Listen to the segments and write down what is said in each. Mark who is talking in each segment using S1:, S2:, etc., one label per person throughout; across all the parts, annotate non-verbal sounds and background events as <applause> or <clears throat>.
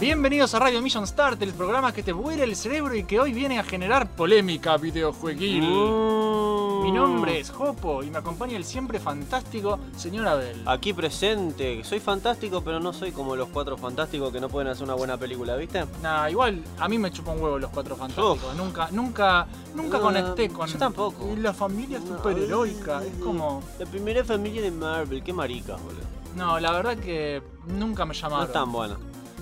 S1: Bienvenidos a Radio Mission Start, el programa que te vuela el cerebro y que hoy viene a generar polémica videojueguil.
S2: Uh.
S1: Mi nombre es Jopo y me acompaña el siempre fantástico señor Abel.
S2: Aquí presente, que soy fantástico, pero no soy como los cuatro fantásticos que no pueden hacer una buena película, ¿viste?
S1: Nah, igual a mí me chupa un huevo los cuatro fantásticos. Nunca, nunca, nunca
S2: Ah,
S1: conecté con.
S2: yo tampoco.
S1: Y La familia
S2: No. eh,
S1: superheroica. Es como.
S2: Mm. La primera familia de Marvel, qué maricas, boludo.
S1: No, la verdad que nunca me
S2: No
S1: llamaron.
S2: es tan buena.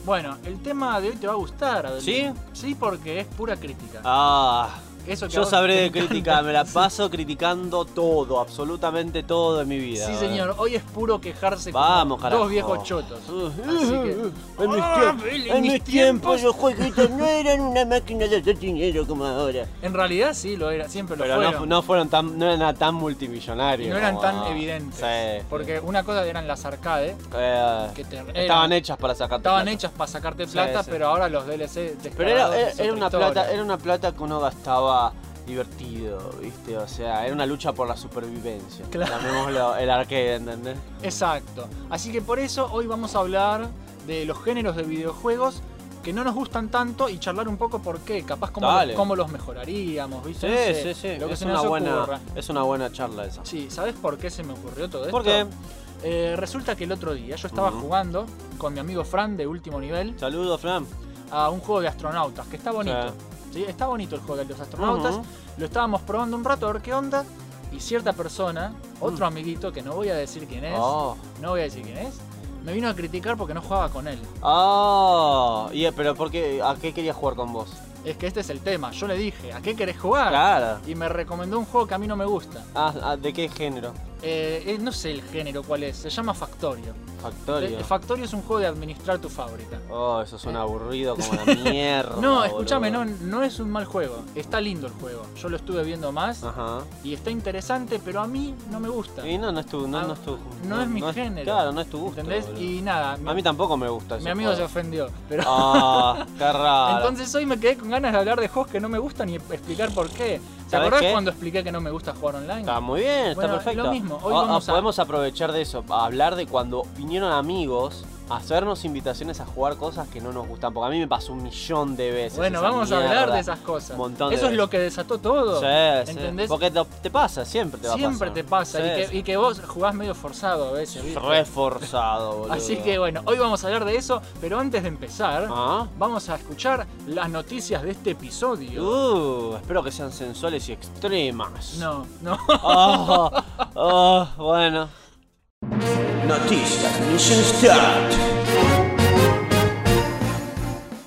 S1: Bueno, el tema de hoy te va a gustar, Abel.
S2: ¿Sí?
S1: Sí, porque es pura crítica.
S2: Ah,
S1: Eso que a
S2: yo
S1: vos
S2: sabré
S1: te
S2: de
S1: encanta.
S2: crítica, me la paso criticando todo, absolutamente todo de mi vida.
S1: Sí,
S2: boludo.
S1: señor, hoy es puro quejarse
S2: eh.
S1: como
S2: Vamos, carajo. Uh,
S1: dos viejos chotos. Así que.
S2: En mis,
S1: Ah,
S2: tiempos-
S1: Billy,
S2: en
S1: mis
S2: mis tiempos
S1: tiempos.
S2: los jueguitos no eran una máquina de hacer dinero como ahora.
S1: En realidad sí lo era, siempre lo
S2: Pero no,
S1: fueron.
S2: fu- no fueron tan, no eran tan multimillonarios.
S1: y no eran
S2: como
S1: tan
S2: ahora.
S1: evidentes.
S2: Sí.
S1: Porque una cosa eran las arcades,
S2: Eh,
S1: que te-
S2: estaban
S1: eran-
S2: hechas para sacar
S1: estaban
S2: plata.
S1: hechas para sacarte
S2: Sí,
S1: plata,
S2: sí.
S1: pero ahora los DLC
S2: Pero era,
S1: descargados
S2: era-
S1: es otra
S2: era una
S1: historia.
S2: plata, era una plata que uno gastaba divertido, ¿viste? O sea, era una lucha por la supervivencia.
S1: Claro.
S2: Llamémoslo el arcade, ¿entendés?
S1: Exacto. Así que por eso hoy vamos a hablar de los géneros de videojuegos que no nos gustan tanto y charlar un poco por qué, capaz cómo,
S2: Dale.
S1: cómo los mejoraríamos, ¿viste?
S2: Sí,
S1: No sé,
S2: sí, sí.
S1: Lo que
S2: Es
S1: se
S2: una,
S1: nos
S2: buena,
S1: ocurra.
S2: es una buena charla esa.
S1: Sí, ¿sabes por qué se me ocurrió todo esto?
S2: ¿Por qué?
S1: Eh, resulta que el otro día yo estaba
S2: Ujú.
S1: jugando con mi amigo Fran de último nivel
S2: Saludos, Fran.
S1: a un juego de astronautas, que está bonito. ¿sí? Está bonito el juego de los astronautas.
S2: Ujú.
S1: Lo estábamos probando un rato a ver qué onda. Y cierta persona, otro amiguito que no voy a decir quién es,
S2: Mm. Oh.
S1: no voy a decir quién es, me vino a criticar porque no jugaba con él.
S2: Ah, y eh, pero ¿por qué, ¿a qué quería jugar con vos?
S1: Es que este es el tema. Yo le dije, ¿a qué querés jugar?
S2: Claro.
S1: Y me recomendó un juego que a mí no me gusta.
S2: Ah, ah, ¿De qué género?
S1: Eh, eh, no sé el género cuál es, se llama Factorio.
S2: Factorio.
S1: Eh, Factorio es un juego de administrar tu fábrica.
S2: Oh, eso suena aburrido
S1: <laughs>
S2: como la mierda.
S1: No, escúchame, no,
S2: boludo.
S1: no es un mal juego. Está lindo el juego. Yo lo estuve viendo más
S2: Ajá.
S1: y está interesante, pero a mí no me gusta.
S2: Ah. Y no, no es tu, no,
S1: Ah,
S2: no es tu-
S1: no es mi género.
S2: Claro, no es tu gusto.
S1: ¿Entendés?
S2: boludo.
S1: Y nada, mi,
S2: A mí tampoco me gusta
S1: mi
S2: ese
S1: amigo se
S2: juego.
S1: ofendió. Pero
S2: <laughs> Ah, qué raro.
S1: entonces hoy me quedé con ganas de hablar de juegos que no me gustan y explicar por qué. ¿Te
S2: ¿Sabés
S1: acordás
S2: qué?
S1: cuando expliqué que no me gusta jugar online?
S2: Está muy bien, está
S1: Bueno,
S2: perfecto.
S1: lo mismo, hoy
S2: Ah, ah,
S1: vamos a-
S2: Podemos aprovechar de eso, a hablar de cuando vinieron amigos a hacernos invitaciones a jugar cosas que no nos gustan. Porque a mí me pasó un millón de veces.
S1: bueno,
S2: esa
S1: vamos a
S2: mierda.
S1: hablar de esas cosas.
S2: Montón de
S1: Eso es
S2: veces.
S1: lo que desató todo.
S2: Sí, sí.
S1: ¿Entendés?
S2: Porque te, te pasa, siempre te va
S1: Siempre
S2: a pasar.
S1: te pasa.
S2: Sí,
S1: y, que,
S2: sí.
S1: y que vos jugás medio forzado a veces. ¿viste? <laughs>
S2: Reforzado, boludo.
S1: Así que bueno, hoy vamos a hablar de eso, pero antes de empezar,
S2: Ah.
S1: vamos a escuchar las noticias de este episodio.
S2: Uh, espero que sean sensuales y extremas.
S1: No, no. <laughs>
S2: Ah, ah, bueno.
S3: Noticias Mission Start.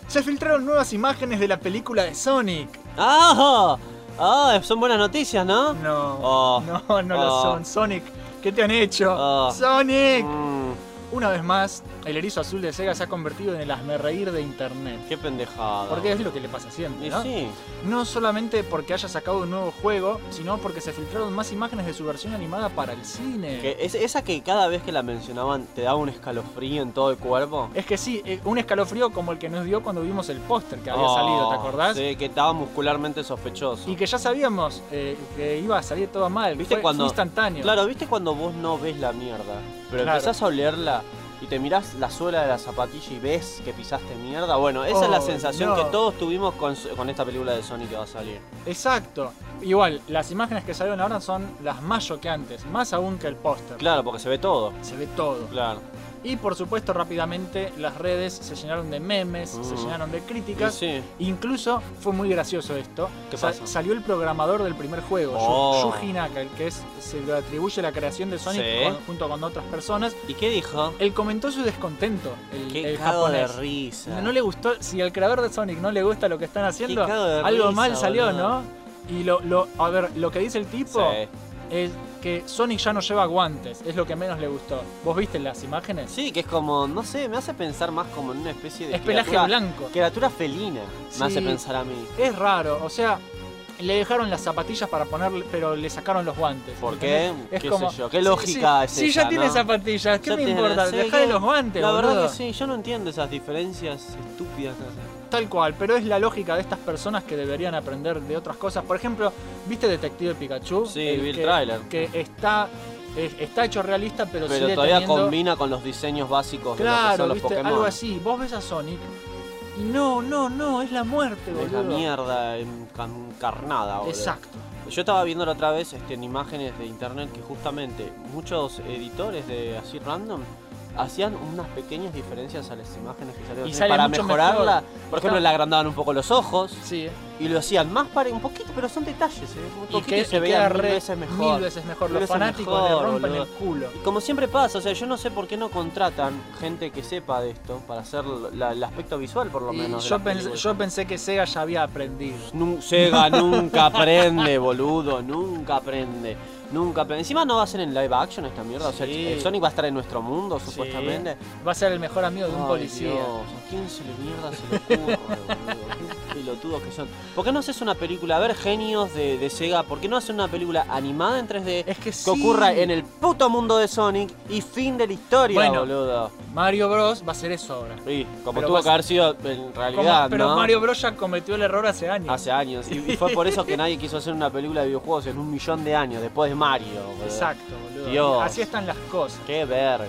S1: Se filtraron nuevas imágenes de la película de Sonic.
S2: Ah, ah, son buenas noticias, ¿no?
S1: No,
S2: Oh.
S1: no, no lo
S2: Oh.
S1: son. Sonic, ¿qué te han hecho?
S2: Oh.
S1: Sonic.
S2: Mm,
S1: Una vez más, el erizo azul de Sega se ha convertido en el asmerreír de internet.
S2: qué pendejada.
S1: Porque es lo que le pasa siempre,
S2: Y
S1: ¿no?
S2: sí.
S1: No solamente porque haya sacado un nuevo juego, sino porque se filtraron más imágenes de su versión animada para el cine.
S2: Que es- esa que cada vez que la mencionaban te daba un escalofrío en todo el cuerpo.
S1: Es que sí, eh, un escalofrío como el que nos dio cuando vimos el póster que había
S2: Oh,
S1: salido, ¿te acordás?
S2: Sí, que estaba muscularmente sospechoso.
S1: Y que ya sabíamos eh, que iba a salir todo mal.
S2: ¿Viste
S1: Fue-
S2: cuando-
S1: fue instantáneo.
S2: Claro, ¿viste cuando vos no ves la mierda? Pero
S1: Claro.
S2: empezás a olerla y te mirás la suela de la zapatilla y ves que pisaste mierda. Bueno, esa es
S1: Oh,
S2: la sensación
S1: no.
S2: que todos tuvimos con, con esta película de Sonic que va a salir.
S1: Exacto. Igual, las imágenes que salieron ahora son las más choqueantes, más aún que el póster.
S2: Claro, porque se ve todo.
S1: Se ve todo.
S2: Claro.
S1: Y por supuesto, rápidamente las redes se llenaron de memes, se
S2: Mm.
S1: llenaron de
S2: Y
S1: críticas.
S2: sí.
S1: Incluso fue muy gracioso esto.
S2: ¿Qué pasa?
S1: Salió el programador del primer juego, Yu-
S2: Oh.
S1: Yuji Naka, el que es, se le atribuye la creación de Sonic
S2: Sí.
S1: con- junto con otras personas.
S2: ¿Y qué dijo?
S1: Él comentó su descontento, el,
S2: Qué
S1: el
S2: cago de
S1: japonés.
S2: risa.
S1: No le gustó, si al creador de Sonic no le gusta lo que están haciendo,
S2: cago de
S1: algo
S2: risa,
S1: mal salió, ¿no?
S2: boludo.
S1: Y lo, lo- a ver, lo que dice el tipo
S2: Sí.
S1: es que Sonic ya no lleva guantes, es lo que menos le gustó. ¿Vos viste las imágenes?
S2: Sí, que es como, no sé, me hace pensar más como en una especie de.
S1: es pelaje
S2: criatura-
S1: blanco.
S2: Criatura felina
S1: Sí.
S2: me hace pensar a mí.
S1: Es raro, o sea, le dejaron las zapatillas para ponerle, pero le sacaron los guantes.
S2: ¿Por qué?
S1: ¿entendés? Es
S2: ¿Qué
S1: como,
S2: sé yo? ¿Qué
S1: sí,
S2: lógica
S1: sí,
S2: es
S1: Si
S2: esa,
S1: ya tiene
S2: no?
S1: zapatillas, ¿qué
S2: Ya
S1: me
S2: tiene-
S1: importa?
S2: sí,
S1: Dejale
S2: que-
S1: los guantes,
S2: La verdad
S1: boludo.
S2: que sí, yo no entiendo esas diferencias estúpidas que hacen.
S1: Tal cual, pero es la lógica de estas personas que deberían aprender de otras cosas. Por ejemplo, ¿viste Detective Pikachu?
S2: Sí, vi el
S1: Uh, que-
S2: tráiler.
S1: Que está, es- está hecho realista, pero,
S2: Pero
S1: sigue
S2: todavía
S1: teniendo-
S2: combina con los diseños básicos de lo que
S1: Claro,
S2: son los
S1: ¿viste?
S2: Pokémon.
S1: Algo así. Vos ves a Sonic Y no, no, no, es la muerte,
S2: Es la
S1: boludo.
S2: mierda encan- encarnada, boludo.
S1: Exacto.
S2: Yo estaba viendo la otra vez este, en imágenes de internet que justamente muchos editores de así random hacían unas pequeñas diferencias a las imágenes que salían
S1: Y
S2: así
S1: sale
S2: para
S1: mucho
S2: mejorarla.
S1: mejor.
S2: Por ejemplo,
S1: Está-
S2: le agrandaban un poco los ojos
S1: Sí. ¿eh?
S2: y lo hacían más para un poquito, pero son detalles, ¿eh? un
S1: Y
S2: poquito
S1: que
S2: y se
S1: y
S2: veía
S1: queda
S2: mil
S1: re-
S2: veces mejor.
S1: Mil veces mejor.
S2: Mil
S1: Los
S2: veces
S1: fanáticos
S2: mejor,
S1: le rompen
S2: boludo.
S1: el culo.
S2: Y como siempre pasa, o sea, yo no sé por qué no contratan gente que sepa de esto para hacer la- el aspecto visual, por lo
S1: Y
S2: menos. de
S1: yo,
S2: las
S1: pens-
S2: películas.
S1: yo pensé que Sega ya había aprendido.
S2: Nun- Sega nunca aprende, boludo, nunca aprende. Nunca aprende. Encima no va a ser en live action esta mierda. O sea,
S1: Sí.
S2: el Sonic va a estar en nuestro mundo, supuestamente.
S1: Va a ser el mejor amigo de un
S2: Ay,
S1: policía.
S2: Dios, ¿a quién se le mierda se le ocurre, boludo? Qué pelotudos que son. ¿Por qué no haces una película? A ver, genios de, de Sega, ¿por qué no haces una película animada en 3D?
S1: Es que
S2: Que
S1: sí.
S2: ocurra en el puto mundo de Sonic y fin de la historia,
S1: Bueno.
S2: boludo.
S1: Mario Bros va a ser eso ahora.
S2: Sí, como
S1: Pero
S2: tuvo
S1: vas-
S2: que haber sido en realidad,
S1: Como- pero
S2: ¿no?
S1: Mario Bros ya cometió el error hace años.
S2: Hace años. Y, y fue
S1: <laughs>
S2: por eso que nadie quiso hacer una película de videojuegos en un millón de años, después de Mario. boludo.
S1: Exacto, boludo.
S2: Dios.
S1: Así están las cosas.
S2: Qué verga.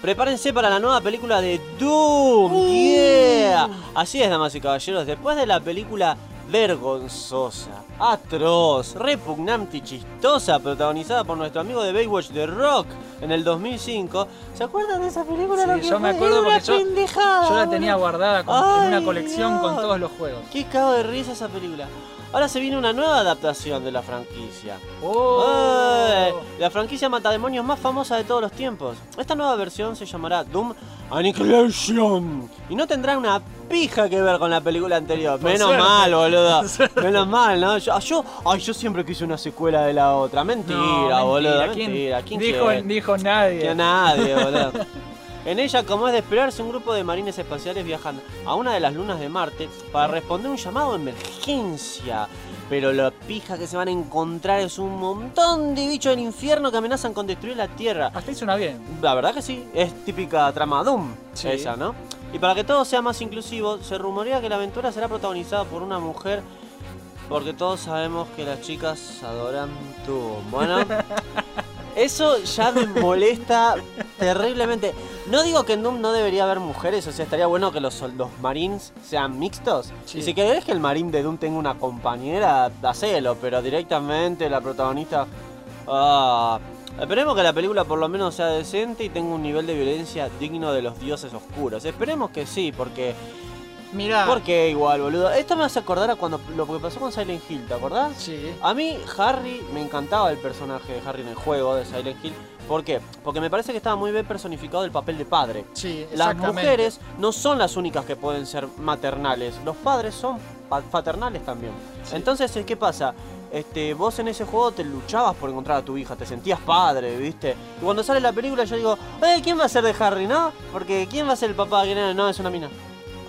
S2: Prepárense para la nueva película de Doom.
S1: Uh.
S2: Yeah. Así es, damas y caballeros. Después de la película vergonzosa, atroz, repugnante y chistosa, protagonizada por nuestro amigo de Baywatch The Rock en el 2005. ¿Se acuerdan de esa película?
S1: Sí,
S2: Lo que
S1: yo me
S2: fue?
S1: acuerdo
S2: Era una
S1: porque yo-
S2: pendejada,
S1: Yo la
S2: boludo.
S1: tenía guardada con- en una
S2: Ay,
S1: colección con
S2: Dios.
S1: todos los juegos.
S2: Qué cago de risa esa película. Ahora se viene una nueva adaptación de la franquicia.
S1: ¡Oh!
S2: ¡Eh! La franquicia matademonios más famosa de todos los tiempos. Esta nueva versión se llamará Doom Annihilation. Y no tendrá una pija que ver con la película anterior.
S1: Por
S2: Menos
S1: suerte.
S2: mal, boludo.
S1: <laughs> Por suerte.
S2: Menos mal, ¿no? Yo, ah, yo, ay, yo siempre quise una secuela de la otra. Mentira,
S1: No,
S2: boludo.
S1: mentira. ¿Quién-
S2: Mentira. ¿Quién
S1: dijo,
S2: quiere?
S1: dijo nadie.
S2: Que a nadie, boludo. En ella, como es de esperarse, un grupo de marines espaciales viajan a una de las lunas de Marte para responder un llamado de emergencia. Pero la pija que se van a encontrar es un montón de bichos del infierno que amenazan con destruir la Tierra.
S1: Hasta ahí suena bien.
S2: La verdad que sí, es típica trama Doom
S1: Sí.
S2: esa, ¿no? Y para que todo sea más inclusivo, se rumorea que la aventura será protagonizada por una mujer, porque todos sabemos que las chicas adoran Doom. Bueno, eso ya me molesta terriblemente. No digo que en Doom no debería haber mujeres, o sea, estaría bueno que los, sol- los marines sean mixtos.
S1: Sí.
S2: Y si querés que el marín de Doom tenga una compañera, hacelo, pero directamente la protagonista... Ah, esperemos que la película por lo menos sea decente y tenga un nivel de violencia digno de los dioses oscuros. Esperemos que sí, porque...
S1: Mirá.
S2: Porque igual, boludo. Esto me hace acordar a cuando lo que pasó con Silent Hill, ¿te acordás?
S1: Sí.
S2: A mí, Harry, me encantaba el personaje de Harry en el juego de Silent Hill. ¿Por qué? Porque me parece que estaba muy bien personificado el papel de padre.
S1: Sí,
S2: Las
S1: exactamente.
S2: mujeres no son las únicas que pueden ser maternales. Los padres son pa- paternales también.
S1: Sí.
S2: Entonces, ¿qué pasa? Este, vos en ese juego te luchabas por encontrar a tu hija, te sentías padre, ¿viste? Y cuando sale la película yo digo, "Eh, ¿quién va a ser de Harry, no? Porque ¿quién va a ser el papá? ¿Quién era? No, es una mina.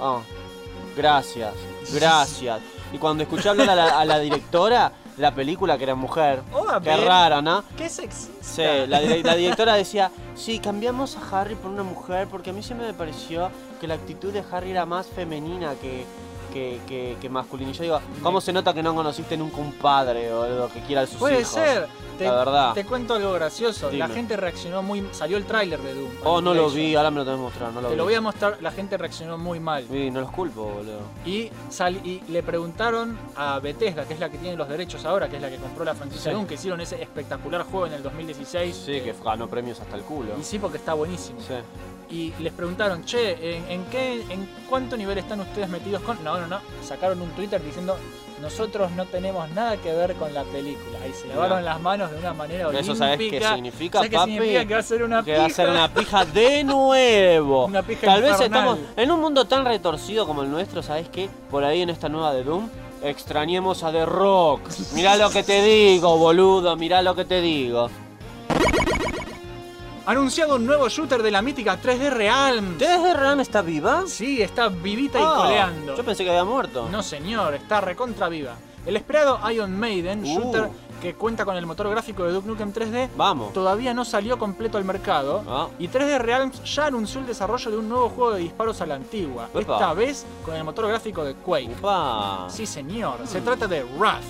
S2: Ah, gracias, gracias. Y cuando escuché hablar a la, a la directora de la película, que
S1: <laughs>
S2: era mujer,
S1: Oh, a
S2: qué
S1: ver,
S2: raro, ¿no?
S1: Qué sexista.
S2: Sí, la, dire- la directora decía, sí, cambiamos a Harry por una mujer porque a mí siempre me pareció que la actitud de Harry era más femenina que, que, que- que masculina. Y yo digo, ¿cómo se nota que no conociste nunca un padre o lo que quiera de sus
S1: Puede
S2: hijos?
S1: ser. Te,
S2: La verdad.
S1: te cuento algo gracioso. La
S2: Dime.
S1: gente reaccionó muy. Salió el tráiler de Doom.
S2: Oh, no lo vi,
S1: Annihilation.
S2: ahora me lo tenés que mostrar, no lo
S1: Te
S2: vi.
S1: lo voy a mostrar. La gente reaccionó muy mal.
S2: Sí, no los culpo, boludo.
S1: Y, sal- y le preguntaron a Bethesda, que es la que tiene los derechos ahora, que es la que compró la franquicia
S2: Sí.
S1: Doom, que hicieron ese espectacular juego en el 2016.
S2: Sí, que ganó premios hasta el culo.
S1: Y sí, porque está buenísimo.
S2: Sí.
S1: Y les preguntaron, che, ¿en, en qué, ¿en cuánto nivel están ustedes metidos con...? No, no, no. Sacaron un Twitter diciendo, nosotros no tenemos nada que ver con la película. Y se lavaron las manos de una manera olímpica.
S2: Eso sabes qué significa,
S1: ¿Sabés qué
S2: papi.
S1: significa? Que va a ser una
S2: que va a ser
S1: pija.
S2: una pija de nuevo.
S1: Una pija
S2: Tal vez
S1: infernal.
S2: estamos en un mundo tan retorcido como el nuestro, ¿sabes qué? Por ahí en esta nueva de Doom, extrañemos a The Rock. Mirá lo que te digo, boludo, mirá lo que te digo.
S1: Anunciado un nuevo shooter de la mítica 3D Realm.
S2: ¿Desde Ram está viva?
S1: Sí, está vivita
S2: Ah,
S1: y coleando.
S2: Yo pensé que había muerto.
S1: No señor, está recontra viva. El esperado Iron Maiden,
S2: Uh.
S1: shooter que cuenta con el motor gráfico de Duke Nukem 3D,
S2: Vamos.
S1: todavía no salió completo al mercado.
S2: Ah,
S1: Y 3D Realms ya anunció el desarrollo de un nuevo juego de disparos a la antigua,
S2: Epa.
S1: esta vez con el motor gráfico de Quake.
S2: upa.
S1: Sí señor, se trata de Wrath,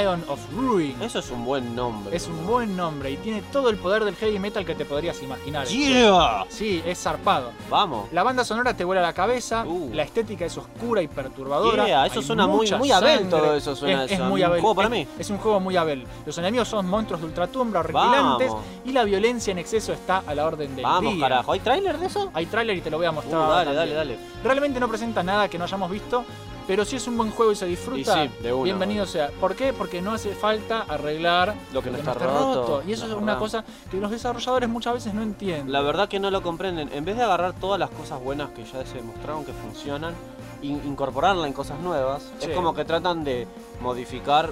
S1: Ion of Ruin.
S2: Eso es un buen nombre.
S1: Es un buen nombre y tiene todo el poder del heavy metal que te podrías imaginar.
S2: ¡Yeah!
S1: Sí, es zarpado.
S2: Vamos.
S1: La banda sonora te vuela la cabeza,
S2: Uh.
S1: la estética es oscura y perturbadora.
S2: Yeah, eso
S1: hay
S2: suena muy-
S1: mucha
S2: muy Abel
S1: sangre.
S2: todo eso suena
S1: es,
S2: eso,
S1: es muy
S2: un
S1: Abel.
S2: juego para
S1: es,
S2: mí.
S1: es un juego muy Abel. Los enemigos son monstruos de ultratumba, horripilantes
S2: Vamos.
S1: y la violencia en exceso está a la orden del
S2: Vamos,
S1: día.
S2: carajo. ¿Hay tráiler de eso?
S1: Hay tráiler y te lo voy a mostrar.
S2: Uh, dale,
S1: también.
S2: dale, dale.
S1: Realmente no presenta nada que no hayamos visto, pero si es un buen juego y se disfruta,
S2: Y sí, de una,
S1: bienvenido sea. ¿Por qué? Porque no hace falta arreglar
S2: Lo que no está roto.
S1: Y eso
S2: La
S1: es una
S2: verdad.
S1: cosa que los desarrolladores muchas veces no entienden.
S2: La verdad que no lo comprenden. En vez de agarrar todas las cosas buenas que ya se demostraron que funcionan, in- incorporarla en cosas nuevas,
S1: Sí.
S2: es como que tratan de modificar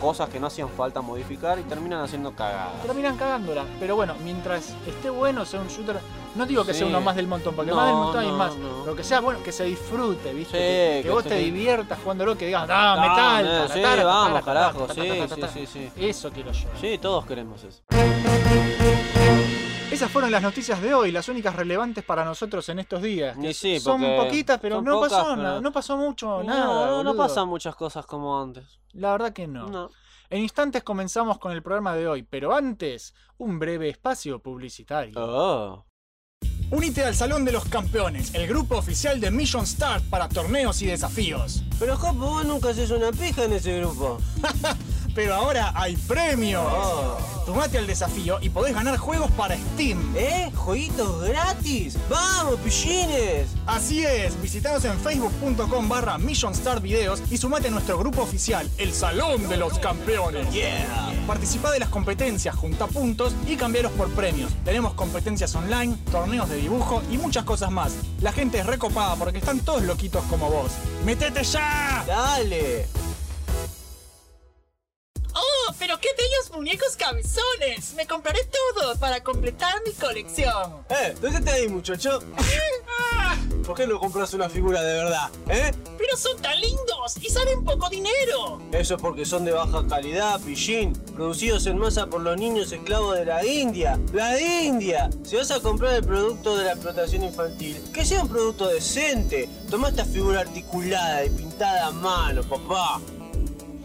S2: cosas que no hacían falta modificar y terminan haciendo cagadas.
S1: Terminan cagándola. Pero bueno, mientras esté bueno, sea un shooter. No digo que
S2: Sí.
S1: sea uno más del montón, porque
S2: No,
S1: más del montón hay
S2: no,
S1: más.
S2: no.
S1: Pero que sea bueno, que se disfrute, ¿viste?
S2: Sí,
S1: que, que
S2: que
S1: vos
S2: se-
S1: te diviertas jugándolo, que digas, ¡ah,
S2: Ah,
S1: metal!
S2: eh,
S1: tara,
S2: Sí,
S1: tara,
S2: vamos,
S1: tara, tara,
S2: carajo.
S1: tara,
S2: Sí,
S1: tara,
S2: sí,
S1: tara.
S2: sí, sí.
S1: Eso quiero yo.
S2: Sí, todos queremos eso.
S1: Esas fueron las noticias de hoy, las únicas relevantes para nosotros en estos días.
S2: Y sí,
S1: son
S2: porque
S1: poquitas, pero
S2: son
S1: no
S2: pocas,
S1: pasó
S2: pero-
S1: nada, no pasó mucho,
S2: No,
S1: nada.
S2: no, no
S1: boludo.
S2: pasan muchas cosas como antes.
S1: La verdad que no.
S2: No.
S1: En instantes comenzamos con el programa de hoy, pero antes, un breve espacio publicitario.
S2: Oh.
S1: Unite al Salón de los Campeones, el grupo oficial de Mission Start para torneos y desafíos.
S2: Pero Jopo, vos nunca haces una pija en ese grupo.
S1: Pero ahora hay premios. Tomate al desafío y podés ganar juegos para Steam.
S2: ¿Eh? ¿Jueguitos gratis? ¡Vamos, pichines!
S1: Así es, visitanos en facebook.com barra Mission Start Videos y sumate a nuestro grupo oficial, el Salón de los Campeones. Yeah. Participá de las competencias, junta puntos y cambiaros por premios. Tenemos competencias online, torneos de dibujo y muchas cosas más. La gente es recopada porque están todos loquitos como vos. ¡Metete ya!
S2: ¡Dale!
S3: ¡Oh, pero qué bellos muñecos cabezones! Me compraré todos para completar mi colección.
S4: Eh, ¿dónde te ahí, muchacho? <laughs> ¿Por qué no compras una figura de verdad? ¿Eh?
S3: ¡Pero son tan lindos y salen poco dinero!
S4: Eso es porque son de baja calidad, pillín. Producidos en masa por los niños esclavos de la India. ¡La India! Si vas a comprar el producto de la explotación infantil, que sea un producto decente. Toma esta figura articulada y pintada a mano, papá.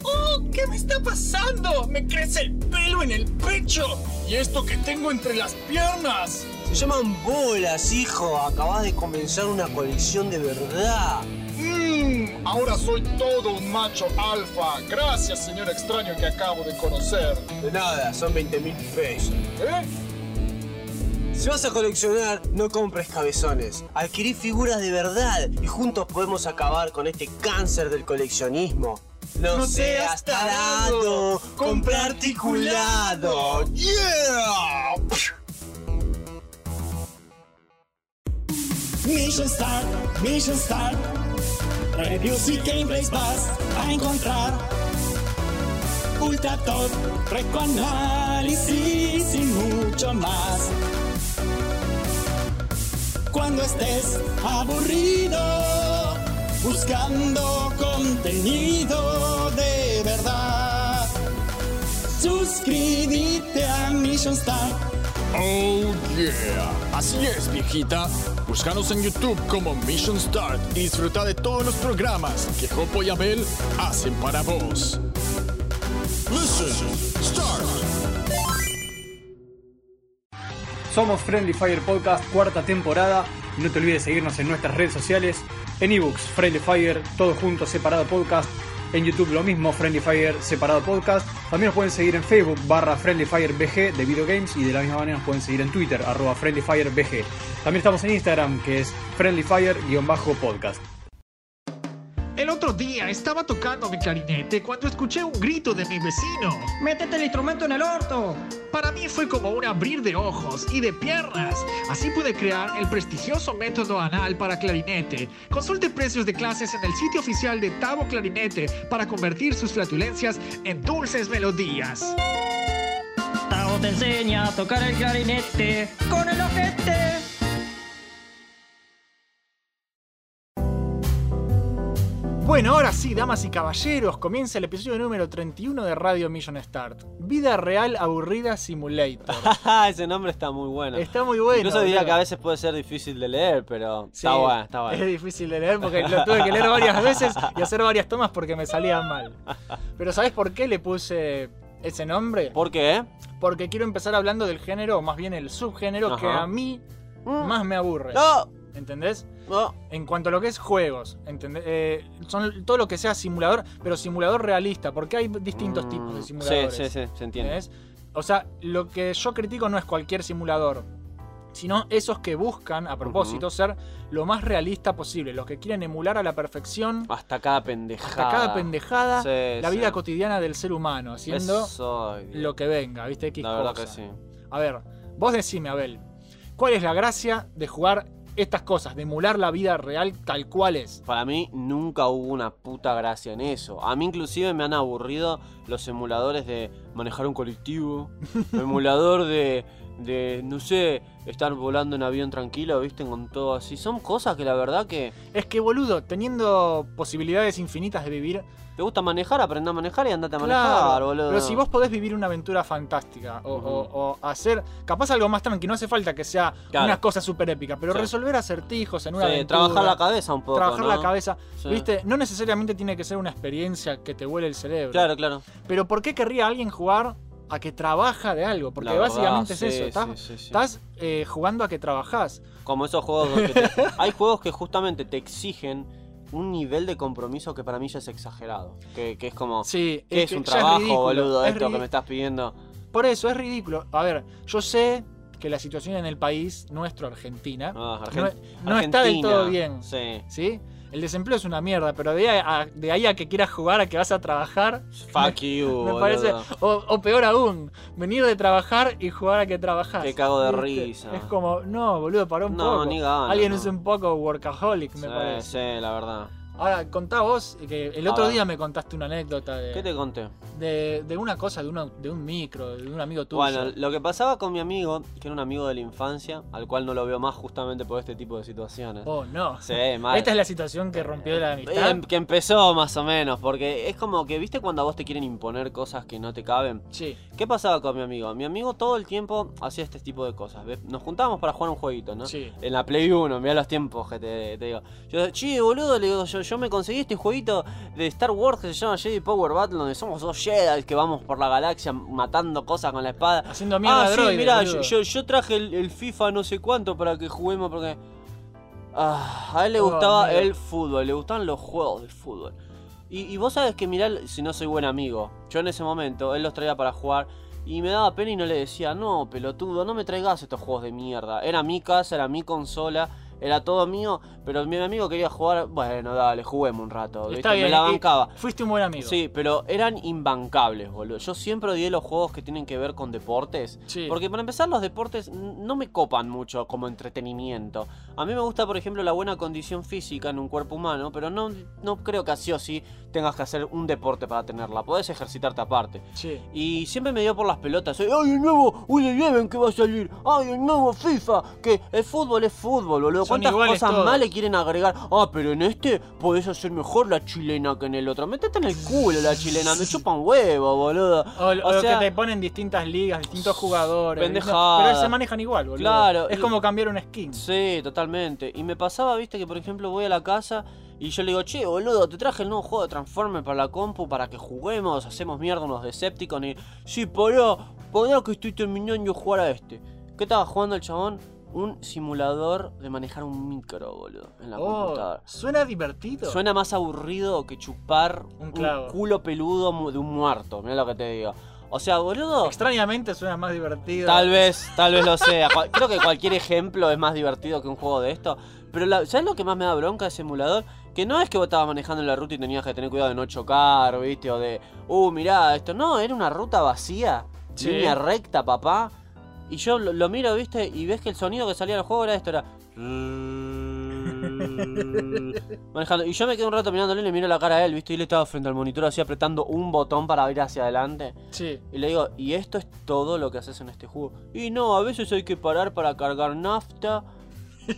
S3: ¡Oh, qué me está pasando! ¡Me crece el pelo en el pecho!
S1: ¿Y esto que tengo entre las piernas?
S4: Se llaman bolas, hijo. Acabas de comenzar una
S2: <laughs>
S4: colección de verdad.
S1: Mmm, ahora soy todo un macho alfa. Gracias, señor extraño que acabo de conocer.
S4: De nada, son 20 mil pesos.
S1: ¿Eh?
S4: Si vas a coleccionar, no compres cabezones. Adquirí figuras de verdad y juntos podemos acabar con este cáncer del coleccionismo. No,
S1: No seas
S4: seas tarado,
S1: tarado,
S4: compra articulado. ¡Yeah!
S5: Mission Start, Mission Start. Reviews y gameplays vas a encontrar. Ultra Top, Recoanálisis y mucho más. Cuando estés aburrido, buscando contenido de verdad. Suscríbete a Mission Start.
S6: Oh yeah. Así es, viejita. Búscanos en YouTube como Mission Start y disfruta de todos los programas que Jopo y Abel hacen para vos. Listen, start.
S7: Somos Friendly Fire Podcast, cuarta temporada. No te olvides de seguirnos en nuestras redes sociales, en ebooks, Friendly Fire, todo junto, separado podcast. En YouTube lo mismo, Friendly Fire, separado podcast. También nos pueden seguir en Facebook, barra Friendly Fire BG de videogames. Y de la misma manera nos pueden seguir en Twitter, arroba Friendly Fire BG. También estamos en Instagram, que es Friendly Fire-podcast.
S8: El otro día estaba tocando mi clarinete cuando escuché un grito de mi vecino.
S9: ¡Métete el instrumento en el orto!
S8: Para mí fue como un abrir de ojos y de piernas. Así pude crear el prestigioso método anal para clarinete. Consulte precios de clases en el sitio oficial de Tabo Clarinete para convertir sus flatulencias en dulces melodías.
S9: Tao te enseña a tocar el clarinete con el ojete.
S1: Bueno, ahora sí, damas y caballeros, comienza el episodio número 31 de Radio Mission Start. Vida real aburrida simulator.
S2: Ese nombre está muy bueno.
S1: Está muy bueno.
S2: Incluso diría
S1: boludo.
S2: que a veces puede ser difícil de leer, pero
S1: Sí,
S2: está bueno, está bueno.
S1: Es difícil de leer porque lo tuve que leer varias veces y hacer varias tomas porque me salía mal. Pero ¿sabes por qué le puse ese nombre?
S2: ¿Por qué?
S1: Porque quiero empezar hablando del género, o más bien el subgénero, que
S2: Ajá.
S1: a mí
S2: Mm.
S1: más me aburre.
S2: No,
S1: ¿Entendés?
S2: no.
S1: En cuanto a lo que es juegos, ¿entendés? Eh, son todo lo que sea simulador, pero simulador realista, porque hay distintos tipos de
S2: Mm,
S1: simuladores.
S2: Sí, sí, sí, se entiende.
S1: ¿Entendés? O sea, lo que yo critico no es cualquier simulador, sino esos que buscan, a propósito, ser lo más realista posible, los que quieren emular a la perfección
S2: Hasta cada pendejada.
S1: hasta cada pendejada
S2: Sí,
S1: la
S2: sí.
S1: vida cotidiana del ser humano, haciendo
S2: Eso, ay, Dios.
S1: lo que venga, ¿viste? X
S2: La verdad
S1: cosa.
S2: que sí.
S1: A ver, vos decime, Abel, ¿cuál es la gracia de jugar estas cosas, de emular la vida real tal cual es?
S2: Para mí nunca hubo una puta gracia en eso. A mí inclusive me han aburrido los emuladores de manejar un colectivo, emulador de, de, no sé, estar volando en avión tranquilo, viste, con todo así. Son cosas que la verdad que
S1: Es que, boludo, teniendo posibilidades infinitas de vivir,
S2: te gusta manejar, aprende a manejar y andate a manejar,
S1: Claro,
S2: boludo.
S1: Pero si vos podés vivir una aventura fantástica o,
S2: Ujú.
S1: o- o hacer capaz algo más tranqui, no hace falta que sea
S2: Claro.
S1: una cosa súper épica, pero
S2: Sí.
S1: resolver acertijos en
S2: Sí,
S1: una aventura,
S2: trabajar la cabeza un poco,
S1: trabajar
S2: ¿no?
S1: la cabeza,
S2: Sí.
S1: ¿viste? No necesariamente tiene que ser una experiencia que te huele el cerebro.
S2: Claro, claro.
S1: Pero ¿por qué querría alguien jugar a que trabaja de algo? Porque
S2: La verdad,
S1: básicamente
S2: sí,
S1: es eso,
S2: sí,
S1: estás,
S2: sí, sí.
S1: estás, eh, jugando a que trabajás.
S2: Como esos juegos que te- <laughs> Hay juegos que justamente te exigen un nivel de compromiso que para mí ya es exagerado. Que, que es como...
S1: Sí,
S2: ¿Qué
S1: eh,
S2: es un
S1: ya
S2: trabajo,
S1: ridículo,
S2: boludo?
S1: es
S2: esto que
S1: ri-
S2: me estás pidiendo.
S1: Por eso es ridículo. A ver, yo sé que la situación en el país nuestro, Argentina,
S2: Ah,
S1: no,
S2: Argen-
S1: no está del
S2: Argentina.
S1: todo bien.
S2: Sí.
S1: ¿sí? El desempleo es una mierda, pero de ahí a, de ahí a que quieras jugar, a que vas a trabajar,
S2: Fuck you,
S1: me
S2: boludo.
S1: parece. O, o peor aún, venir de trabajar y jugar a que trabajás.
S2: Te cago de
S1: ¿Viste?
S2: risa.
S1: Es como, no, boludo, paró un
S2: No,
S1: poco.
S2: ni gana,
S1: Alguien
S2: no.
S1: es un poco workaholic, me
S2: Sí,
S1: parece.
S2: sí, la verdad.
S1: Ahora, contá vos, que el
S2: A
S1: otro
S2: ver.
S1: día me contaste una anécdota
S2: ¿Qué
S1: de,
S2: te conté?
S1: de, de una cosa, de, una- de un micro, de un amigo tuyo.
S2: Bueno, lo que pasaba con mi amigo, que era un amigo de la infancia, al cual no lo veo más justamente por este tipo de situaciones.
S1: oh, no. <laughs>
S2: Sí, mal.
S1: Esta es la situación que rompió la amistad.
S2: Em- Que empezó más o menos, porque es como que, ¿viste cuando a vos te quieren imponer cosas que no te caben?
S1: Sí,
S2: ¿Qué pasaba con mi amigo? Mi amigo todo el tiempo hacía este tipo de cosas. ¿ves? Nos juntábamos para jugar un jueguito, ¿no?
S1: sí.
S2: En la Play 1, mirá los tiempos que te, te digo. Yo, che, boludo, le digo, yo, yo me conseguí este jueguito de Star Wars que se llama Jedi Power Battle, donde somos dos Jedi que vamos por la galaxia matando cosas con la espada.
S1: Haciendo mierda
S2: Ah,
S1: a
S2: sí,
S1: droides,
S2: mirá,
S1: boludo.
S2: yo, yo- yo traje el, el FIFA no sé cuánto para que juguemos porque... Ah, a él le
S1: Oh,
S2: gustaba
S1: mira.
S2: el fútbol, le gustaban los juegos de fútbol. Y, y vos sabes que mirá, si no soy buen amigo, yo en ese momento, él los traía para jugar y me daba pena y no le decía, no, pelotudo, no me traigas estos juegos de mierda. Era mi casa, era mi consola, era todo mío, pero mi amigo quería jugar, bueno, dale, juguemos un rato, ¿viste?
S1: Está bien.
S2: me la
S1: y-
S2: bancaba.
S1: Fuiste un buen amigo.
S2: Sí, pero eran imbancables, boludo. Yo siempre odié los juegos que tienen que ver con deportes.
S1: Sí.
S2: Porque para empezar, los deportes n- no me copan mucho como entretenimiento. A mí me gusta, por ejemplo, la buena condición física en un cuerpo humano, pero no, no creo que así o sí tengas que hacer un deporte para tenerla. Podés ejercitarte aparte.
S1: Sí.
S2: Y siempre me dio por las pelotas. Ay, el nuevo Eleven que va a salir. Ay, el nuevo FIFA. Que el fútbol es fútbol, boludo.
S1: Son
S2: ¿Cuántas
S1: iguales
S2: cosas
S1: todos.
S2: más le quieren agregar? Ah, pero en este podés hacer mejor la chilena que en el otro. Métete en el culo la chilena. Me chupan huevo, boludo.
S1: O, o que te ponen distintas ligas, distintos jugadores.
S2: pendejada.
S1: distintos- Pero se manejan igual, boludo.
S2: Claro,
S1: Es
S2: y-
S1: como cambiar un skin.
S2: Sí, totalmente. Y me pasaba, viste, que por ejemplo voy a la casa y yo le digo, che, boludo, te traje el nuevo juego de Transformers para la compu para que juguemos, hacemos mierda unos Decepticons y. Sí, pará, pará que estoy terminando de jugar a este. ¿Qué estaba jugando el chabón? Un simulador de manejar un micro, boludo, en la
S1: Oh,
S2: computadora.
S1: suena divertido.
S2: Suena más aburrido que chupar
S1: Un clavo.
S2: culo peludo mu- de un muerto, mira lo que te digo. O sea, boludo.
S1: Extrañamente suena más divertido.
S2: Tal vez, tal vez lo sea. Cual- Creo que cualquier ejemplo es más divertido que un juego de esto. Pero la- ¿sabes lo que más me da bronca de ese emulador? Que no es que vos estabas manejando en la ruta y tenías que tener cuidado de no chocar, ¿viste? O de, uh, mirá, esto. No, era una ruta vacía.
S1: Sí.
S2: Línea recta, papá. Y yo lo, lo miro, ¿viste? Y ves que el sonido que salía del juego era
S1: <laughs>
S2: esto, era... Manejando. Y yo me quedé un rato mirándole y le miro la cara a él, ¿viste? Y él estaba frente al monitor así apretando un botón para ir hacia adelante.
S1: Sí.
S2: Y le digo, ¿y esto es todo lo que haces en este juego? Y no, a veces hay que parar para cargar nafta.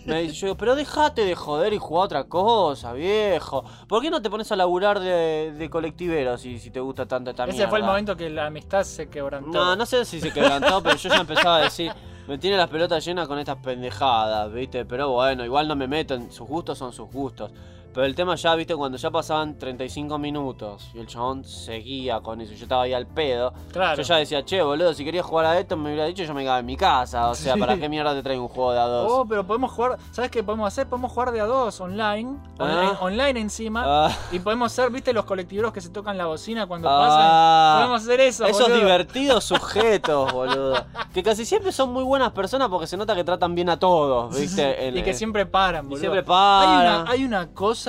S2: Me dice, yo digo, pero déjate de joder y juega otra cosa, viejo. ¿Por qué no te pones a laburar de, de colectivero si, si te gusta tanto esta
S1: Ese fue el
S2: mierda?".
S1: momento que la amistad se quebrantó.
S2: No, no sé si se quebrantó, <laughs> pero yo ya empezaba a decir, me tiene las pelotas llenas con estas pendejadas, ¿viste? Pero bueno, igual no me meto, en- sus gustos son sus gustos. Pero el tema ya, ¿viste? Cuando ya pasaban 35 minutos y el chabón seguía con eso, yo estaba ahí al pedo.
S1: Claro.
S2: Yo ya decía, che, boludo, si quería jugar a esto me hubiera dicho, yo me quedaba en mi casa. O sea, ¿para qué mierda te traigo un juego de a dos?
S1: Oh, pero podemos jugar. ¿Sabes qué podemos hacer? Podemos jugar de a dos online.
S2: Ah.
S1: Online, online encima.
S2: Ah,
S1: Y podemos ser, viste, los colectiveros que se tocan la bocina cuando
S2: Ah.
S1: pasan. Podemos hacer eso.
S2: esos
S1: boludo. <laughs>
S2: divertidos sujetos, boludo. Que casi siempre son muy buenas personas porque se nota que tratan bien a todos, ¿viste? En-
S1: Y que
S2: en-
S1: siempre paran,
S2: y
S1: boludo.
S2: siempre
S1: Hay
S2: paran.
S1: una, hay una cosa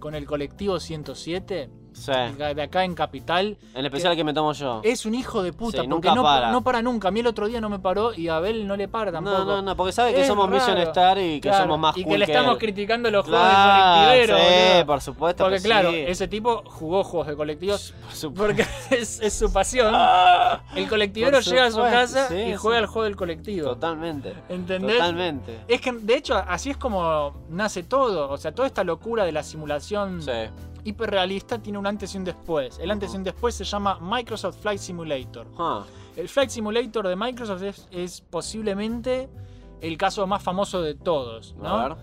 S1: con el colectivo 107
S2: Sí.
S1: de acá en Capital.
S2: En especial el que me tomo yo.
S1: Es un hijo de puta, porque
S2: Sí, nunca
S1: no
S2: para.
S1: no para nunca. A mí el otro día no me paró y a Abel no le para tampoco.
S2: No, no, no, porque sabe que
S1: Es
S2: somos Mission
S1: raro.
S2: Star y que
S1: Claro,
S2: somos más
S1: Y
S2: cool
S1: que le estamos
S2: él.
S1: criticando los
S2: Claro,
S1: juegos de colectiveros.
S2: sí,
S1: boludo.
S2: por supuesto.
S1: Porque
S2: que
S1: claro,
S2: sí.
S1: ese tipo jugó juegos de colectivos
S2: Por supuesto. Ah,
S1: porque <laughs> es, es su pasión. El colectivero
S2: Por
S1: llega a su
S2: supuesto,
S1: casa
S2: sí,
S1: y
S2: sí.
S1: juega al juego del colectivo.
S2: Totalmente.
S1: ¿Entendés?
S2: Totalmente.
S1: Es que de hecho así es como nace todo, o sea, toda esta locura de la simulación
S2: Sí.
S1: hiperrealista tiene un antes y un después. El antes y un después se llama Microsoft Flight Simulator.
S2: Ah,
S1: El Flight Simulator de Microsoft es, es posiblemente el caso más famoso de todos, ¿no?
S2: A ver.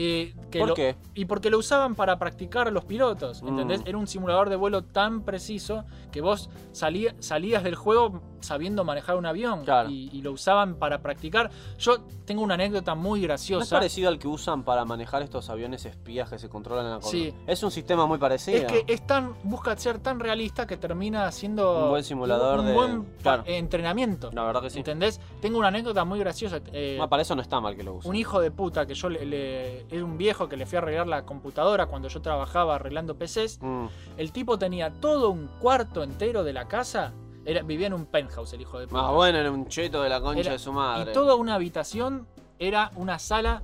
S1: Eh, que
S2: ¿Por
S1: lo-
S2: qué?
S1: Y porque lo usaban para practicar los pilotos, ¿entendés?
S2: Mm.
S1: Era un simulador de vuelo tan preciso que vos salí- salías del juego sabiendo manejar un avión
S2: Claro.
S1: y, y lo usaban para practicar. Yo tengo una anécdota muy
S2: ¿No es
S1: graciosa.
S2: parecido al que usan para manejar estos aviones espías que se controlan en la cola?
S1: Sí.
S2: Es un sistema muy parecido.
S1: es que es tan, busca ser tan realista que termina siendo
S2: Un buen simulador
S1: un
S2: de-
S1: buen eh,
S2: claro.
S1: entrenamiento.
S2: La verdad que sí.
S1: ¿Entendés? Tengo una anécdota muy graciosa. eh,
S2: Ah, para eso no está mal que lo usen.
S1: un hijo de puta que yo le, le- era un viejo que le fui a arreglar la computadora cuando yo trabajaba arreglando PCs.
S2: Mm.
S1: El tipo tenía todo un cuarto entero de la casa. Era, vivía en un penthouse el hijo de puta.
S2: Ah, bueno, era un cheto de la concha
S1: Era-
S2: de su madre.
S1: Y toda una habitación era una sala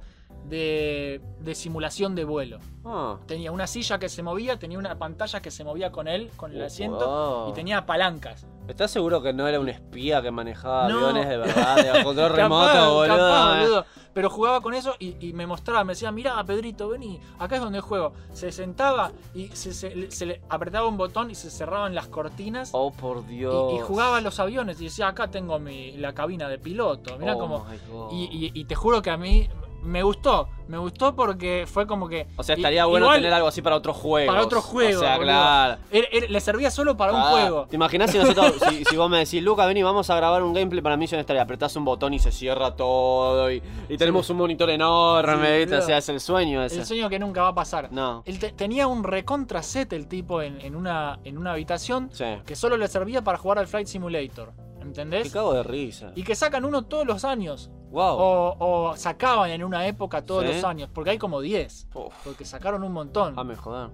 S1: de, de simulación de vuelo.
S2: Ah.
S1: Tenía una silla que se movía, tenía una pantalla que se movía con él, con el
S2: Oh,
S1: asiento,
S2: wow.
S1: y tenía palancas.
S2: ¿Estás seguro que no era un espía que manejaba
S1: No.
S2: aviones de verdad, de control
S1: <laughs> Capaz,
S2: remoto, boludo?
S1: capaz,
S2: eh?
S1: boludo. Pero jugaba con eso y, y me mostraba, me decía, mirá, Pedrito, vení, acá es donde juego. Se sentaba y se, se- se le apretaba un botón y se cerraban las cortinas.
S2: Oh, por
S1: y-
S2: Dios.
S1: Y, jugaba a los aviones y decía, acá tengo mi, la cabina de piloto. Mirá
S2: Oh
S1: como...
S2: my God.
S1: Y, y- y te juro que a mí me gustó. Me gustó porque fue como que...
S2: o sea,
S1: i-
S2: estaría bueno
S1: igual
S2: tener algo así para otros juegos.
S1: Para otro juego.
S2: O sea,
S1: boludo.
S2: claro.
S1: Era- era- er, le servía solo para un
S2: Ah,
S1: juego.
S2: ¿Te imaginas si nosotros, si, si vos me decís, Luca, vení, vamos a grabar un gameplay para Mission Star y apretás un botón y se cierra todo y, y tenemos un monitor enorme,
S1: Sí,
S2: ¿viste? O
S1: boludo.
S2: sea, es el sueño ese.
S1: El sueño que nunca va a pasar.
S2: No,
S1: Él te- tenía un recontra set el tipo en, en una, en una habitación
S2: sí.
S1: que solo le servía para jugar al Flight Simulator.
S2: Me
S1: ¿Entendés?
S2: cago de risa.
S1: Y oh, que sacan uno todos los años.
S2: Wow.
S1: O, o sacaban en una época todos
S2: Oh. Sí.
S1: los años. Porque hay como 10.
S2: Uf.
S1: Porque sacaron un montón.
S2: Ah, me jodan.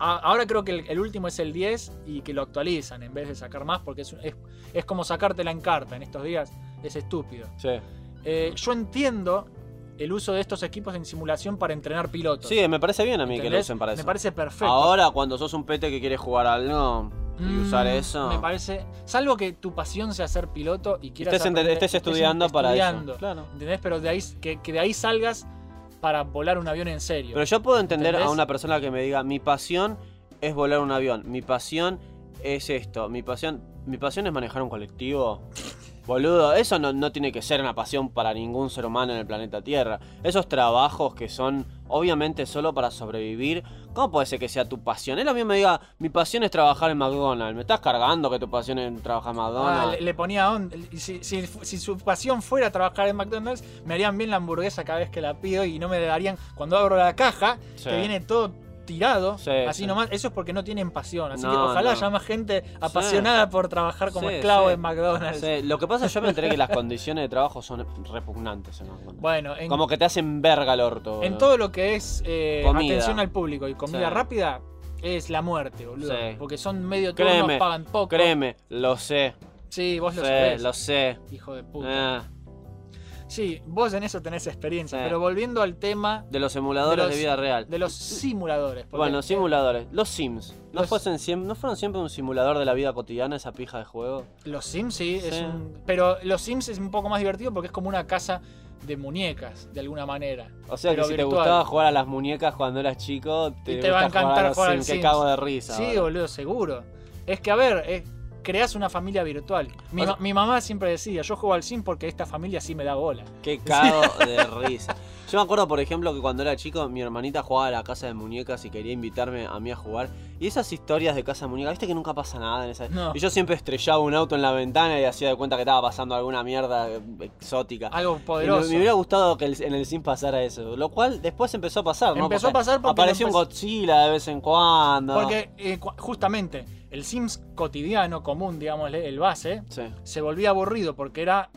S1: A- ahora creo que el, el último es el 10 y que lo actualizan en vez de sacar más. Porque es, es, es como sacártela en carta en estos días. Es estúpido.
S2: Sí.
S1: Eh, yo entiendo el uso de estos equipos en simulación para entrenar pilotos.
S2: Sí, me parece bien a mí que lo
S1: ¿entendés?
S2: usen para eso.
S1: Me parece perfecto.
S2: Ahora, cuando sos un pete que quiere jugar algo y
S1: Mm,
S2: usar eso.
S1: Me parece. Salvo que tu pasión sea ser piloto y quieras.
S2: Estés, en-
S1: aprender-
S2: estés estudiando para
S1: estudiando,
S2: eso. Claro.
S1: ¿Entendés? Pero de ahí, que, que de ahí salgas para volar un avión en serio.
S2: Pero yo puedo entender a
S1: ¿Entendés?
S2: una persona que me diga, mi pasión es volar un avión, mi pasión es esto, mi pasión, mi pasión es manejar un colectivo. Boludo, eso no, no tiene que ser una pasión para ningún ser humano en el planeta Tierra. Esos trabajos que son obviamente solo para sobrevivir, ¿cómo puede ser que sea tu pasión? Él a mí me diga, mi pasión es trabajar en McDonald's. ¿Me estás cargando que tu pasión es trabajar en
S1: Ah,
S2: McDonald's?
S1: le, le ponía onda. Y Si, si- si su pasión fuera trabajar en McDonald's, me harían bien la hamburguesa cada vez que la pido y no me darían. Cuando abro la caja,
S2: Sí.
S1: que viene todo tirado,
S2: Sí,
S1: así
S2: sí.
S1: nomás. Eso es porque no tienen pasión. Así que
S2: No,
S1: ojalá
S2: no.
S1: haya más gente apasionada por trabajar como
S2: Sí,
S1: esclavo
S2: sí.
S1: en McDonald's.
S2: Sí, Lo que pasa es que yo me enteré que las condiciones de trabajo son repugnantes en McDonald's.
S1: Bueno, en,
S2: Como que te hacen verga el orto.
S1: En
S2: boludo.
S1: todo lo que es eh,
S2: Comida.
S1: atención al público y comida
S2: Sí.
S1: rápida es la muerte, boludo.
S2: Sí.
S1: Porque son medio turnos,
S2: Créeme,
S1: pagan poco.
S2: Créeme, lo sé.
S1: Sí, vos lo
S2: Sí,
S1: sabés,
S2: lo sé.
S1: hijo de puta.
S2: Ah,
S1: Sí, vos en eso tenés experiencia,
S2: Sí.
S1: pero volviendo al tema
S2: De los emuladores
S1: De
S2: de,
S1: los-
S2: vida real.
S1: de los simuladores. porque-
S2: Bueno, simuladores. Los Sims. ¿No,
S1: Los-
S2: fuesen siem- ¿No fueron siempre un simulador de la vida cotidiana esa pija de juego?
S1: Los Sims sí, es
S2: Sí.
S1: un- pero los Sims es un poco más divertido porque es como una casa de muñecas, de alguna manera.
S2: O sea
S1: Pero
S2: que si te
S1: virtual.
S2: gustaba jugar a las muñecas cuando eras chico, te,
S1: Y te va a
S2: gusta
S1: encantar
S2: a los
S1: jugar al
S2: Sims, que
S1: Sims.
S2: cago de risa.
S1: Sí,
S2: ahora.
S1: boludo, seguro. Es que, a ver, eh, creas una familia virtual. Mi,
S2: O sea-
S1: ma- mi mamá siempre decía, yo juego al Sim porque esta familia sí me da bola.
S2: Qué cago de risa. Yo me acuerdo, por ejemplo, que cuando era chico, mi hermanita jugaba a la casa de muñecas y quería invitarme a mí a jugar. Y esas historias de casa de muñecas, viste que nunca pasa nada en esa.
S1: No.
S2: Y yo siempre estrellaba un auto en la ventana y hacía de cuenta que estaba pasando alguna mierda eh, exótica.
S1: Algo
S2: Y
S1: poderoso.
S2: Me, me hubiera gustado que el- en el Sim pasara eso. Lo cual después empezó a pasar, ¿no?
S1: Empezó a pasar porque
S2: Apareció
S1: lo empe-
S2: un Godzilla de vez en cuando.
S1: Porque eh, cu- justamente el Sims cotidiano, común, digamos, el base,
S2: Sí.
S1: se volvía aburrido porque era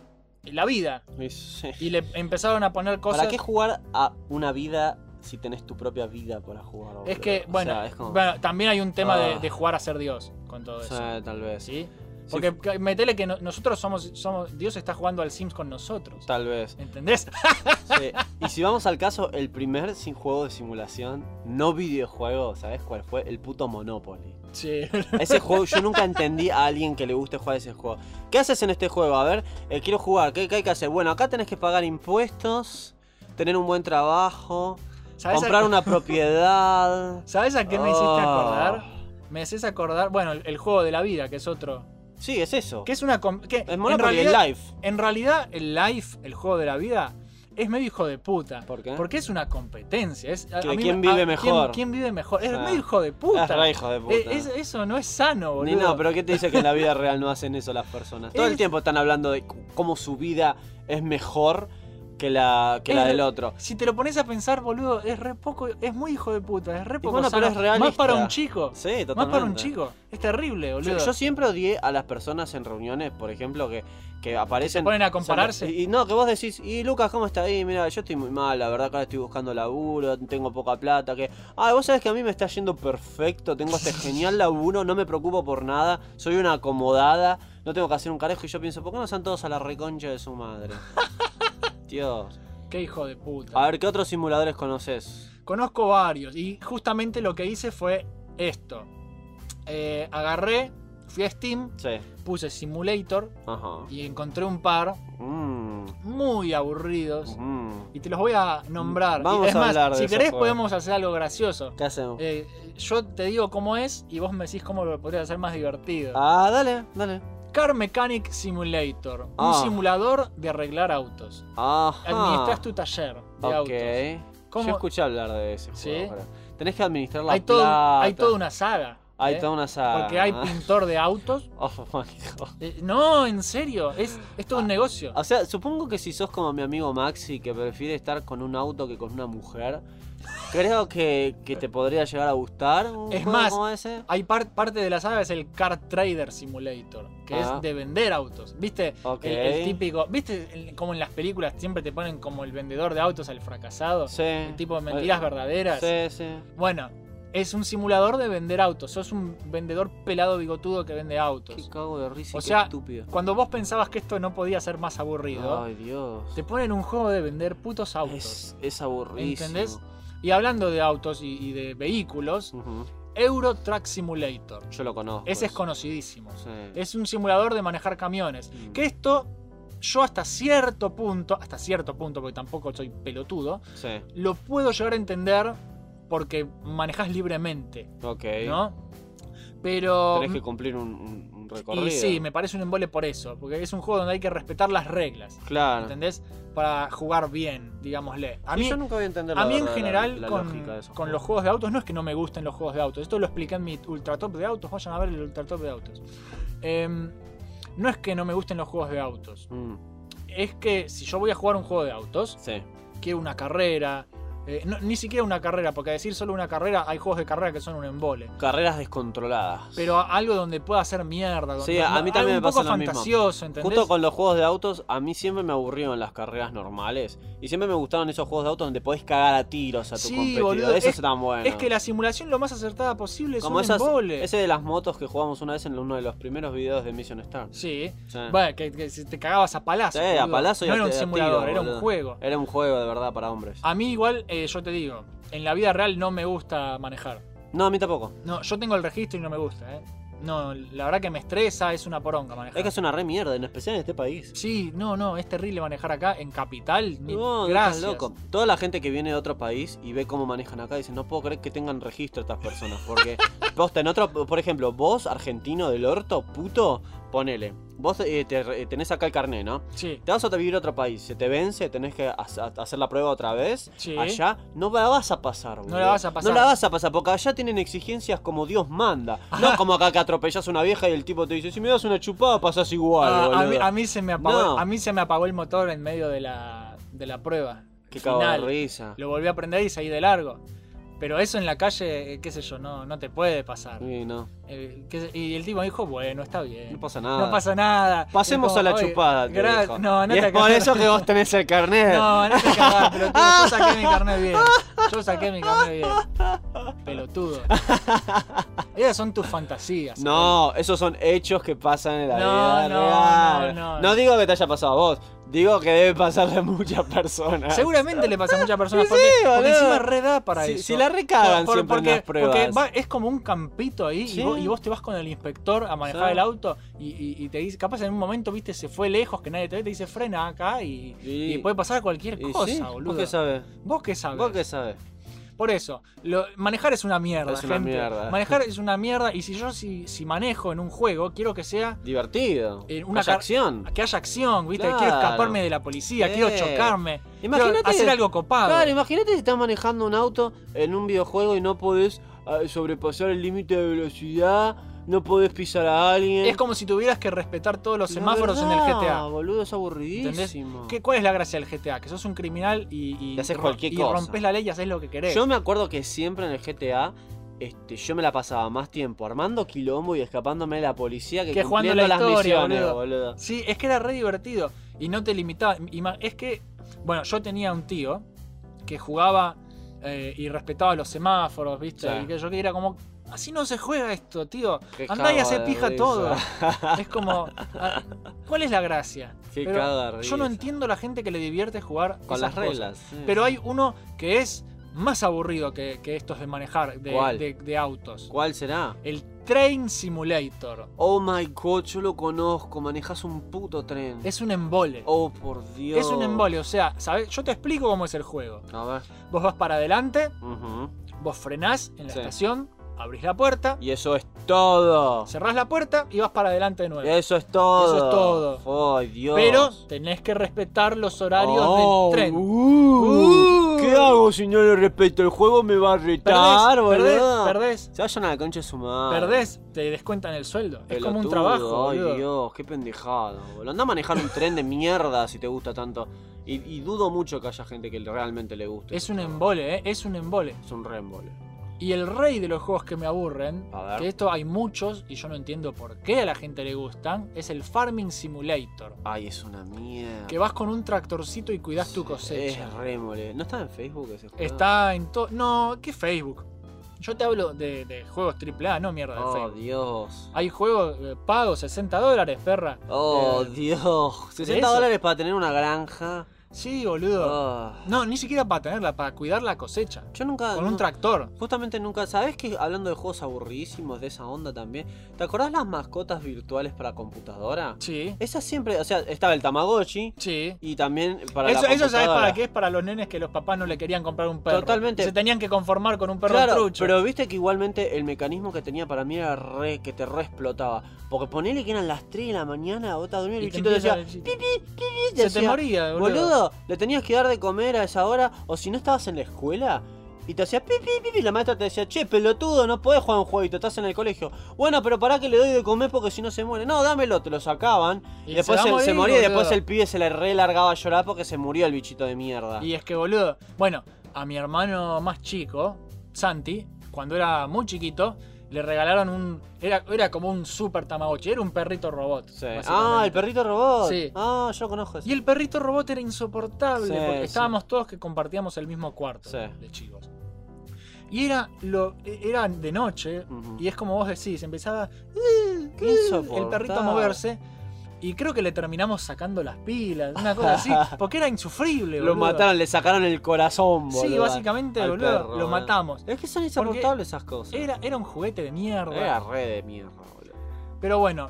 S1: la vida.
S2: Y- sí.
S1: Y le empezaron a poner cosas...
S2: ¿Para qué jugar a una vida si tenés tu propia vida para jugar?
S1: Es
S2: boludo?
S1: que,
S2: O
S1: bueno,
S2: sea, es como-
S1: bueno, también hay un tema de,
S2: Ah.
S1: de jugar a ser Dios con todo
S2: Sí,
S1: eso.
S2: tal vez.
S1: ¿Sí?
S2: Sí,
S1: Porque ca- metele que no- nosotros somos, somos. Dios está jugando al Sims con nosotros.
S2: Tal vez.
S1: ¿Entendés? <laughs>
S2: Sí. Y si vamos al caso, el primer sin juego de simulación, no videojuego, ¿sabes cuál fue? El puto Monopoly.
S1: Sí.
S2: Ese juego, yo nunca entendí a alguien que le guste jugar ese juego. ¿Qué haces en este juego? A ver, eh, quiero jugar, ¿qué, qué hay que hacer? Bueno, acá tenés que pagar impuestos, tener un buen trabajo,
S1: ¿Sabés
S2: comprar
S1: a,
S2: una propiedad.
S1: ¿Sabés a <laughs> qué me
S2: Oh.
S1: hiciste acordar? Me haces acordar. Bueno, el, el juego de la vida, que es otro.
S2: Sí, es eso.
S1: Que es una. com- Que,
S2: Es
S1: en,
S2: Monopoly,
S1: realidad,
S2: es life.
S1: en realidad, el Life, el juego de la vida, es medio hijo de puta.
S2: ¿Por qué?
S1: Porque es una competencia. Es, a-
S2: Que
S1: a mí
S2: quién
S1: me-
S2: vive
S1: a- quién-
S2: mejor.
S1: ¿Quién, vive mejor? Es
S2: Ah.
S1: medio hijo de
S2: Es
S1: puta. Eh,
S2: re hijo de puta.
S1: Es- es- eso no es sano,
S2: Ni
S1: boludo.
S2: no, pero ¿qué te dice que en la vida real no hacen eso las personas? Todo
S1: Es-
S2: el tiempo están hablando de c- cómo su vida es mejor que la, que la
S1: Es-
S2: del otro.
S1: Si te lo pones a pensar, boludo, es re poco, es muy hijo de puta, es re poco
S2: bueno, pero
S1: sano.
S2: es realista.
S1: Más para un chico.
S2: Sí,
S1: Más
S2: totalmente.
S1: para un chico. Es terrible, boludo.
S2: Yo, yo siempre odié a las personas en reuniones, por ejemplo, que, que aparecen.
S1: ponen a compararse.
S2: o sea, y, y no, que vos decís, y Lucas, ¿cómo está ahí? Mira, yo estoy muy mal, la verdad, que ahora estoy buscando laburo, tengo poca plata. que Ah, vos sabés que a mí me está yendo perfecto,
S1: <laughs>
S2: tengo este genial laburo, no me preocupo por nada, soy una acomodada, no tengo que hacer un carejo. Y yo pienso, ¿por qué no están todos a la reconcha de su
S1: <laughs>
S2: madre? Dios.
S1: Qué hijo de puta.
S2: A ver, ¿qué otros simuladores conoces?
S1: Conozco varios y justamente lo que hice fue esto. Eh, agarré, fui a Steam,
S2: Sí.
S1: puse Simulator
S2: Ajá.
S1: y encontré un par
S2: Mm,
S1: muy aburridos
S2: mm.
S1: y te los voy a nombrar. Y
S2: Vamos
S1: es
S2: a
S1: más,
S2: hablar de
S1: si
S2: esos
S1: querés
S2: juegos.
S1: podemos hacer algo gracioso.
S2: ¿Qué hacemos?
S1: Eh, yo te digo cómo es y vos me decís cómo lo podrías hacer más divertido.
S2: Ah, dale, dale.
S1: Car Mechanic Simulator,
S2: Ah.
S1: un simulador de arreglar autos.
S2: Ajá.
S1: Administras tu taller de autos.
S2: ok.
S1: ¿Cómo?
S2: Yo escuché hablar de ese
S1: Sí.
S2: juego. pero Tenés que administrar la
S1: Hay, todo-
S2: plata.
S1: hay toda una saga.
S2: Hay
S1: ¿eh?
S2: toda una saga.
S1: Porque
S2: <laughs>
S1: hay pintor de autos.
S2: Oh, my God.
S1: Eh, no, en serio, es, es todo un negocio.
S2: O sea, supongo que si sos como mi amigo Maxi, que prefiere estar con un auto que con una mujer, creo que, que te podría llegar a gustar un
S1: Es
S2: juego
S1: más,
S2: como ese.
S1: Hay par- parte de la saga es el Car Trader Simulator, que
S2: Ah.
S1: es de vender autos. ¿Viste?
S2: Ok.
S1: El, el típico, ¿viste el- como en las películas siempre te ponen como el vendedor de autos al fracasado?
S2: Sí.
S1: El tipo de mentiras verdaderas.
S2: Sí, sí.
S1: Bueno, es un simulador de vender autos. Sos un vendedor pelado bigotudo que vende
S2: Qué
S1: autos.
S2: cago de risa y
S1: O
S2: qué
S1: sea,
S2: estúpido.
S1: Cuando vos pensabas que esto no podía ser más aburrido,
S2: Ay, Dios.
S1: te ponen un juego de vender putos autos.
S2: Es, es aburrido.
S1: ¿Entendés? Y hablando de autos y, y de vehículos, Euro Truck Simulator.
S2: Yo lo conozco.
S1: Ese es conocidísimo.
S2: Pues Sí.
S1: Es un simulador de manejar camiones.
S2: Mm.
S1: Que esto, yo hasta cierto punto, hasta cierto punto, porque tampoco soy pelotudo,
S2: Sí.
S1: lo puedo llegar a entender porque manejás libremente,
S2: Ok.
S1: ¿no? Pero...
S2: Tenés que cumplir un, un- un recorrido.
S1: Mm. Y sí, me parece un embole por eso, porque es un juego donde hay que respetar las reglas,
S2: Claro.
S1: ¿entendés? Para jugar bien, digámosle. A
S2: Y
S1: mí,
S2: yo nunca voy a entender la
S1: a mí en
S2: verdad, la-
S1: general,
S2: la
S1: con,
S2: lógica de esos
S1: con los juegos de autos, no es que no me gusten los juegos de autos. Esto lo expliqué en mi ultratop de autos, vayan a ver el ultratop de autos. Em, no es que no me gusten los juegos de autos.
S2: Mm,
S1: Es que si yo voy a jugar un juego de autos,
S2: sí.
S1: quiero una carrera, Eh, no- ni siquiera una carrera, porque a decir solo una carrera, hay juegos de carrera que son un embole.
S2: Carreras descontroladas.
S1: Pero a- algo donde pueda hacer mierda. donde-
S2: Sí, a- a mí también
S1: algo
S2: me
S1: un poco
S2: pasa lo mismo.
S1: fantasioso, ¿entendés?
S2: Justo con los juegos de autos, a mí siempre me aburrieron las carreras normales. Y siempre me gustaron esos juegos de autos donde podés cagar a tiros a tu
S1: Sí,
S2: competidor.
S1: boludo,
S2: Esos
S1: es-
S2: están buenos.
S1: Es que la simulación lo más acertada posible es
S2: Como
S1: un
S2: esas,
S1: embole.
S2: ese de las motos que jugamos una vez en uno de los primeros videos de Mission Star.
S1: Sí.
S2: Sí.
S1: Bueno, que, que si te cagabas a
S2: Ah. Sí,
S1: palazos.
S2: a
S1: boludo.
S2: palazo y
S1: no
S2: a-
S1: era un
S2: a tiro,
S1: simulador, era un
S2: boludo.
S1: juego.
S2: Era un juego de verdad para hombres.
S1: A mí igual, eh, yo te digo, en la vida real no me gusta manejar.
S2: No, a mí tampoco.
S1: No, yo tengo el registro y no me gusta, ¿eh? No, la verdad que me estresa, es una poronga manejar.
S2: Es que es una re mierda, en especial en este país.
S1: Sí, no, no, es terrible manejar acá en capital. ni-
S2: No,
S1: gracias.
S2: estás loco. Toda la gente que viene de otro país y ve cómo manejan acá dice, no puedo creer que tengan registro estas personas.
S1: <laughs>
S2: Porque, posta, en otro, por ejemplo, vos, argentino del orto, puto, ponele. Vos eh, te re- tenés acá el carné, ¿no?
S1: Sí.
S2: Te vas a vivir a otro país, se te vence, tenés que has- a- hacer la prueba otra vez.
S1: Sí.
S2: Allá no la vas a pasar, boludo.
S1: la vas a pasar.
S2: No la vas a pasar, porque allá tienen exigencias como Dios manda.
S1: Ah.
S2: No como acá que atropellas a una vieja y el tipo te dice, si me das una chupada, pasás igual,
S1: Ah, a,
S2: boludo.
S1: mí, a mí se me apagó,
S2: No.
S1: a mí se me apagó el motor en medio de la, de la prueba.
S2: Qué cago de
S1: Final.
S2: risa.
S1: Lo volví a prender y seguí de largo. Pero eso en la calle, eh, qué sé yo, no, no te puede pasar.
S2: Sí, no.
S1: Eh, qué sé- y el tipo me dijo, bueno, está bien.
S2: No pasa nada.
S1: No pasa nada.
S2: Pasemos
S1: Es como,
S2: a la
S1: "Oye,
S2: chupada, te
S1: gra-
S2: dijo.
S1: No, no
S2: y
S1: te
S2: es por
S1: acabas-
S2: eso que vos tenés el carnet. <laughs>
S1: No, no te cagás, pelotudo. Yo saqué mi carnet bien. Yo saqué mi carnet bien. Pelotudo. Esas son tus fantasías.
S2: No, esos son hechos que pasan en la
S1: No,
S2: vida
S1: no,
S2: real.
S1: no, no.
S2: digo que te haya pasado a vos, digo que debe pasarle a muchas personas.
S1: Seguramente le pasa a muchas personas.
S2: Sí,
S1: Porque,
S2: sí,
S1: porque
S2: boludo.
S1: encima reda para
S2: Si-
S1: eso.
S2: si la recagan siempre en
S1: porque,
S2: las pruebas.
S1: Porque va- es como un campito ahí
S2: Sí.
S1: y, vos, y vos te vas con el inspector a manejar
S2: Sí.
S1: el auto y, y- y te dice, capaz en un momento, viste, se fue lejos, que nadie te ve, te dice frena acá y,
S2: Sí.
S1: y puede pasar cualquier
S2: Y
S1: cosa,
S2: sí,
S1: boludo.
S2: ¿Vos qué sabés?
S1: ¿Vos qué sabés?
S2: ¿Vos qué sabés?
S1: Por eso, lo- manejar es una mierda,
S2: Es una
S1: gente.
S2: mierda.
S1: Manejar es una mierda y si yo si, si manejo en un juego, quiero que sea
S2: Divertido.
S1: En una
S2: Haya
S1: car-
S2: acción.
S1: que haya acción, ¿viste?
S2: Claro.
S1: Quiero escaparme de la policía,
S2: Sí.
S1: quiero chocarme, quiero
S2: Imagínate-
S1: hacer algo copado.
S2: Claro, imagínate si estás manejando un auto en un videojuego y no podés ah, sobrepasar el límite de velocidad, no podés pisar a alguien.
S1: es como si tuvieras que respetar todos los
S2: La
S1: semáforos en el
S2: verdad,
S1: GTA.
S2: boludo, es
S1: ¿Entendés?
S2: aburridísimo.
S1: ¿Qué, ¿Cuál es la gracia del GTA? Que sos un criminal y, y,
S2: Y haces
S1: rom-
S2: cualquier
S1: y
S2: cosa.
S1: rompes la ley y haces lo que querés.
S2: Yo me acuerdo que siempre en el GTA este, yo me la pasaba más tiempo armando quilombo y escapándome de la policía que,
S1: Que jugando
S2: cumpliendo
S1: la historia,
S2: las misiones,
S1: boludo.
S2: boludo.
S1: Sí, es que era re divertido y no te limitaba. Ima- Es que, bueno, yo tenía un tío que jugaba eh, y respetaba los semáforos, ¿viste?
S2: Sí.
S1: Y que yo que era como, así no se juega esto, tío.
S2: Qué
S1: Andá y
S2: cago
S1: hace
S2: de
S1: pija
S2: risa.
S1: todo. Es como, ah, ¿cuál es la gracia?
S2: <laughs> Qué
S1: Pero
S2: cago de
S1: yo no
S2: risa.
S1: entiendo la gente que le divierte jugar
S2: Con
S1: esas
S2: las
S1: cosas.
S2: reglas. sí.
S1: Pero hay uno que es más aburrido que, que estos de manejar, de,
S2: ¿Cuál?
S1: de- de autos.
S2: ¿Cuál será?
S1: El Train Simulator.
S2: Oh my god, yo lo conozco, manejas un puto tren.
S1: Es un embole.
S2: Oh por Dios.
S1: Es un embole, o sea, ¿sabes? Yo te explico cómo es el juego.
S2: A ver.
S1: Vos vas para adelante,
S2: Ujú.
S1: vos frenás en la
S2: Sí.
S1: estación, abrís la puerta,
S2: Y eso es todo.
S1: cerrás la puerta y vas para adelante de nuevo.
S2: Eso es todo.
S1: Eso es todo.
S2: Oh Eh, Dios.
S1: Pero tenés que respetar los horarios
S2: Oh,
S1: del tren.
S2: uh,
S1: Uh.
S2: ¿Qué hago si no le respeto? El juego me va a retar,
S1: Perdés, perdés,
S2: boludo.
S1: perdés,
S2: Se vayan a la concha de su madre.
S1: perdés, te descuentan el sueldo. Es como un
S2: Pelotudo,
S1: trabajo,
S2: Ay,
S1: boludo.
S2: Dios, qué pendejado, boludo. Anda a manejar un tren de mierda si te gusta tanto. Y, y dudo mucho que haya gente que realmente le guste.
S1: Es un embole, ¿eh? Es un embole.
S2: Es un rembole.
S1: Y el rey de los juegos que me aburren,
S2: A ver.
S1: que esto hay muchos y yo no entiendo por qué a la gente le gustan, es el Farming Simulator.
S2: Ay, es una mierda.
S1: Que vas con un tractorcito y cuidas tu cosecha.
S2: Es remole. ¿No está en Facebook ese juego?
S1: Está en todo. No, ¿qué Facebook? Yo te hablo de, de juegos AAA, no mierda de
S2: Oh,
S1: Facebook.
S2: Dios.
S1: Hay juegos eh, pagos, 60 dólares, perra.
S2: Oh,
S1: Eh,
S2: Dios. 60
S1: eso?
S2: dólares para tener una granja.
S1: Sí, boludo.
S2: Ah.
S1: No, ni siquiera para tenerla, para cuidar la cosecha.
S2: Yo nunca.
S1: Con un
S2: Ah, no-
S1: tractor.
S2: Justamente nunca, ¿sabes que hablando de juegos aburridísimos de esa onda también? ¿Te acordás las mascotas virtuales para computadora?
S1: Sí,
S2: Esas siempre, o sea, estaba el Tamagotchi
S1: sí.
S2: y también para
S1: eso,
S2: la
S1: eso sabes
S2: computadora.
S1: para qué es para los nenes que los papás no le querían comprar un perro.
S2: Totalmente.
S1: Se tenían que conformar con un perro
S2: Claro,
S1: trucho.
S2: pero viste que igualmente el mecanismo que tenía para mí era re, que te re explotaba. Porque ponele que eran las 3 de la mañana, vos te dormías, el
S1: Y te
S2: bichito decía,
S1: empieza el bichito.
S2: "Pi",
S1: se te
S2: decía,
S1: moría, boludo.
S2: Boludo, le tenías que dar de comer a esa hora, o si no estabas en la escuela, y te hacía pipi, pipi, y la maestra te decía, che, pelotudo, no podés jugar un jueguito, estás en el colegio. Bueno, pero pará que le doy de comer porque si no se muere. No, dámelo, te lo sacaban.
S1: Y
S2: Y después
S1: se
S2: se,
S1: va a
S2: se
S1: morir,
S2: moría y
S1: boludo.
S2: después el pibe se le re largaba a llorar porque se murió el bichito de mierda.
S1: Y es que, boludo. Bueno, a mi hermano más chico, Santi, cuando era muy chiquito, le regalaron un. Era, era como un super Tamagotchi, era un perrito robot.
S2: Sí. Ah,
S1: básicamente.
S2: el perrito robot.
S1: Sí.
S2: Ah, yo conozco eso.
S1: Y el perrito robot era insoportable,
S2: Sí,
S1: porque
S2: sí.
S1: estábamos todos que compartíamos el mismo cuarto
S2: Sí.
S1: de chicos. Y era, lo, era de noche,
S2: Ujú.
S1: y es como vos decís, empezaba "Eh,
S2: Qué
S1: el perrito a
S2: insoportable.
S1: moverse. Y creo que le terminamos sacando las pilas, una cosa
S2: <laughs>
S1: así, porque era insufrible,
S2: Lo
S1: boludo.
S2: mataron, le sacaron el corazón, boludo.
S1: Sí, básicamente,
S2: al
S1: boludo,
S2: perro,
S1: lo
S2: boludo.
S1: matamos.
S2: Es que son
S1: Porque
S2: insoportables esas cosas.
S1: Era, era un juguete de mierda.
S2: Era re de mierda, boludo.
S1: Pero bueno,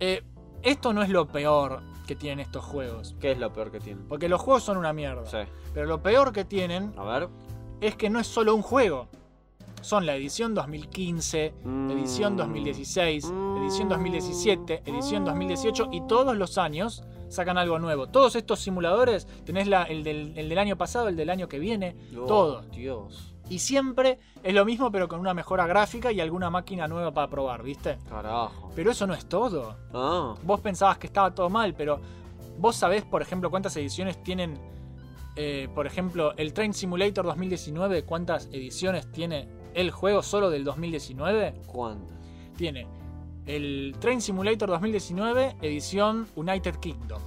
S1: eh, esto no es lo peor que tienen estos juegos.
S2: ¿Qué es lo peor que tienen?
S1: Porque los juegos son una mierda.
S2: Sí.
S1: Pero lo peor que tienen
S2: A ver.
S1: es que no es solo un juego. Son la edición 2015, edición
S2: Mm.
S1: 2016, edición
S2: Mm.
S1: 2017, edición 2018 y todos los años sacan algo nuevo. Todos estos simuladores, tenés la- el, del, el del año pasado, el del año que viene,
S2: Oh,
S1: todo.
S2: Dios.
S1: Y siempre es lo mismo pero con una mejora gráfica y alguna máquina nueva para probar, ¿viste?
S2: Carajo.
S1: Pero eso no es todo.
S2: Ah.
S1: Vos pensabas que estaba todo mal, pero vos sabés, por ejemplo, cuántas ediciones tienen, eh, por ejemplo, el Train Simulator 2019, cuántas ediciones tiene el juego solo del 2019.
S2: ¿Cuánto?
S1: Tiene el Train Simulator 2019, edición United Kingdom,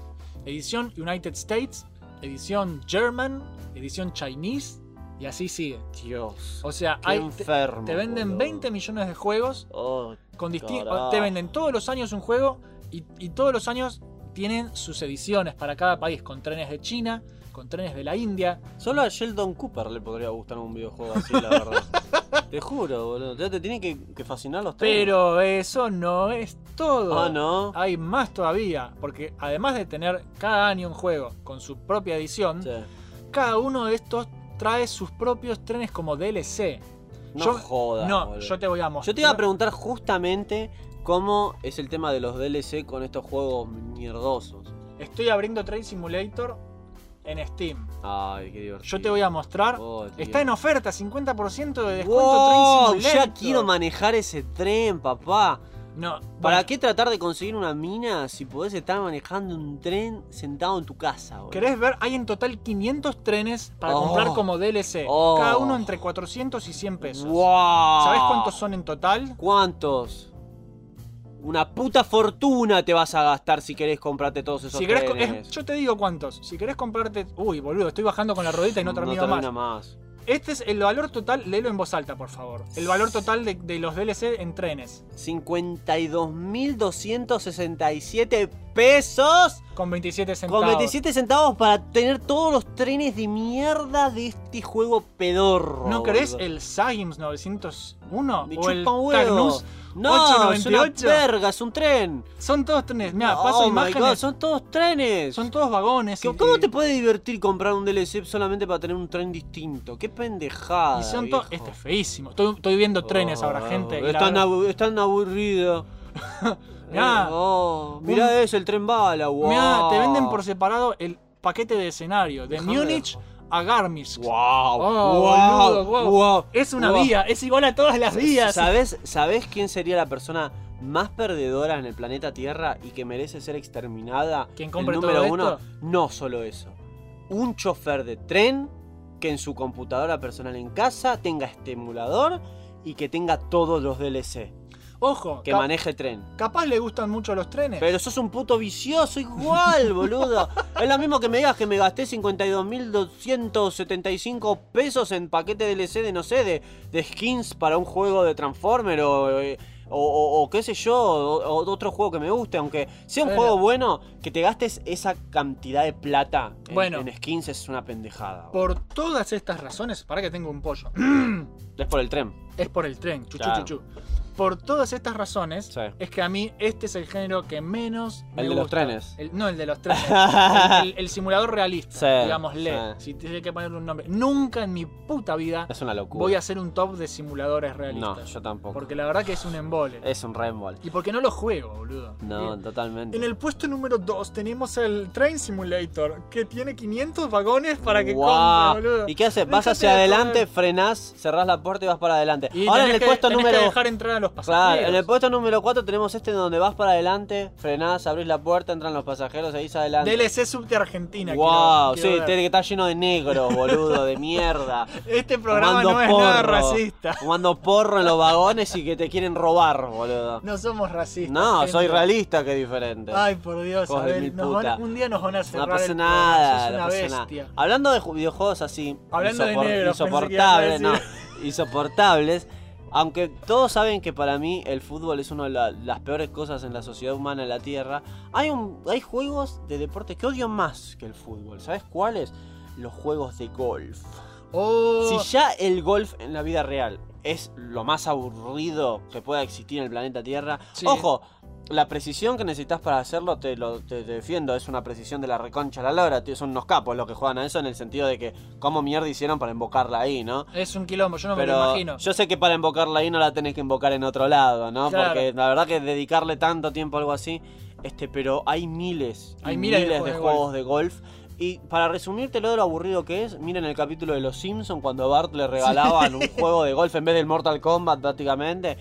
S1: edición United States, edición German, edición Chinese, y así sigue.
S2: Dios.
S1: O sea,
S2: Qué
S1: hay, te,
S2: enfermo.
S1: te venden
S2: boludo.
S1: 20 millones de juegos
S2: Oh,
S1: con disti-
S2: Carajo.
S1: te venden todos los años un juego y, y todos los años tienen sus ediciones para cada país, con trenes de China, con trenes de la India.
S2: Solo a Sheldon Cooper le podría gustar un videojuego así,
S1: <laughs>
S2: la verdad. te juro, boludo. Te, te tiene que, que fascinar los tres.
S1: Pero eso no es todo.
S2: Ah, no.
S1: Hay más todavía, porque además de tener cada año un juego con su propia edición,
S2: Sí.
S1: cada uno de estos trae sus propios trenes como DLC.
S2: No
S1: Yo-
S2: jodas.
S1: no,
S2: boludo.
S1: yo te voy a mostrar.
S2: Yo te iba a preguntar justamente cómo es el tema de los DLC con estos juegos mierdosos.
S1: Estoy abriendo Train Simulator en Steam.
S2: Ay, qué divertido.
S1: Yo te voy a mostrar.
S2: Oh, tío.
S1: Está en oferta, 50% de descuento
S2: Wow,
S1: Train Simulator.
S2: ya quiero manejar ese tren, papá.
S1: No,
S2: ¿Para
S1: bueno,
S2: qué tratar de conseguir una mina si podés estar manejando un tren sentado en tu casa, boludo?
S1: ¿Querés ver? Hay en total 500 trenes para
S2: Oh.
S1: comprar como DLC.
S2: Oh.
S1: Cada uno entre 400 y 100 pesos.
S2: Wow.
S1: ¿Sabés cuántos son en total?
S2: ¿Cuántos? Una puta fortuna te vas a gastar si querés comprarte todos esos
S1: Si querés, co-
S2: trenes.
S1: es- yo te digo cuántos. Si querés comprarte. Uy, boludo, estoy bajando con la ruedita y no termino más.
S2: termina más.
S1: Este es el valor total. Léelo en voz alta, por favor. El valor total de, de los DLC en trenes.
S2: 52.267 pesos
S1: Con 27 centavos.
S2: con 27 centavos para tener todos los trenes de mierda de este juego pedorro.
S1: ¿No querés
S2: boludo.
S1: el Saims 901?
S2: Me
S1: o el
S2: chupa un huevo.
S1: Tagnus
S2: No, es una
S1: 898?
S2: verga, es un tren.
S1: Son todos trenes. Mira,
S2: Oh
S1: paso
S2: my God,
S1: imágenes.
S2: son todos trenes.
S1: Son todos vagones. y-
S2: ¿Cómo- ¿Cómo
S1: y-
S2: te puede divertir comprar un DLC solamente para tener un tren distinto? ¡Qué pendejada!
S1: Y son todos.
S2: viejo.
S1: Este es feísimo. Estoy, estoy viendo trenes
S2: Oh,
S1: ahora, gente. y la
S2: Están,
S1: verdad-
S2: abu- están aburridos.
S1: <laughs> Mirá.
S2: Eh, oh, mirá
S1: Un-
S2: eso, el tren bala, wow.
S1: Mirá, te venden por separado el paquete de escenario. De
S2: Déjame
S1: Múnich a Garmisch.
S2: ¡Wow!
S1: Oh,
S2: wow,
S1: boludo, wow.
S2: wow.
S1: Es una
S2: wow.
S1: vía, es igual a todas las vías.
S2: ¿Sabes, ¿Sabes quién sería la persona más perdedora en el planeta Tierra y que merece ser exterminada?
S1: ¿Quién
S2: El
S1: compre todo
S2: número
S1: esto?
S2: uno, no solo eso. Un chofer de tren que en su computadora personal en casa tenga este emulador y que tenga todos los DLC.
S1: Ojo,
S2: Que
S1: ca-
S2: maneje tren.
S1: capaz le gustan mucho los trenes.
S2: Pero sos un puto vicioso igual, boludo. es lo mismo que me digas que me gasté 52.275 pesos en paquete DLC de, no sé, de, de skins para un juego de Transformer o, eh, o, o- o qué sé yo, o, o otro juego que me guste. Aunque sea un
S1: Bueno.
S2: juego bueno, que te gastes esa cantidad de plata en,
S1: Bueno.
S2: en skins es una pendejada. boludo.
S1: Por todas estas razones, para que tengo un pollo.
S2: Es por el tren.
S1: es por el tren, chuchu,
S2: Claro.
S1: chuchu. Por todas estas razones,
S2: Sí.
S1: es que a mí este es el género que menos. me
S2: El de los
S1: gusta.
S2: trenes.
S1: El- no, el de los
S2: <laughs>
S1: trenes. el, el- el simulador realista,
S2: Sí,
S1: digámosle.
S2: sí.
S1: Si tiene que ponerle un nombre. Nunca en mi puta vida
S2: Es una locura.
S1: voy a hacer un top de simuladores
S2: No,
S1: realistas.
S2: yo tampoco.
S1: porque la verdad que es un embole.
S2: Es un Rainbow.
S1: Y porque no lo juego, boludo.
S2: No,
S1: Bien.
S2: totalmente.
S1: En el puesto número 2 tenemos el Train Simulator, que tiene 500 vagones para que
S2: Guau.
S1: compre, boludo.
S2: ¿Y qué haces? Vas
S1: Dejate
S2: hacia
S1: de
S2: adelante,
S1: joder.
S2: frenás, cerrás la puerta y vas para adelante.
S1: Y
S2: Ahora en
S1: tenés
S2: el
S1: que-
S2: puesto
S1: tenés que
S2: número.
S1: dejar entrar a los los pasajeros.
S2: Claro, en el puesto número 4 tenemos este donde vas para adelante, frenás, abrís la puerta, entran los pasajeros, seguís adelante.
S1: DLC E Subte Argentina. quiero-
S2: wow,
S1: quiero
S2: sí,
S1: ver.
S2: tiene que estar lleno de negros, boludo, de mierda.
S1: <laughs> Este programa no es nada racista.
S2: Fumando porro en los vagones y que te quieren robar, boludo.
S1: No somos racistas.
S2: No,
S1: gente.
S2: soy realista, que diferente.
S1: Ay, por Dios,
S2: Hijos de
S1: Abel,
S2: mil
S1: nos van-
S2: puta.
S1: un día nos van a
S2: no
S1: cerrar
S2: pasa
S1: el
S2: nada,
S1: programa,
S2: no
S1: sos
S2: pasa
S1: una
S2: nada.
S1: bestia.
S2: Hablando de ju- videojuegos así,
S1: Hablando de negros, pensé que ibas a
S2: insoportables, no,
S1: decir.
S2: insoportables. Aunque todos saben que para mí el fútbol es una de la- las peores cosas en la sociedad humana en la Tierra, hay, un, hay juegos de deporte que odio más que el fútbol. ¿Sabes cuáles? Los juegos de golf.
S1: Oh,
S2: Si ya el golf en la vida real es lo más aburrido que pueda existir en el planeta Tierra,
S1: Sí.
S2: ojo, la precisión que necesitas para hacerlo te lo te- te defiendo, es una precisión de la reconcha a la lora, tío, son unos capos los que juegan a eso en el sentido de que cómo mierda hicieron para invocarla ahí, ¿no?
S1: es un quilombo, yo no me lo
S2: Pero
S1: imagino.
S2: yo sé que para invocarla ahí no la tenés que invocar en otro lado, ¿no?
S1: Claro.
S2: Porque la verdad que dedicarle tanto tiempo a algo así, este, pero hay miles, y
S1: Hay miles de
S2: de,
S1: juegos de
S2: juegos de golf. Y para resumirte lo de lo aburrido que es, miren el capítulo de Los Simpsons cuando a Bart le regalaban un
S1: <laughs>
S2: juego de golf en vez del Mortal Kombat prácticamente.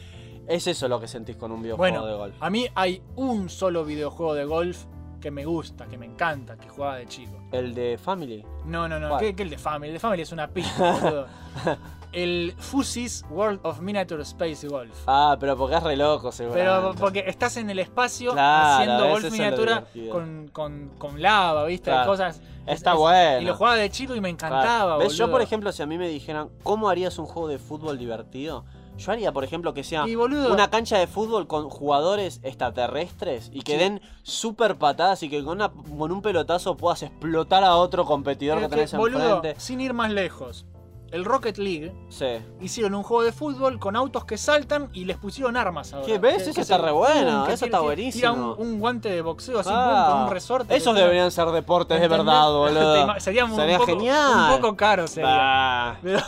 S2: Es eso lo que sentís con un videojuego
S1: Bueno,
S2: de golf.
S1: a mí hay un solo videojuego de golf que me gusta, que me encanta, que jugaba de chico.
S2: El de Family.
S1: No, no, no,
S2: ¿Cuál?
S1: que, que el de Family. El de Family es una
S2: <laughs>
S1: pista, boludo. El Fusis World of Miniature Space Golf.
S2: Ah, pero porque es re loco, seguro.
S1: Pero porque estás en el espacio
S2: Claro,
S1: haciendo
S2: ese
S1: golf
S2: es lo
S1: miniatura
S2: divertido.
S1: con, con, con lava, ¿viste?
S2: Claro.
S1: Cosas.
S2: Está bueno.
S1: Y lo jugaba de chico y me
S2: Claro.
S1: encantaba,
S2: ¿Ves? Yo,
S1: boludo.
S2: por ejemplo, si a mí me dijeran, ¿cómo harías un juego de fútbol divertido? Yo haría, por ejemplo, que sea
S1: Y, boludo-
S2: una cancha de fútbol con jugadores extraterrestres y que
S1: Sí.
S2: den super patadas y que con, una- con un pelotazo puedas explotar a otro competidor que
S1: Pero
S2: tenés
S1: que, eh, boludo,
S2: enfrente.
S1: sin ir más lejos. El Rocket League
S2: Sí.
S1: hicieron un juego de fútbol con autos que saltan y les pusieron armas ahora.
S2: ¿Qué ves? Eso está
S1: se-
S2: re bueno,
S1: que tira-
S2: eso está
S1: Tira un,
S2: buenísimo.
S1: un guante de boxeo así,
S2: Ah,
S1: boom, con un resorte. que
S2: Esos
S1: tira-
S2: deberían ser deportes de
S1: ¿Entendés? <laughs>
S2: verdad,
S1: Te
S2: boludo.
S1: ima- Sería, un
S2: Sería
S1: poco,
S2: genial.
S1: Un poco caro sería.
S2: Bah.
S1: Pero,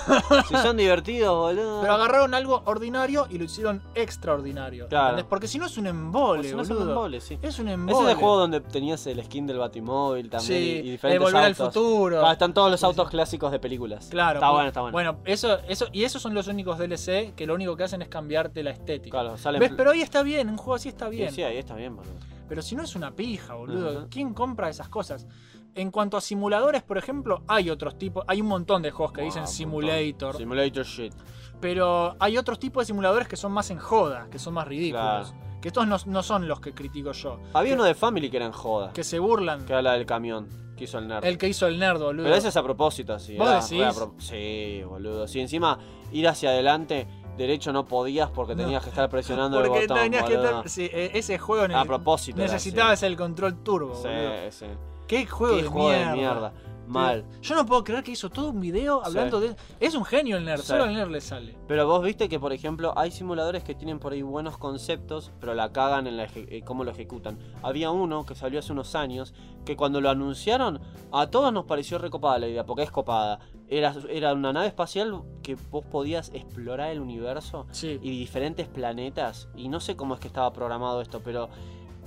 S2: si son divertidos, boludo.
S1: pero agarraron algo ordinario y lo hicieron extraordinario.
S2: Claro.
S1: ¿entendés? Porque si no es un embole,
S2: Si no
S1: boludo.
S2: son embole, sí.
S1: Es un embole.
S2: Ese es el juego donde tenías el skin del Batimóvil también
S1: Sí,
S2: y
S1: de
S2: diferentes
S1: volver al
S2: autos.
S1: futuro.
S2: Ah, están todos los autos clásicos de películas.
S1: Claro.
S2: Está
S1: pues,
S2: bueno, está bueno.
S1: Bueno, eso, eso, y esos son los únicos DLC que lo único que hacen es cambiarte la estética.
S2: Claro, salen
S1: ¿Ves?
S2: pl-
S1: Pero ahí está bien, un juego así está
S2: Sí,
S1: bien.
S2: Sí, ahí está bien, boludo.
S1: Pero si no es una pija, boludo.
S2: Ajá.
S1: ¿Quién compra esas cosas? En cuanto a simuladores, por ejemplo, hay otros tipos. Hay un montón de juegos que
S2: Ah,
S1: dicen
S2: un
S1: simulator.
S2: montón. Simulator shit.
S1: Pero hay otros tipos de simuladores que son más en joda, que son más ridículos. Que estos no, no son los que critico yo.
S2: Había
S1: que,
S2: uno de Family que eran joda.
S1: que se burlan.
S2: Que habla del camión que hizo el nerd.
S1: El que hizo el nerd, boludo.
S2: Pero ese es a propósito, sí.
S1: ¿Vos
S2: era
S1: decís?
S2: re a pro- Sí, boludo. Sí, encima ir hacia adelante, derecho no podías porque
S1: No.
S2: tenías que estar presionando el
S1: Porque
S2: botón.
S1: tenías que
S2: boludo.
S1: estar- sí, eh, ese juego en
S2: A
S1: el-
S2: propósito. era
S1: necesitabas
S2: así.
S1: el control turbo, boludo.
S2: Sí, sí.
S1: Qué juego,
S2: Qué
S1: de,
S2: juego
S1: mierda.
S2: de mierda. Mal.
S1: Yo no puedo creer que hizo todo un video hablando de. Es un genio el nerd,
S2: Sí.
S1: solo el nerd le sale.
S2: Pero vos viste que, por ejemplo, hay simuladores que tienen por ahí buenos conceptos, pero la cagan en la eje- eh, cómo lo ejecutan. Había uno que salió hace unos años que cuando lo anunciaron a todos nos pareció recopada la idea, porque es copada. Era, era una nave espacial que vos podías explorar el universo
S1: Sí.
S2: y diferentes planetas. Y no sé cómo es que estaba programado esto, pero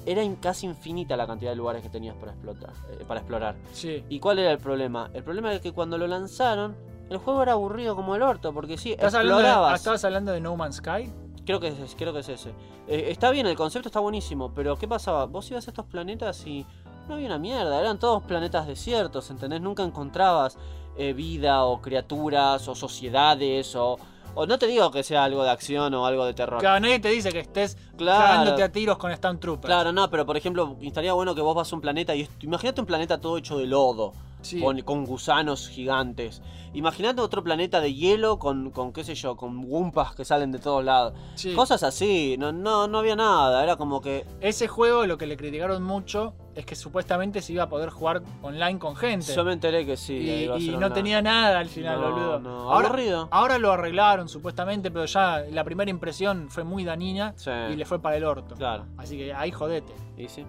S2: era in- casi infinita la cantidad de lugares que tenías para, explotar, eh, para explorar.
S1: Sí.
S2: ¿Y cuál era el problema? El problema es que cuando lo lanzaron, el juego era aburrido como el orto, porque sí,
S1: ¿Estás hablando, de,
S2: explorabas.
S1: ¿Estabas hablando de No Man's Sky?
S2: Creo que es ese, creo que es ese. Eh, está bien, el concepto está buenísimo, pero ¿qué pasaba? Vos ibas a estos planetas y no había una mierda, eran todos planetas desiertos, ¿entendés? Nunca encontrabas eh, vida o criaturas o sociedades o... O no te digo que sea algo de acción o algo de terror.
S1: Claro, nadie te dice que estés
S2: Claro.
S1: cagándote a tiros con Stormtroopers.
S2: Claro, no, pero por ejemplo, estaría bueno que vos vas a un planeta y est- imagínate un planeta todo hecho de lodo,
S1: Sí.
S2: con, con gusanos gigantes. Imagínate otro planeta de hielo con, con qué sé yo, con gumpas que salen de todos lados.
S1: Sí.
S2: Cosas así, no, no, no había nada, era como que...
S1: Ese juego lo que le criticaron mucho es que supuestamente se iba a poder jugar online con gente.
S2: Yo me enteré que sí.
S1: y
S2: que iba a
S1: y
S2: ser
S1: no
S2: una-
S1: tenía nada al final,
S2: No,
S1: boludo.
S2: no, aburrido.
S1: ahora lo arreglaron supuestamente, pero ya la primera impresión fue muy danina
S2: Sí.
S1: y le fue para el orto.
S2: Claro,
S1: Así que ahí jodete.
S2: y sí.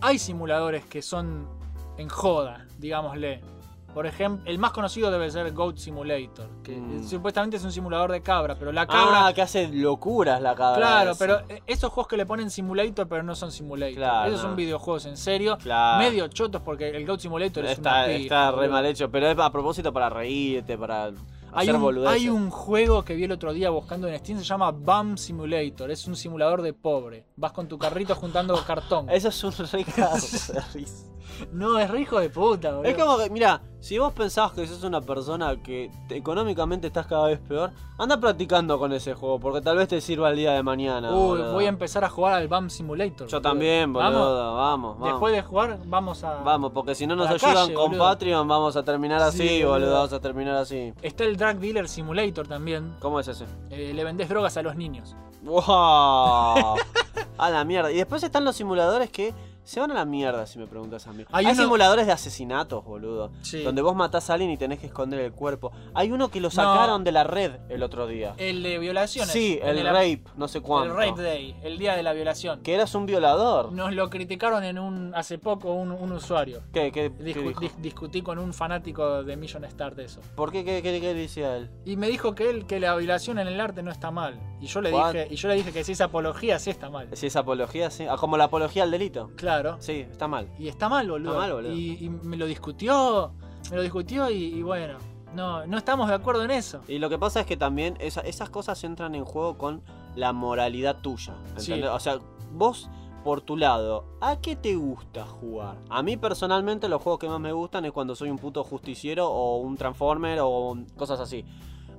S1: Hay simuladores que son en joda, digámosle. Por ejemplo, el más conocido debe ser Goat Simulator, que
S2: Mm.
S1: eh, supuestamente es un simulador de cabra, pero la cabra
S2: Ah, que hace locuras la cabra.
S1: Claro,
S2: esa.
S1: pero eh, esos juegos que le ponen simulator, pero no son simulator.
S2: Claro,
S1: Esos
S2: no.
S1: son videojuegos en serio.
S2: Claro.
S1: Medio chotos porque el Goat Simulator es
S2: Está,
S1: una pija,
S2: está re
S1: boludo.
S2: mal hecho, pero es a propósito para reírte, para...
S1: Hay
S2: hacer
S1: un,
S2: boludeces.
S1: hay un juego que vi el otro día buscando en Steam, se llama BAM Simulator. Es un simulador de pobre. Vas con tu carrito
S2: <laughs>
S1: juntando cartón.
S2: Eso es
S1: <laughs>
S2: un risa.
S1: No, es re hijo de puta, boludo.
S2: Es como que, mira, si vos pensás que sos una persona que te- económicamente estás cada vez peor, anda practicando con ese juego, porque tal vez te sirva el día de mañana.
S1: Uy,
S2: boludo.
S1: voy a empezar a jugar al BAM Simulator.
S2: Yo
S1: boludo.
S2: también,
S1: Vamos.
S2: boludo. Vamos, vamos.
S1: Después de jugar, vamos a.
S2: Vamos, porque si no nos
S1: a la
S2: ayudan
S1: calle,
S2: con
S1: boludo.
S2: Patreon, vamos a terminar así,
S1: Sí,
S2: boludo.
S1: boludo.
S2: Vamos a terminar así.
S1: Está el Drug Dealer Simulator también.
S2: ¿Cómo es ese?
S1: Eh, le vendés drogas a los niños.
S2: ¡Wow! a la mierda. Y después están los simuladores que se van a la mierda, si me preguntas a mí.
S1: Hay
S2: Hay,
S1: uno-
S2: simuladores de asesinatos, boludo.
S1: Sí.
S2: Donde vos matás a alguien y tenés que esconder el cuerpo. Hay uno que lo
S1: No.
S2: sacaron de la red el otro día.
S1: El de violaciones.
S2: Sí, el,
S1: de la-
S2: rape, no sé cuánto.
S1: El Rape Day, el día de la violación.
S2: Que eras un violador.
S1: Nos lo criticaron en un hace poco un, un usuario.
S2: ¿Qué, qué, qué
S1: Discu-
S2: dijo?
S1: dis- discutí con un fanático de Million Star de eso.
S2: ¿Por qué, qué, qué, qué decía él?
S1: Y me dijo que él que la violación en el arte no está mal. Y yo le
S2: What?
S1: dije, y yo le dije que si es apología sí está mal.
S2: Si es apología, sí. Ah, como la apología al delito.
S1: Claro.
S2: Sí, está mal.
S1: Y está mal, boludo.
S2: Está mal, boludo.
S1: Y, y me lo discutió, me lo discutió y, y bueno, no, no estamos de acuerdo en eso.
S2: Y lo que pasa es que también esa- esas cosas entran en juego con la moralidad tuya.
S1: Sí.
S2: ¿entendés? O sea, vos por tu lado, ¿a qué te gusta jugar? A mí personalmente los juegos que más me gustan es cuando soy un puto justiciero o un transformer o un- cosas así.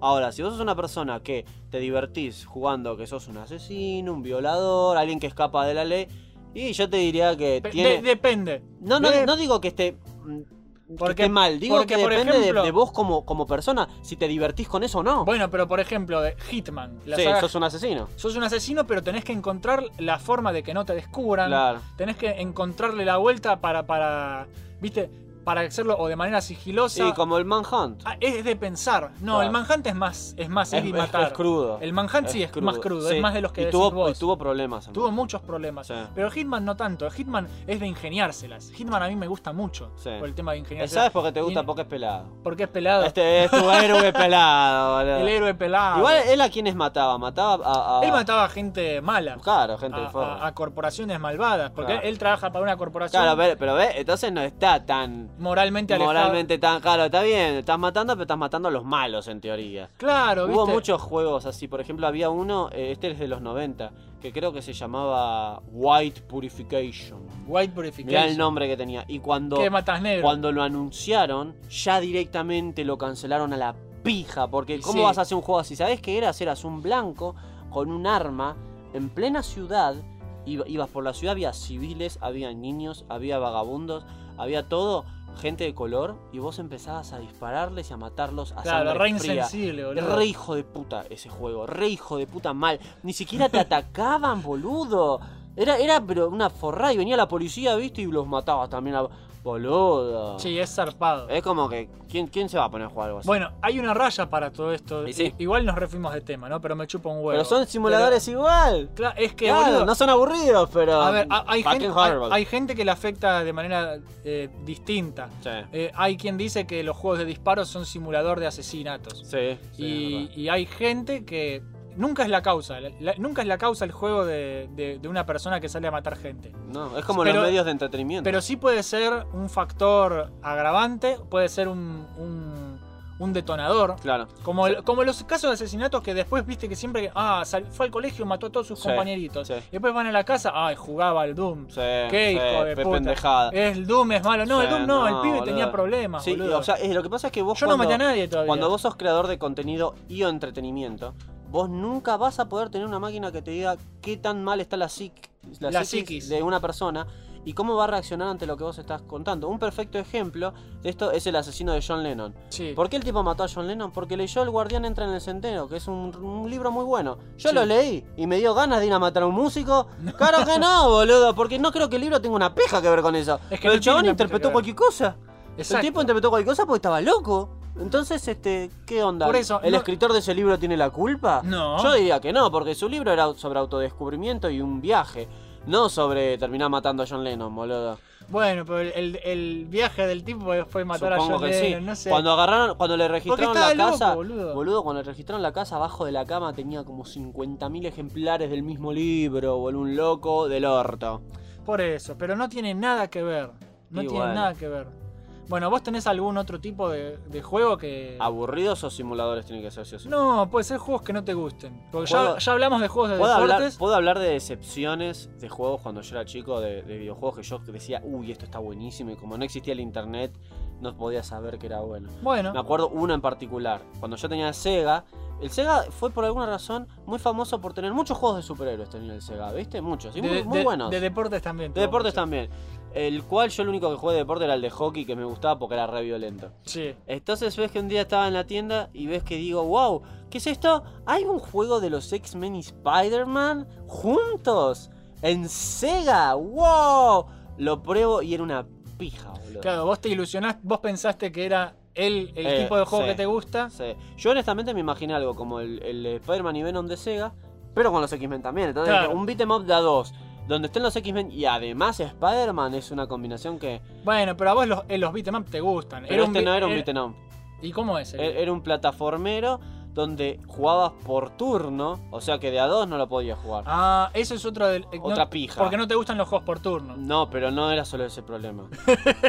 S2: Ahora, si vos sos una persona que te divertís jugando que sos un asesino, un violador, alguien que escapa de la ley, y yo te diría que
S1: Pe-
S2: tiene...
S1: de- depende.
S2: No, no,
S1: de-
S2: no digo que esté, mm, que
S1: Porque-
S2: esté mal, digo
S1: porque,
S2: que
S1: por
S2: depende de-
S1: ejemplo-
S2: de, vos como, como persona, si te divertís con eso o no.
S1: Bueno, pero por ejemplo, de Hitman, la
S2: sí,
S1: saga-
S2: sos un asesino.
S1: sos un asesino, pero tenés que encontrar la forma de que no te descubran.
S2: Claro.
S1: Tenés que encontrarle la vuelta para, para, viste, para hacerlo o de manera
S2: Sí,
S1: sigilosa.
S2: como el Manhunt.
S1: Ah, es de pensar. No,
S2: Claro.
S1: el Manhunt es más, es más
S2: es,
S1: ir y
S2: es-
S1: matar.
S2: es crudo.
S1: El Manhunt sí es más crudo, es
S2: sí.
S1: más de los que
S2: y
S1: decís
S2: tuvo,
S1: vos.
S2: y tuvo problemas.
S1: Tuvo muchos problemas.
S2: Sí.
S1: Pero Hitman no tanto. Hitman es de ingeniárselas. Hitman a mí me gusta mucho
S2: Sí.
S1: por el tema de
S2: Eh,
S1: ingeniárselas.
S2: ¿Sabes por qué te gusta?
S1: Y-
S2: Porque es pelado.
S1: Porque es pelado.
S2: Este es tu héroe pelado,
S1: <laughs>
S2: boludo.
S1: El héroe pelado.
S2: Igual él a quienes mataba, mataba a. a-
S1: Él mataba a gente mala.
S2: Claro, gente
S1: a,
S2: informe.
S1: a- a corporaciones malvadas. Porque
S2: Claro.
S1: él trabaja para una corporación
S2: Claro, pero, pero ve, entonces no está tan
S1: moralmente alejada.
S2: moralmente tan claro, está bien, estás matando, pero estás matando a los malos en teoría.
S1: Claro,
S2: Hubo
S1: ¿viste?
S2: muchos juegos así, por ejemplo, había uno, eh, este es de los 90, que creo que se llamaba White Purification.
S1: White
S2: Mirá el
S1: Purification.
S2: nombre que tenía. Y cuando,
S1: Que matas negro.
S2: cuando lo anunciaron, ya directamente lo cancelaron a la pija. Porque ¿cómo
S1: Sí.
S2: vas a hacer un juego así? ¿Sabés qué eras? Eras un blanco con un arma en plena ciudad. Iba- Ibas por la ciudad, había civiles, había niños, había vagabundos, había todo, gente de color, y vos empezabas a dispararles y a matarlos a
S1: Claro,
S2: sangre
S1: re
S2: fría.
S1: insensible, boludo.
S2: Re hijo de puta ese juego, re hijo de puta mal. Ni siquiera te atacaban, <laughs> boludo. Era, era pero una forrada y venía la policía, viste, y los mataba también a... Boludo.
S1: Sí, es zarpado.
S2: Es como que... ¿quién, ¿Quién se va a poner a jugar algo así?
S1: Bueno, hay una raya para todo esto.
S2: Y sí.
S1: I- Igual nos refuimos de tema, ¿no? Pero me chupa un huevo.
S2: pero son simuladores igual.
S1: Pero, cla- es que,
S2: Claro,
S1: boludo,
S2: no son aburridos, pero...
S1: a ver, a- hay
S2: fucking
S1: gente, hay,
S2: horrible.
S1: hay gente que le afecta de manera eh, distinta.
S2: Sí,
S1: Eh, hay quien dice que los juegos de disparos son simulador de asesinatos.
S2: sí, sí, es
S1: y,
S2: verdad.
S1: y hay gente que nunca es la causa. la- la- nunca es la causa el juego de, de- de una persona que sale a matar gente.
S2: No, es como
S1: Pero-
S2: los medios de entretenimiento.
S1: Pero sí puede ser un factor agravante, puede ser un, un- un detonador.
S2: Claro.
S1: Como, el- como los casos de asesinatos que después viste que siempre ah, sal- fue al colegio, mató a todos sus
S2: Sí,
S1: compañeritos.
S2: sí.
S1: Y Después van a la casa, ay, jugaba al Doom.
S2: Sí,
S1: Qué
S2: sí,
S1: hijo de
S2: qué
S1: puta.
S2: pendejada.
S1: El Doom es malo. No,
S2: Sí,
S1: el Doom no, el pibe
S2: boludo.
S1: tenía problemas,
S2: Sí,
S1: boludo.
S2: o sea, eh, lo que pasa es que vos
S1: Yo no
S2: cuando-
S1: maté a nadie todavía.
S2: Cuando vos sos creador de contenido y o entretenimiento, vos nunca vas a poder tener una máquina que te diga qué tan mal está la, psiqui- la,
S1: La
S2: psiquis
S1: psiquis.
S2: de una persona y cómo va a reaccionar ante lo que vos estás contando. Un perfecto ejemplo de esto es el asesino de John Lennon.
S1: Sí.
S2: ¿Por qué el tipo mató a John Lennon? Porque leyó El Guardián entra en el Centeno, que es un, un libro muy bueno. Yo
S1: Sí.
S2: lo leí y me dio ganas de ir a matar a
S1: <laughs>
S2: un músico. Claro que no, boludo, porque no creo que el libro tenga una pija que ver con eso.
S1: que
S2: Pero
S1: no
S2: el chabón
S1: tiene una pija que
S2: interpretó
S1: ver.
S2: cualquier cosa.
S1: Exacto.
S2: El tipo interpretó cualquier cosa porque estaba loco. Entonces, este, ¿qué onda?
S1: Por eso,
S2: ¿El
S1: no-
S2: escritor de ese libro tiene la culpa?
S1: No.
S2: Yo diría que no, porque su libro era sobre autodescubrimiento y un viaje. No sobre terminar matando a John Lennon, boludo.
S1: Bueno, pero el, el viaje del tipo fue matar
S2: Supongo
S1: a John
S2: que
S1: Lennon,
S2: sí.
S1: no sé.
S2: Cuando agarraron, cuando le registraron
S1: estaba
S2: la
S1: loco,
S2: casa,
S1: boludo.
S2: cuando le registraron la casa, abajo de la cama tenía como 50.000 ejemplares del mismo libro, boludo, un loco del orto.
S1: Por eso, pero no tiene nada que ver. No
S2: Y
S1: tiene
S2: bueno.
S1: nada que ver. Bueno, ¿vos tenés algún otro tipo de, de juego que.?
S2: Ah, ¿Aburridos o simuladores tienen que ser? sí o sí?
S1: No, puede ser juegos que no te gusten. Porque ya,
S2: ¿Puedo-
S1: ya hablamos de juegos de
S2: ¿Puedo hablar,
S1: deportes.
S2: puedo hablar de decepciones de juegos cuando yo era chico, de, de videojuegos que yo decía, uy, esto está buenísimo, y como no existía el internet, no podía saber que era bueno.
S1: Bueno,
S2: Me acuerdo una en particular, cuando yo tenía el Sega, el Sega fue por alguna razón muy famoso por tener muchos juegos de superhéroes, tenía el Sega, ¿viste? Muchos, y muy,
S1: de,
S2: muy
S1: de-
S2: buenos.
S1: de deportes también.
S2: De
S1: tuvo
S2: deportes
S1: mucho.
S2: también. El cual yo el único que jugué de deporte era el de hockey que me gustaba porque era re violento.
S1: Sí.
S2: Entonces ves que un día estaba en la tienda y ves que digo, wow, ¿qué es esto? ¿Hay un juego de los X-Men y Spider-Man juntos? En Sega, wow. Lo pruebo y era una pija, boludo.
S1: Claro, vos te ilusionaste, vos pensaste que era el, el
S2: Eh,
S1: tipo de juego
S2: sí.
S1: que te gusta.
S2: Sí. Yo honestamente me imaginé algo como el, el Spider-Man y Venom de Sega, pero con los X-Men también. Entonces,
S1: Claro.
S2: un beat'em up de a dos, donde estén los X-Men y además Spider-Man es una combinación que...
S1: Bueno, pero a vos los, eh, los beat'em up te gustan.
S2: Pero este
S1: bi-
S2: no era un
S1: era-
S2: beat'em up.
S1: ¿Y cómo es? el-
S2: E- Era un plataformero donde jugabas por turno, o sea que de a dos no lo podías jugar.
S1: Ah, eso es otro del. eh, no-
S2: Otra pija.
S1: Porque no te gustan los juegos por turno.
S2: No, pero no era solo ese
S1: <laughs>
S2: problema.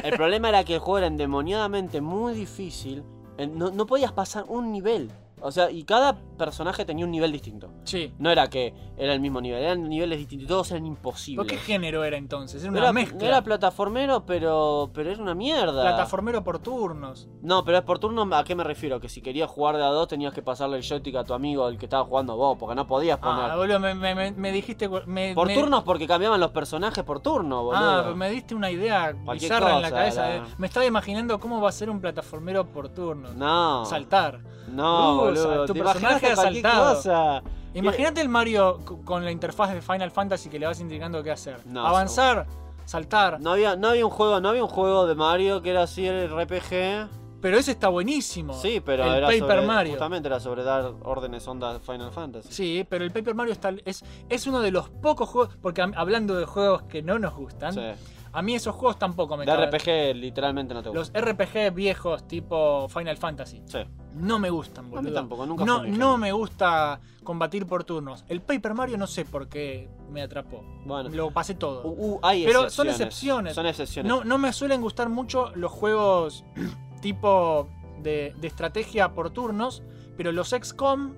S2: El problema era que el juego era endemoniadamente muy difícil. en- No, no podías pasar un nivel. O sea, y cada personaje tenía un nivel distinto.
S1: Sí.
S2: No era que era el mismo nivel, eran niveles distintos, todos eran imposibles.
S1: ¿Pero qué género era entonces? Era una
S2: era,
S1: mezcla.
S2: era plataformero, pero, pero era una mierda.
S1: Plataformero por turnos.
S2: No, pero es por turno, ¿a qué me refiero? Que si querías jugar de a dos tenías que pasarle el joystick a tu amigo, el que estaba jugando vos, porque no podías poner.
S1: Ah, boludo, me, me- me- me dijiste. me-
S2: por
S1: me-
S2: turnos porque cambiaban los personajes por turno,
S1: Ah,
S2: boludo.
S1: pero me diste una idea
S2: Cualquier
S1: bizarra en la
S2: cosa
S1: cabeza.
S2: era.
S1: eh. Me estaba imaginando cómo va a ser un plataformero por turno.
S2: No.
S1: Saltar.
S2: No,
S1: Uh,
S2: boludo.
S1: tu
S2: te
S1: personaje
S2: imaginaste
S1: era
S2: cualquier
S1: saltado.
S2: cosa.
S1: Imagínate el Mario c- con la interfaz de Final Fantasy que le vas indicando qué hacer.
S2: No,
S1: Avanzar, saltar.
S2: No había, no había un juego, no había un juego de Mario que era así el RPG.
S1: Pero ese está buenísimo.
S2: Sí, pero
S1: Oh. el
S2: era
S1: Paper
S2: sobre,
S1: Mario.
S2: justamente era sobre dar órdenes onda Final Fantasy.
S1: Sí, pero el Paper Mario está, es, es uno de los pocos juegos, porque a- hablando de juegos que no nos gustan,
S2: Sí.
S1: a mí esos juegos tampoco me
S2: De
S1: caben.
S2: RPG literalmente no te gusta.
S1: Los RPG viejos tipo Final Fantasy
S2: Sí.
S1: no me gustan, boludo.
S2: tampoco, nunca
S1: no,
S2: fue mi
S1: no
S2: género.
S1: me gusta combatir por turnos. El Paper Mario no sé por qué me atrapó.
S2: Bueno.
S1: Lo pasé todo.
S2: Uh, uh, hay
S1: Pero son excepciones.
S2: Son excepciones.
S1: No, no me suelen gustar mucho los juegos <clears throat> tipo de, de estrategia por turnos, pero los XCOM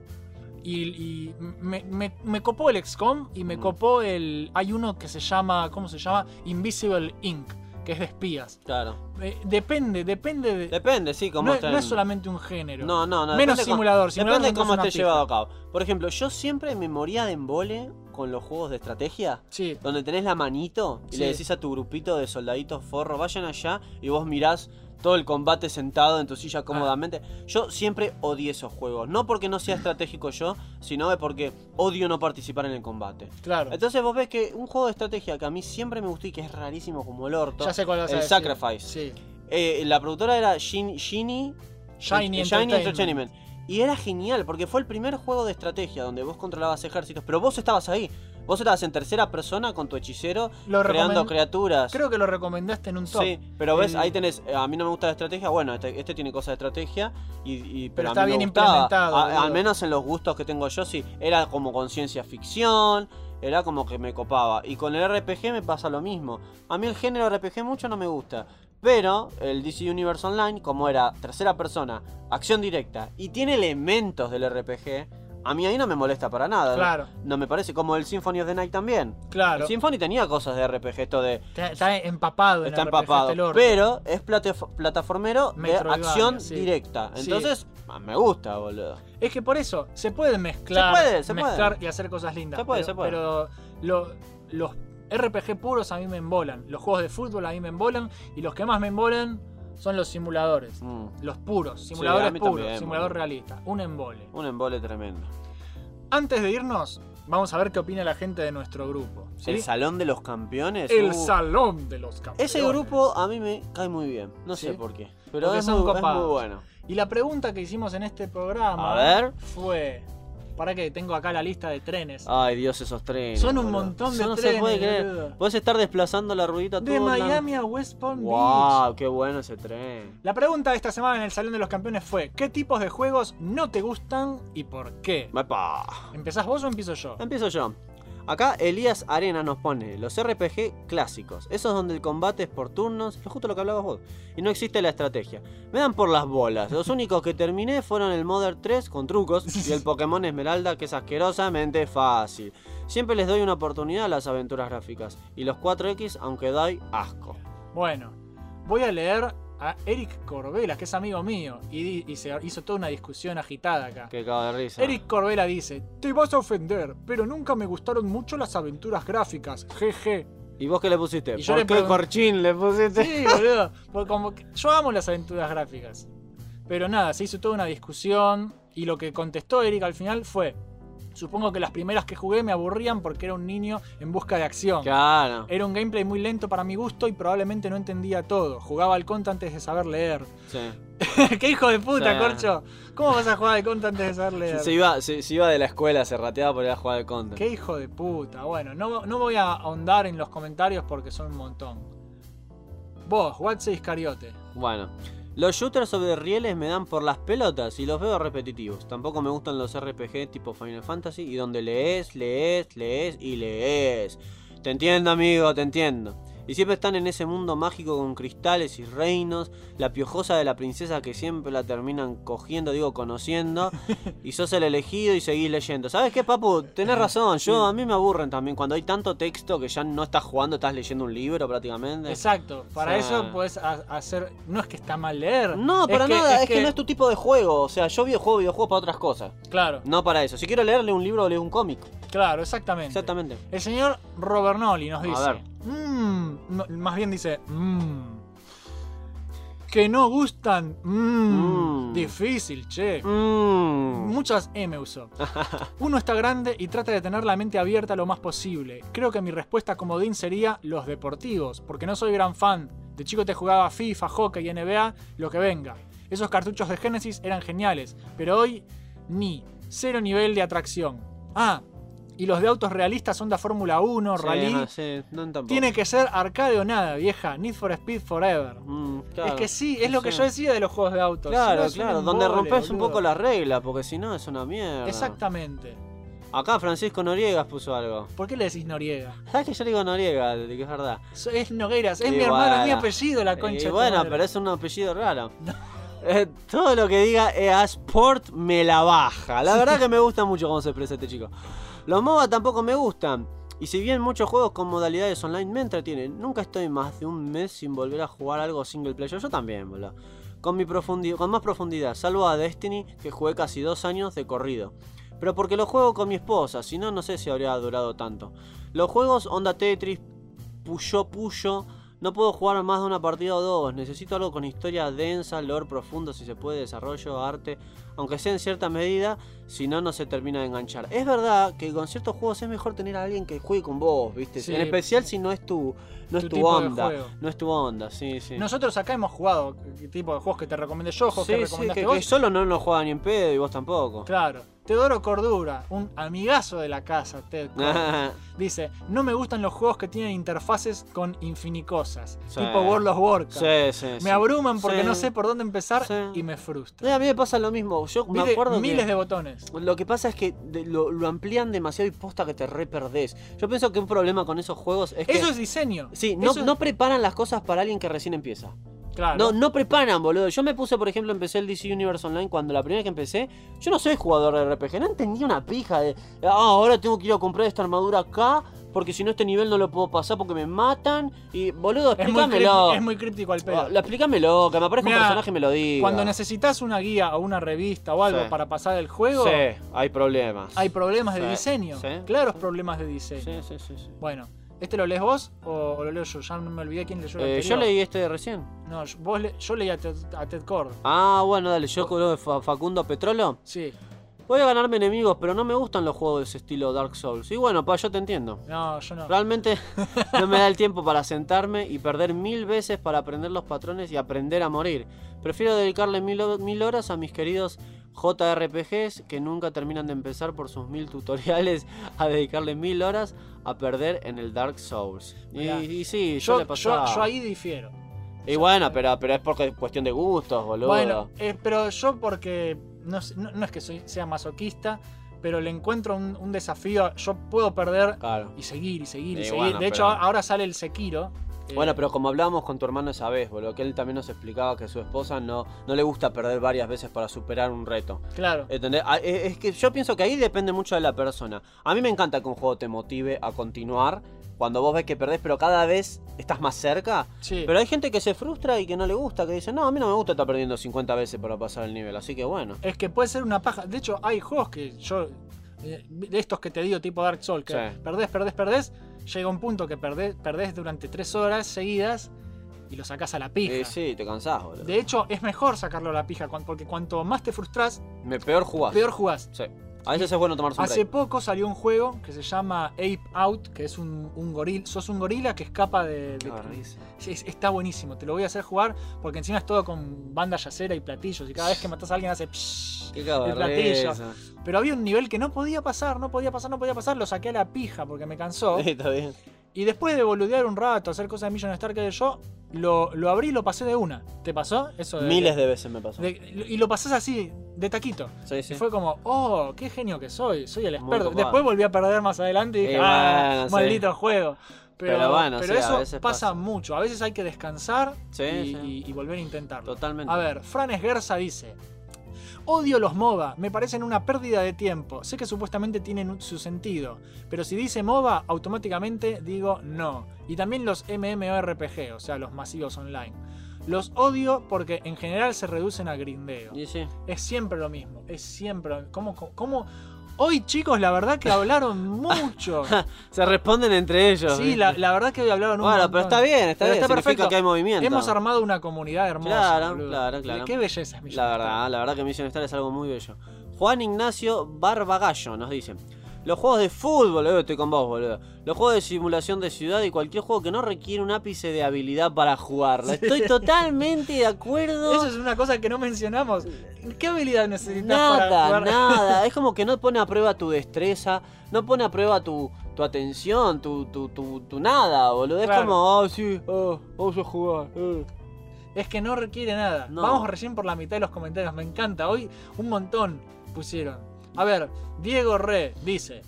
S1: y, y me, me- me copó el XCOM y me
S2: Mm.
S1: copó el... Hay uno que se llama, ¿cómo se llama? Invisible Inc., que es de espías.
S2: Claro.
S1: Eh, depende, depende de...
S2: Depende, sí, como
S1: no,
S2: estén.
S1: no es solamente un género.
S2: No, no, no.
S1: Menos
S2: depende cómo-
S1: simulador, simulador
S2: Depende de
S1: no es
S2: cómo
S1: una
S2: esté
S1: pija.
S2: llevado a cabo. Por ejemplo, yo siempre me moría de embole con los juegos de estrategia.
S1: Sí,
S2: Donde tenés la manito y
S1: Sí.
S2: le decís a tu grupito de soldaditos forro, vayan allá y vos mirás todo el combate sentado en tu
S1: Ah.
S2: silla cómodamente. Yo siempre odié esos juegos. No porque no sea estratégico yo, sino porque odio no participar en el combate.
S1: claro.
S2: Entonces vos ves que un juego de estrategia que a mí siempre me gustó y que es rarísimo como el orto.
S1: Ya sé cuál vas a
S2: el
S1: decir.
S2: Sacrifice.
S1: Sí.
S2: Eh, la productora era Shin, Shiny,
S1: Shiny
S2: eh,
S1: Entertainment.
S2: Y era genial porque fue el primer juego de estrategia donde vos controlabas ejércitos, pero vos estabas ahí. Vos estabas en tercera persona con tu hechicero
S1: Lo
S2: creando
S1: recomen-
S2: criaturas.
S1: Creo que lo recomendaste en un top.
S2: Sí, pero ves,
S1: El-
S2: ahí tenés, eh, a mí no me gusta la estrategia, bueno, este, este tiene cosas de estrategia, y, y-
S1: Pero
S2: pero, a mí
S1: está
S2: me
S1: bien
S2: gustaba.
S1: implementado,
S2: A-
S1: boludo.
S2: al menos en los gustos que tengo yo, sí, era como con ciencia ficción, era como que me copaba. Y con el RPG me pasa lo mismo. A mí el género RPG mucho no me gusta. Pero el DC Universe Online, como era tercera persona, acción directa, y tiene elementos del RPG, a mí ahí no me molesta para nada.
S1: Claro.
S2: No me parece, como el Symphony of the Night también.
S1: Claro.
S2: El Symphony tenía cosas de RPG, esto de
S1: Está, está empapado en
S2: Está
S1: RPG,
S2: empapado.
S1: el orto.
S2: Pero es platef- plataformero de
S1: Metroidvania,
S2: acción
S1: sí.
S2: directa.
S1: Sí.
S2: Entonces, ah, me gusta, boludo.
S1: Es que por eso, se puede mezclar,
S2: Se puede, se puede.
S1: mezclar y hacer cosas lindas.
S2: Se puede,
S1: pero,
S2: se puede.
S1: pero lo- los RPG puros a mí me embolan. Los juegos de fútbol a mí me embolan. Y los que más me embolan son los simuladores.
S2: Mm,
S1: Los puros, simuladores
S2: a mí
S1: puros,
S2: también,
S1: simulador
S2: boludo.
S1: realista. Un embole.
S2: un embole tremendo.
S1: Antes de irnos, vamos a ver qué opina la gente de nuestro grupo. ¿sí?
S2: El Salón de los Campeones.
S1: El
S2: uh,
S1: salón de los campeones.
S2: ese grupo a mí me cae muy bien. No
S1: Sí.
S2: sé por qué. Pero
S1: Porque
S2: es
S1: son
S2: muy, es muy
S1: copados.
S2: bueno.
S1: Y la pregunta que hicimos en este programa
S2: A ver.
S1: fue... ¿Para que Tengo acá la lista de trenes.
S2: Ay, Dios, esos trenes.
S1: Son un
S2: boludo.
S1: montón de
S2: Eso no
S1: trenes,
S2: se puede creer.
S1: boludo.
S2: Puedes estar desplazando la ruedita
S1: de
S2: toda la-
S1: Miami a West Palm Beach.
S2: Wow, qué bueno ese tren.
S1: La pregunta de esta semana en el Salón de los Campeones fue: ¿Qué tipos de juegos no te gustan y por qué?
S2: Epa.
S1: ¿Empezás vos o empiezo yo?
S2: Empiezo yo. Acá Elías Arena nos pone los RPG clásicos, esos donde el combate es por turnos, es justo lo que hablabas vos, y no existe la estrategia. Me dan por las bolas, los únicos que terminé fueron el Modern 3 con trucos y el Pokémon Esmeralda que es asquerosamente fácil. Siempre les doy una oportunidad a las aventuras gráficas, y los 4X aunque doy asco.
S1: Bueno, voy a leer a Eric Corbela, que es amigo mío, y, di- y se hizo toda una discusión agitada acá.
S2: Que cago de risa.
S1: Eric Corbela dice, te vas a ofender, pero nunca me gustaron mucho las aventuras gráficas, jeje.
S2: ¿Y vos qué le pusiste?
S1: Y yo
S2: ¿Por
S1: le
S2: qué
S1: pregun-
S2: corchín le
S1: <laughs>
S2: pusiste?
S1: Sí, boludo. Porque Pues como que- yo amo las aventuras gráficas. Pero nada, se hizo toda una discusión y lo que contestó Eric al final fue, supongo que las primeras que jugué me aburrían porque era un niño en busca de acción.
S2: Claro.
S1: Era un gameplay muy lento para mi gusto y probablemente no entendía todo. Jugaba al conta antes de saber leer. <laughs>
S2: Sí.
S1: ¡Qué hijo de puta,
S2: Sí.
S1: corcho! ¿Cómo vas a jugar al conta antes de saber leer?
S2: Se iba, se, se iba de la escuela, se rateaba por ir a jugar al contra.
S1: ¡Qué hijo de puta! Bueno, no, no voy a ahondar en los comentarios porque son un montón. Vos, Watson Iscariote.
S2: Bueno. Los shooters sobre rieles me dan por las pelotas y los veo repetitivos. Tampoco me gustan los RPG tipo Final Fantasy y donde lees, lees, lees y lees. Te entiendo, amigo, te entiendo. Y siempre están en ese mundo mágico con cristales y reinos, la piojosa de la princesa que siempre la terminan cogiendo, digo, conociendo, y sos el elegido y seguís leyendo. ¿Sabes qué, papu? Tenés razón, yo a mí me aburren también cuando hay tanto texto que ya no estás jugando, estás leyendo un libro prácticamente.
S1: Exacto, para
S2: Sí.
S1: eso puedes hacer. No es que está mal leer.
S2: No,
S1: es
S2: para
S1: que-
S2: nada, es, que... no es tu tipo de juego. O sea, yo videojuego videojuegos para otras cosas.
S1: Claro,
S2: No para eso. Si quiero leerle un libro, leo un cómic.
S1: claro, exactamente.
S2: Exactamente.
S1: El señor Robert Nolly nos
S2: A
S1: dice.
S2: ver.
S1: "Mm", no, más bien dice. "Mm". que no gustan. mm".
S2: Mm.
S1: Difícil, che.
S2: Mmm.
S1: Muchas M
S2: <laughs>
S1: usó. Uno está grande y trata de tener la mente abierta lo más posible. Creo que mi respuesta comodín sería los deportivos, porque no soy gran fan. De chico te jugaba FIFA, hockey, NBA, lo que venga. Esos cartuchos de Genesis eran geniales, pero hoy ni. Cero nivel de atracción. Ah, y los de autos realistas, onda Fórmula 1, Rally.
S2: no, sí, no, tampoco.
S1: Tiene que ser arcade o nada, vieja. Need for Speed Forever.
S2: Mm, claro.
S1: Es que sí, es lo que
S2: Sí.
S1: yo decía de los juegos de autos.
S2: Claro,
S1: Si no, es un
S2: claro. Donde
S1: embole,
S2: rompes un
S1: boludo.
S2: poco las reglas, porque si no es una mierda.
S1: Exactamente.
S2: Acá Francisco Noriegas puso algo.
S1: ¿Por qué le decís Noriega?
S2: ¿Sabes que yo le digo Noriega? de Que es verdad.
S1: So- Es Nogueras, es
S2: Y
S1: mi hermano, es mi
S2: bueno.
S1: apellido, la concha.
S2: Y
S1: de tu
S2: bueno,
S1: madre.
S2: pero es un apellido raro. <laughs> Eh, todo lo que diga Easport me la baja. La verdad que me gusta mucho cómo se expresa este chico. Los MOBA tampoco me gustan. Y si bien muchos juegos con modalidades online me entretienen, nunca estoy más de un mes sin volver a jugar algo single player. Yo también, boludo. Con, mi profundi- con más profundidad, salvo a Destiny, que jugué casi dos años de corrido. Pero porque lo juego con mi esposa, si no, no sé si habría durado tanto. Los juegos Onda Tetris, Puyo Puyo. No puedo jugar más de una partida o dos. Necesito algo con historia densa, lore profundo, si se puede, desarrollo, arte. Aunque sea en cierta medida, si no, no se termina de enganchar. Es verdad que con ciertos juegos es mejor tener a alguien que juegue con vos, ¿viste?
S1: Sí.
S2: En especial si no es tu, no es
S1: Tu
S2: tu
S1: tipo de
S2: onda.
S1: juego.
S2: No es tu onda, sí, sí.
S1: Nosotros acá hemos jugado eh, tipo de juegos que te recomendé yo, juegos
S2: Sí,
S1: que
S2: sí,
S1: recomendaste
S2: que,
S1: vos.
S2: que solo no lo juega ni en pedo y vos tampoco.
S1: Claro. Teodoro Cordura, un amigazo de la casa,
S2: <laughs>
S1: Ted. Cordura, dice, no me gustan los juegos que tienen interfaces con infinicosas,
S2: Sí.
S1: tipo World of Warcraft.
S2: sí, sí. sí.
S1: Me abruman porque
S2: Sí.
S1: no sé por dónde empezar
S2: Sí.
S1: y me
S2: Sí,
S1: frustra.
S2: A mí me pasa lo mismo. Yo me
S1: Viste,
S2: acuerdo que...
S1: miles de botones.
S2: Lo que pasa es que de- lo, lo amplían demasiado y posta que te re perdés. Yo pienso que un problema con esos juegos es que.
S1: Eso es diseño.
S2: Sí, no,
S1: Eso es- Ah,
S2: no preparan las cosas para alguien que recién empieza.
S1: Claro.
S2: No, no preparan, boludo. Yo me puse, por ejemplo, empecé el DC Universe Online cuando la primera vez que empecé, yo no soy jugador de RPG, no entendía una pija de, ah, ahora tengo que ir a comprar esta armadura acá, porque si no este nivel no lo puedo pasar porque me matan. Y, boludo,
S1: es, muy críptico,
S2: explícamelo.
S1: es muy críptico al pedo.
S2: Ah, lo- explícamelo, que me aparezca
S1: Mirá,
S2: un personaje y me lo diga.
S1: Cuando necesitas una guía o una revista o algo
S2: Sí.
S1: para pasar el juego,
S2: Sí, hay problemas.
S1: hay problemas de
S2: Sí,
S1: diseño.
S2: sí,
S1: Claros
S2: sí.
S1: problemas de diseño.
S2: Sí, sí, sí. sí.
S1: Bueno, ¿este lo lees vos o, o lo leo yo? Ya me olvidé quién leyó el
S2: Eh, yo
S1: anterior.
S2: leí este recién.
S1: No, yo- vos le- yo leí a Ted, a Ted Cord.
S2: Ah, bueno, dale, yo creo que Fa- Facundo Petrolo.
S1: Sí.
S2: Voy a ganarme enemigos, pero no me gustan los juegos de ese estilo Dark Souls. Y bueno, pa, yo te entiendo.
S1: No, yo no. <laughs>
S2: Realmente no me da el tiempo para sentarme y perder mil veces para aprender los patrones y aprender a morir. Prefiero dedicarle mil, ho- mil horas a mis queridos JRPGs que nunca terminan de empezar por sus mil tutoriales a dedicarle mil horas a perder en el Dark Souls. Y,
S1: Mirá,
S2: y sí, yo,
S1: Yo,
S2: le
S1: yo,
S2: pasaba.
S1: yo ahí difiero.
S2: Y bueno, pero, pero es porque es cuestión de gustos, boludo.
S1: Bueno, eh, pero yo porque no, sé- no- no es que soy, sea masoquista, pero le encuentro un, un desafío. Yo puedo perder
S2: Claro.
S1: y seguir y seguir y
S10: Y
S1: seguir.
S10: bueno,
S1: de hecho,
S10: pero-
S1: ahora sale el Sekiro. eh,
S2: Bueno, pero como hablábamos con tu hermano esa vez, boludo, que él también nos explicaba que su esposa no, no le gusta perder varias veces para superar un reto.
S1: Claro.
S2: ¿Entendés? Ah, eh, Es que yo pienso que ahí depende mucho de la persona. A mí me encanta que un juego te motive a continuar cuando vos ves que perdés, pero cada vez estás más cerca.
S1: sí.
S2: Pero hay gente que se frustra y que no le gusta, que dice, no, a mí no me gusta estar perdiendo 50 veces para pasar el nivel, así que bueno.
S1: Es que puede ser una paja. De hecho, hay juegos que yo. eh, De estos que te digo, tipo Dark Souls, que
S2: Sí.
S1: perdés, perdés, perdés. Llega un punto que perdés, perdés durante tres horas seguidas y lo sacás a la pija.
S2: Eh, sí, te cansás, boludo.
S1: De hecho, es mejor sacarlo a la pija, cuan- porque cuanto más te frustras,
S2: Me peor jugás.
S1: peor jugás.
S2: Sí. A veces es bueno tomarse Ah, un
S1: Hace
S2: break.
S1: poco salió un juego que se llama Ape Out, que es un, un goril. Sos un gorila que escapa de. de-
S2: Ah, risa.
S1: es- está buenísimo, te lo voy a hacer jugar porque encima es todo con banda yacera y platillos. Y cada vez que matás a alguien hace. psh.
S2: Qué
S1: platillo.
S2: cabrón.
S1: Pero había un nivel que no podía pasar, no podía pasar, no podía pasar. Lo saqué a la pija porque me
S2: <laughs>
S1: cansó.
S2: Está bien.
S1: Y después de boludear un rato, hacer cosas de Million Star que yo, lo, lo abrí y lo pasé de una. ¿Te pasó? Eso de-
S2: Miles de veces me pasó.
S1: de- y lo pasás así, de taquito.
S2: Sí, sí.
S1: Y fue como, oh, qué genio que soy, soy el
S2: Muy
S1: experto.
S2: copado.
S1: Después volví a perder más adelante y dije,
S2: Y
S1: ah,
S2: bueno, sí.
S1: maldito juego. Pero,
S2: Pero bueno,
S1: pero
S2: sí, a
S1: eso
S2: veces
S1: pasa,
S2: pasa.
S1: mucho. A veces hay que descansar
S2: Sí,
S1: y,
S2: sí.
S1: y- y volver a intentarlo.
S2: Totalmente.
S1: A ver, Fran Esguerza dice. Odio los MOBA, me parecen una pérdida de tiempo. Sé que supuestamente tienen un- su sentido, pero si dice MOBA, automáticamente digo no. Y también los MMORPG, o sea, los masivos online. Los odio porque en general se reducen a grindeo.
S2: Y sí.
S1: Es siempre lo mismo, es siempre lo mismo. ¿Cómo, cómo- cómo? Hoy, chicos, la verdad que hablaron
S2: <laughs>
S1: mucho.
S2: Se responden entre ellos.
S1: Sí,
S2: ¿viste?
S1: la, la verdad que hoy hablaron un
S2: Bueno, pero
S1: montón.
S2: está bien, está
S1: Pero
S2: bien.
S1: está
S2: significa
S1: perfecto.
S2: que hay movimiento.
S1: Hemos armado una comunidad hermosa.
S2: Claro,
S1: boludo.
S2: claro, claro.
S1: Qué belleza es mi
S2: La verdad, la verdad que Mission Star es algo muy bello. Juan Ignacio Barbagallo nos dice. Los juegos de fútbol, boludo, estoy con vos, boludo. Los juegos de simulación de ciudad y cualquier juego que no requiere un ápice de habilidad para jugarlo. Estoy totalmente de acuerdo.
S1: <laughs> Eso es una cosa que no mencionamos. ¿Qué habilidad necesitas para
S2: Nada,
S1: jugar? <laughs>
S2: nada. Es como que no pone a prueba tu destreza, no pone a prueba tu, tu atención, tu, tu, tu, tu nada, boludo. Es
S1: Claro.
S2: como, ah, sí, ah, vamos a jugar. eh".
S1: Es que no requiere nada.
S2: No.
S1: Vamos recién por la mitad de los comentarios. Me encanta. Hoy un montón pusieron. A ver, Diego Re dice: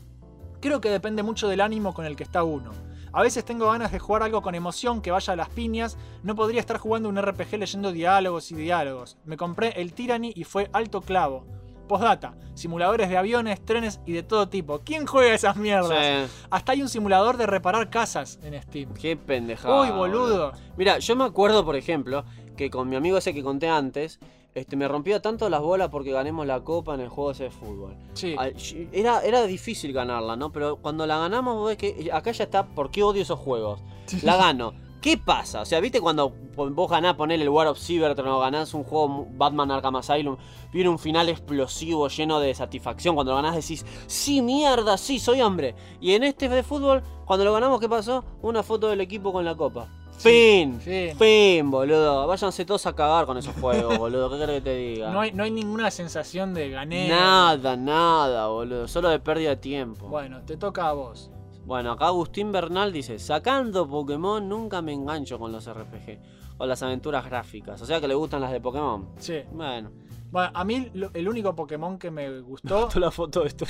S1: Creo que depende mucho del ánimo con el que está uno. A veces tengo ganas de jugar algo con emoción que vaya a las piñas. No podría estar jugando un RPG leyendo diálogos y diálogos. Me compré el Tyranny y fue alto clavo. Postdata: simuladores de aviones, trenes y de todo tipo. ¿Quién juega esas mierdas?
S2: Sí,
S1: Hasta hay un simulador de reparar casas en Steam.
S2: qué pendejada.
S1: Uy, boludo.
S2: Mira, yo me acuerdo, por ejemplo, que con mi amigo ese que conté antes, este, me rompía tanto las bolas porque ganemos la copa en el juego ese de fútbol.
S1: Sí.
S2: Ay, sh- Ah, Era, era difícil ganarla, ¿no? Pero cuando la ganamos, vos ves que eh, acá ya está, ¿por qué odio esos juegos? La gano. ¿Qué pasa? O sea, ¿viste cuando po- vos ganás, poner el War of Cybertron o ganás un juego mu- Batman Arkham Asylum, viene un final explosivo lleno de satisfacción? Cuando lo ganás decís, sí, mierda, sí, soy hombre. Y en este de fútbol, cuando lo ganamos, ¿qué pasó? Una foto del equipo con la copa. Fin,
S1: fin.
S2: fin, boludo. Váyanse todos a cagar con esos juegos, boludo. ¿Qué querés que te diga?
S1: No hay, no hay ninguna sensación de gané.
S2: Nada, nada, boludo. Solo de pérdida de tiempo. Bueno.
S1: Bueno, te toca a vos.
S2: acá Agustín Bernal dice: Sacando Pokémon, nunca me engancho con los RPG o las aventuras gráficas. O sea que le gustan las de Pokémon.
S1: Sí.
S2: Bueno,
S1: Bueno, a mí lo- el único Pokémon que me
S2: <laughs>
S1: gustó.
S2: toda la foto de esto.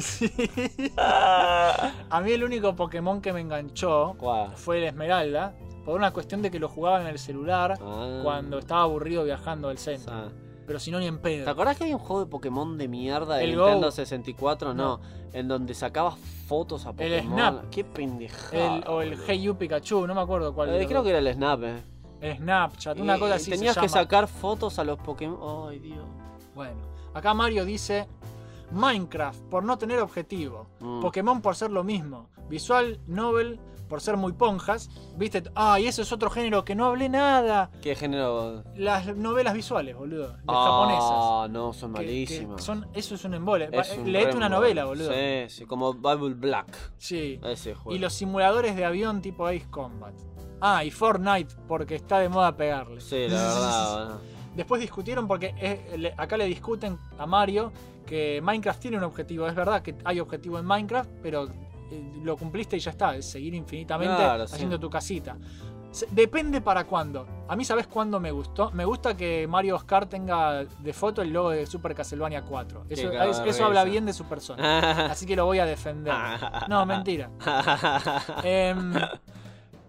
S1: Sí. A mí el único Pokémon que me enganchó
S2: Guau.
S1: fue el Esmeralda. Por una cuestión de que lo jugaba en el celular
S2: Ah.
S1: cuando estaba aburrido viajando al
S2: O
S1: centro.
S2: sea,
S1: Pero si no, ni en
S2: Ah. ¿Te
S1: pedo.
S2: acordás que hay un juego de Pokémon de mierda de
S1: El
S2: Nintendo
S1: Go.
S2: 64? No. en donde sacabas fotos a Pokémon.
S1: Snap.
S2: Qué pendejada.
S1: El- o el
S2: boludo.
S1: Hey You Pikachu, no me acuerdo cuál.
S2: Eh,
S1: de los
S2: Creo
S1: dos.
S2: que era el Snap, eh.
S1: El Snapchat, una
S2: Y
S1: cosa así. se
S2: Tenías que
S1: llama.
S2: sacar fotos a los Pokémon. Ay, Dios.
S1: Bueno, acá Mario dice Minecraft por no tener objetivo,
S2: Mm.
S1: Pokémon por ser lo mismo, Visual Novel por ser muy ponjas, viste, ah, y eso es otro género que no hablé nada,
S2: ¿Qué género?
S1: las novelas visuales, boludo, las japonesas.
S2: Ah, no, son
S1: que- que
S2: malísimas.
S1: son, eso es un embole. Va,
S2: Es
S1: eh,
S2: un
S1: Leete
S2: re
S1: una
S2: embole.
S1: novela, boludo.
S2: Sí, sí, como Bible Black.
S1: Sí.
S2: Ese juego.
S1: Y los simuladores de avión tipo Ace Combat. Ah, y Fortnite, porque está de moda pegarle.
S2: Sí, la
S1: <laughs>
S2: verdad. bueno.
S1: Después discutieron porque es- le- acá le discuten a Mario que Minecraft tiene un objetivo. Es verdad que hay objetivo en Minecraft, pero eh, lo cumpliste y ya está. Es seguir infinitamente
S2: Claro, sí.
S1: haciendo tu casita. Se- Depende para cuándo. A mí, ¿sabes cuándo me gustó? Me gusta que Mario Oscar tenga de foto el logo de Super Castlevania 4. Eso,
S2: Qué
S1: es- eso
S2: cabeza.
S1: habla bien de su persona. <laughs> Así que lo voy a
S2: <laughs>
S1: defender. No, mentira. Em,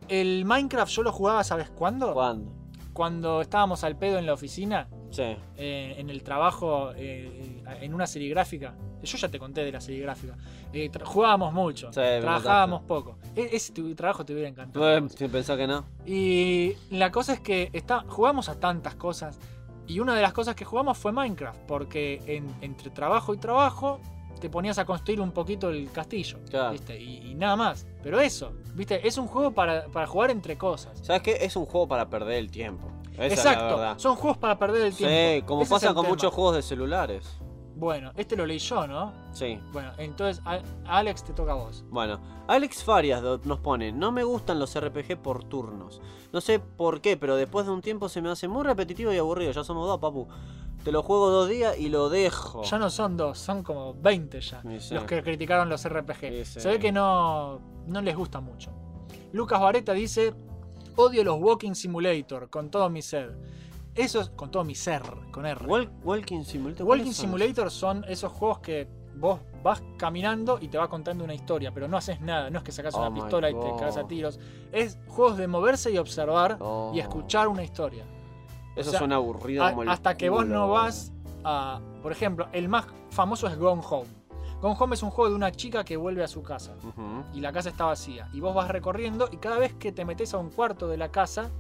S1: el Minecraft yo lo jugaba, ¿sabes cuándo?
S2: ¿Cuándo?
S1: Cuando estábamos al pedo en la oficina,
S2: Sí.
S1: eh, en el trabajo, eh, en una serigráfica. Yo ya te conté de la serigráfica. Eh, tra- jugábamos mucho,
S2: Sí, me
S1: trabajábamos poco. E- ese tu- trabajo te hubiera encantado.
S2: Bueno, si pensás que no.
S1: Y la cosa es que está, jugamos a tantas cosas. Y una de las cosas que jugamos fue Minecraft, porque en- entre trabajo y trabajo te ponías a construir un poquito el castillo.
S2: Claro.
S1: ¿viste? Y, y nada más. Pero eso, ¿viste? Es un juego para, para jugar entre cosas.
S2: ¿Sabes qué? Es un juego para perder el tiempo. Esa Es la
S1: Exacto,
S2: verdad.
S1: son juegos para perder el tiempo.
S2: Sí, como
S1: Ese es
S2: pasa
S1: el
S2: con
S1: tema.
S2: muchos juegos de celulares.
S1: Bueno, este lo leí yo, ¿no?
S2: Sí.
S1: Bueno, entonces, a- Alex, te toca a vos.
S2: Bueno, Alex Farias do- nos pone, no me gustan los RPG por turnos. No sé por qué, pero después de un tiempo se me hace muy repetitivo y aburrido. Ya somos dos, papu. Te lo juego dos días y lo dejo.
S1: Ya no son dos, son como 20 ya.
S2: Oh. Y sí.
S1: Los que criticaron los RPG.
S2: Y sí.
S1: Se ve que no, no les gusta mucho. Lucas Vareta dice: Odio los Walking Simulator con todo mi ser. Eso es con todo mi ser, con R.
S2: Wal- Walking Simulator.
S1: Walking
S2: ¿cuáles son?
S1: Simulator son esos juegos que vos vas caminando y te va contando una historia, pero no haces nada. No es que sacas
S2: Oh
S1: una
S2: my
S1: pistola y te
S2: God.
S1: cagas a tiros. Es juegos de moverse y observar
S2: Oh.
S1: y escuchar una historia.
S2: Eso
S1: o sea,
S2: suena aburrido
S1: A-
S2: como el
S1: hasta que vos
S2: culo.
S1: no vas a. Por ejemplo, el más famoso es Gone Home. Gone Home es un juego de una chica que vuelve a su casa
S2: Ujú.
S1: y la casa está vacía. Y vos vas recorriendo y cada vez que te metes a un cuarto de la casa,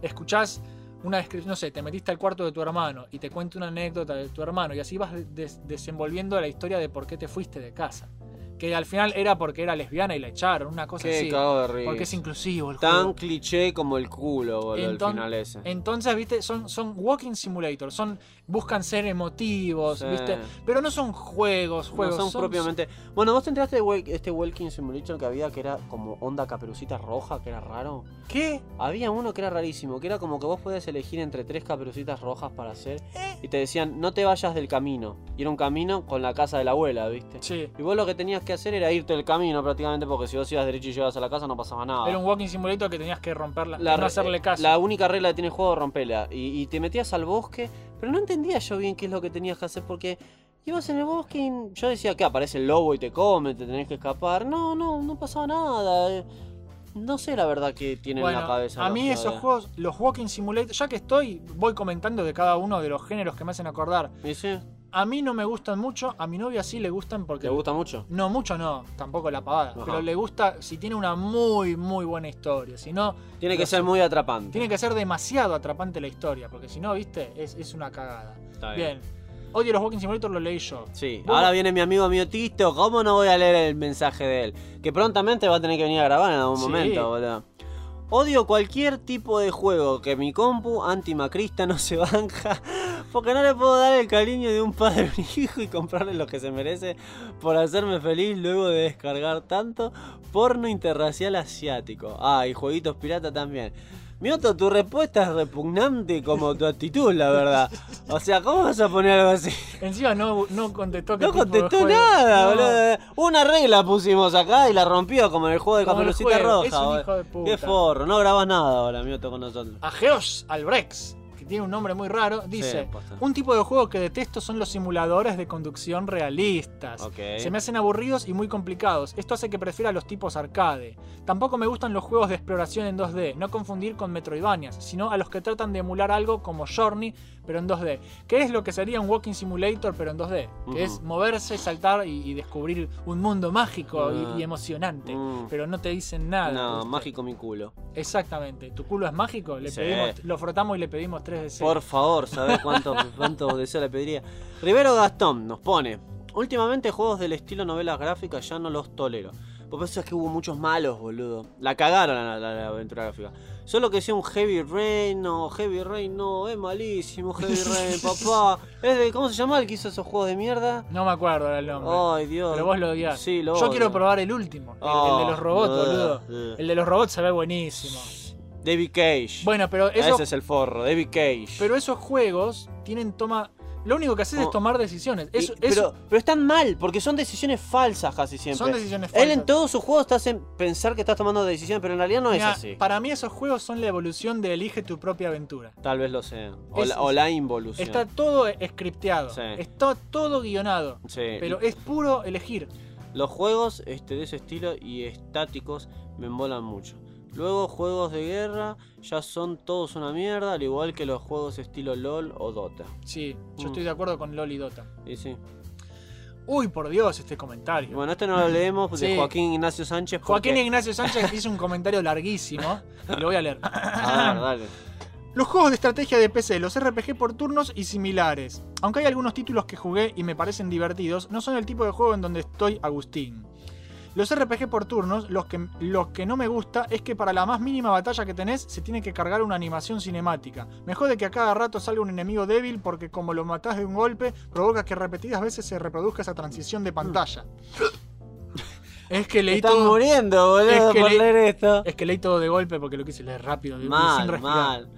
S1: escuchás una descripción, no sé, te metiste al cuarto de tu hermano y te cuenta una anécdota de tu hermano y así vas des- desenvolviendo la historia de por qué te fuiste de casa. Que al final era porque era lesbiana y la echaron, una cosa
S2: Qué
S1: así.
S2: cago de risa.
S1: Porque es inclusivo el
S2: Tan
S1: juego.
S2: cliché como el culo, boludo,
S1: Enton-
S2: el final ese.
S1: Entonces, viste, son, son walking simulators, son, buscan ser emotivos,
S2: Sí.
S1: viste, pero no son juegos,
S2: No
S1: juegos.
S2: son propiamente. Bueno, vos te enteraste de wel- este Walking Simulator que había que era como onda caperucita roja, que era raro.
S1: ¿Qué?
S2: Había uno que era rarísimo, que era como que vos podías elegir entre tres caperucitas rojas para hacer.
S1: Eh.
S2: Y te decían, no te vayas del camino. Y era un camino con la casa de la abuela, ¿viste?
S1: Sí,
S2: Y vos lo que tenías que hacer era irte del camino prácticamente, porque si vos ibas derecho y llegabas a la casa no pasaba nada.
S1: era un walking simulator que tenías que romperla,
S2: Ah. La, eh,
S1: no hacerle caso.
S2: la única regla que tiene el juego rompela. Y, y te metías al bosque, pero no entendía yo bien qué es lo que tenías que hacer porque ibas en el bosque y yo decía que aparece el lobo y te come, te tenés que escapar. No, no, no pasaba nada. eh. No sé la verdad que tiene en la
S1: Bueno,
S2: cabeza.
S1: a
S2: los
S1: mí esos
S2: jugadores.
S1: juegos, los walking simulators, ya que estoy, voy comentando de cada uno de los géneros que me hacen acordar.
S2: Y sí,
S1: A mí no me gustan mucho, a mi novia sí le gustan porque...
S2: ¿Te gusta mucho?
S1: No, mucho no, tampoco la pavada,
S2: Ajá.
S1: pero le gusta si tiene una muy, muy buena historia, si no,
S2: Tiene que
S1: Los-
S2: ser muy atrapante.
S1: Tiene que ser demasiado atrapante la historia, porque si no, viste, es, es una cagada.
S2: Está
S1: Bien. Odio los Walking Simulator, lo leí yo.
S2: Sí,
S1: Vos-
S2: ahora viene mi amigo mío Tito, ¿cómo no voy a leer el mensaje de él? Que prontamente va a tener que venir a grabar en algún
S1: Sí.
S2: momento, boludo. Odio cualquier tipo de juego que mi compu antimacrista no se banja, <laughs> porque no le puedo dar el cariño de un padre a un hijo y comprarle lo que se merece por hacerme feliz luego de descargar tanto porno interracial asiático. Ah, y jueguitos pirata también. Mioto, tu respuesta es repugnante como tu actitud, la verdad. O sea, ¿cómo vas a poner algo así?
S1: Encima no, no contestó que
S2: No contestó nada, boludo. Una regla pusimos acá y la rompió como en el juego de
S1: Como en el
S2: Caperucita
S1: juego,
S2: Roja.
S1: es un
S2: boludo.
S1: hijo de puta.
S2: Qué forro, no grabas nada ahora, mioto, con nosotros.
S1: A Geosh Albrex, que tiene un nombre muy raro, dice:
S2: posta.
S1: Un tipo de juego que detesto son los simuladores de conducción realistas.
S2: Ok.
S1: Se me hacen aburridos y muy complicados. Esto hace que prefiera los tipos arcade. Tampoco me gustan los juegos de exploración en 2D, no confundir con Metroidvanias, sino a los que tratan de emular algo como Journey, pero en 2D. Que es lo que sería un Walking Simulator, pero en 2D? Que
S2: Ujú.
S1: es moverse, saltar y, y descubrir un mundo mágico y-
S2: Ah.
S1: y, emocionante.
S2: Mm.
S1: Pero no te dicen nada.
S2: No,
S1: ¿viste?
S2: mágico mi culo.
S1: Exactamente. ¿Tu culo es mágico? Le
S2: Sí.
S1: pedimos, lo frotamos y le pedimos 3 de 6.
S2: Por favor, ¿sabés
S1: <laughs>
S2: cuánto, cuánto deseo le pediría? Rivero Gastón nos pone. Últimamente juegos del estilo novelas gráficas ya no los tolero. Por eso es que hubo muchos malos, boludo. La cagaron la, la- la aventura gráfica. Solo que sea un Heavy Rain, no, Heavy Rain no, es malísimo
S1: <laughs>
S2: Heavy Rain, papá. Es de, ¿Cómo se llama el que hizo esos juegos de mierda?
S1: No me acuerdo ahora el nombre.
S2: Ay, Dios.
S1: Pero vos lo odiás.
S2: Sí, lo
S1: Yo
S2: odio.
S1: quiero probar el último, el,
S2: Ah,
S1: el de los robots,
S2: ugh,
S1: boludo.
S2: ugh.
S1: El de los robots se ve buenísimo.
S2: David Cage. Ah,
S1: Bueno, pero, eso-
S2: Ese es el forro, David Cage.
S1: pero esos juegos tienen toma. Lo único que haces
S2: Como-
S1: es tomar decisiones.
S2: Oh. Y-
S1: Eso,
S2: pero,
S1: eso-
S2: pero están mal, porque son decisiones falsas casi siempre.
S1: Son decisiones
S2: Él en
S1: falsas.
S2: todos sus juegos te hacen pensar que estás tomando decisiones, pero en realidad no
S1: mira,
S2: es así.
S1: para mí esos juegos son la evolución de elige tu propia aventura.
S2: Tal vez lo sean. O,
S1: Es-
S2: la, o la involución.
S1: Está todo scripteado,
S2: Sí.
S1: está todo guionado,
S2: Sí.
S1: pero es puro elegir.
S2: Los juegos este, de ese estilo y estáticos me embolan mucho. Luego juegos de guerra ya son todos una mierda, al igual que los juegos estilo LOL o Dota.
S1: Sí, yo
S2: Mm.
S1: estoy de acuerdo con Loli Dota.
S2: Y sí.
S1: Uy, por Dios, este comentario.
S2: Bueno, este no lo leemos de
S1: Sí.
S2: Joaquín Ignacio Sánchez. porque-
S1: Joaquín Ignacio Sánchez hizo un comentario larguísimo y lo voy a leer.
S2: A ver,
S1: <laughs>
S2: dale.
S1: Los juegos de estrategia de PC, los RPG por turnos y similares. Aunque hay algunos títulos que jugué y me parecen divertidos, no son el tipo de juego en donde estoy Agustín. Los RPG por turnos, los que, los que no me gusta es que para la más mínima batalla que tenés se tiene que cargar una animación cinemática. Me jode que a cada rato salga un enemigo débil porque como lo matás de un golpe, provoca que repetidas veces se reproduzca esa transición de
S2: <laughs>
S1: pantalla. Es que leí
S2: Están
S1: todo...
S2: muriendo, boludo,
S1: Es que
S2: por
S1: le-
S2: leer esto.
S1: Es que leí todo de golpe porque lo quise leer rápido, de- sin
S2: Mal,
S1: respirar.
S2: mal.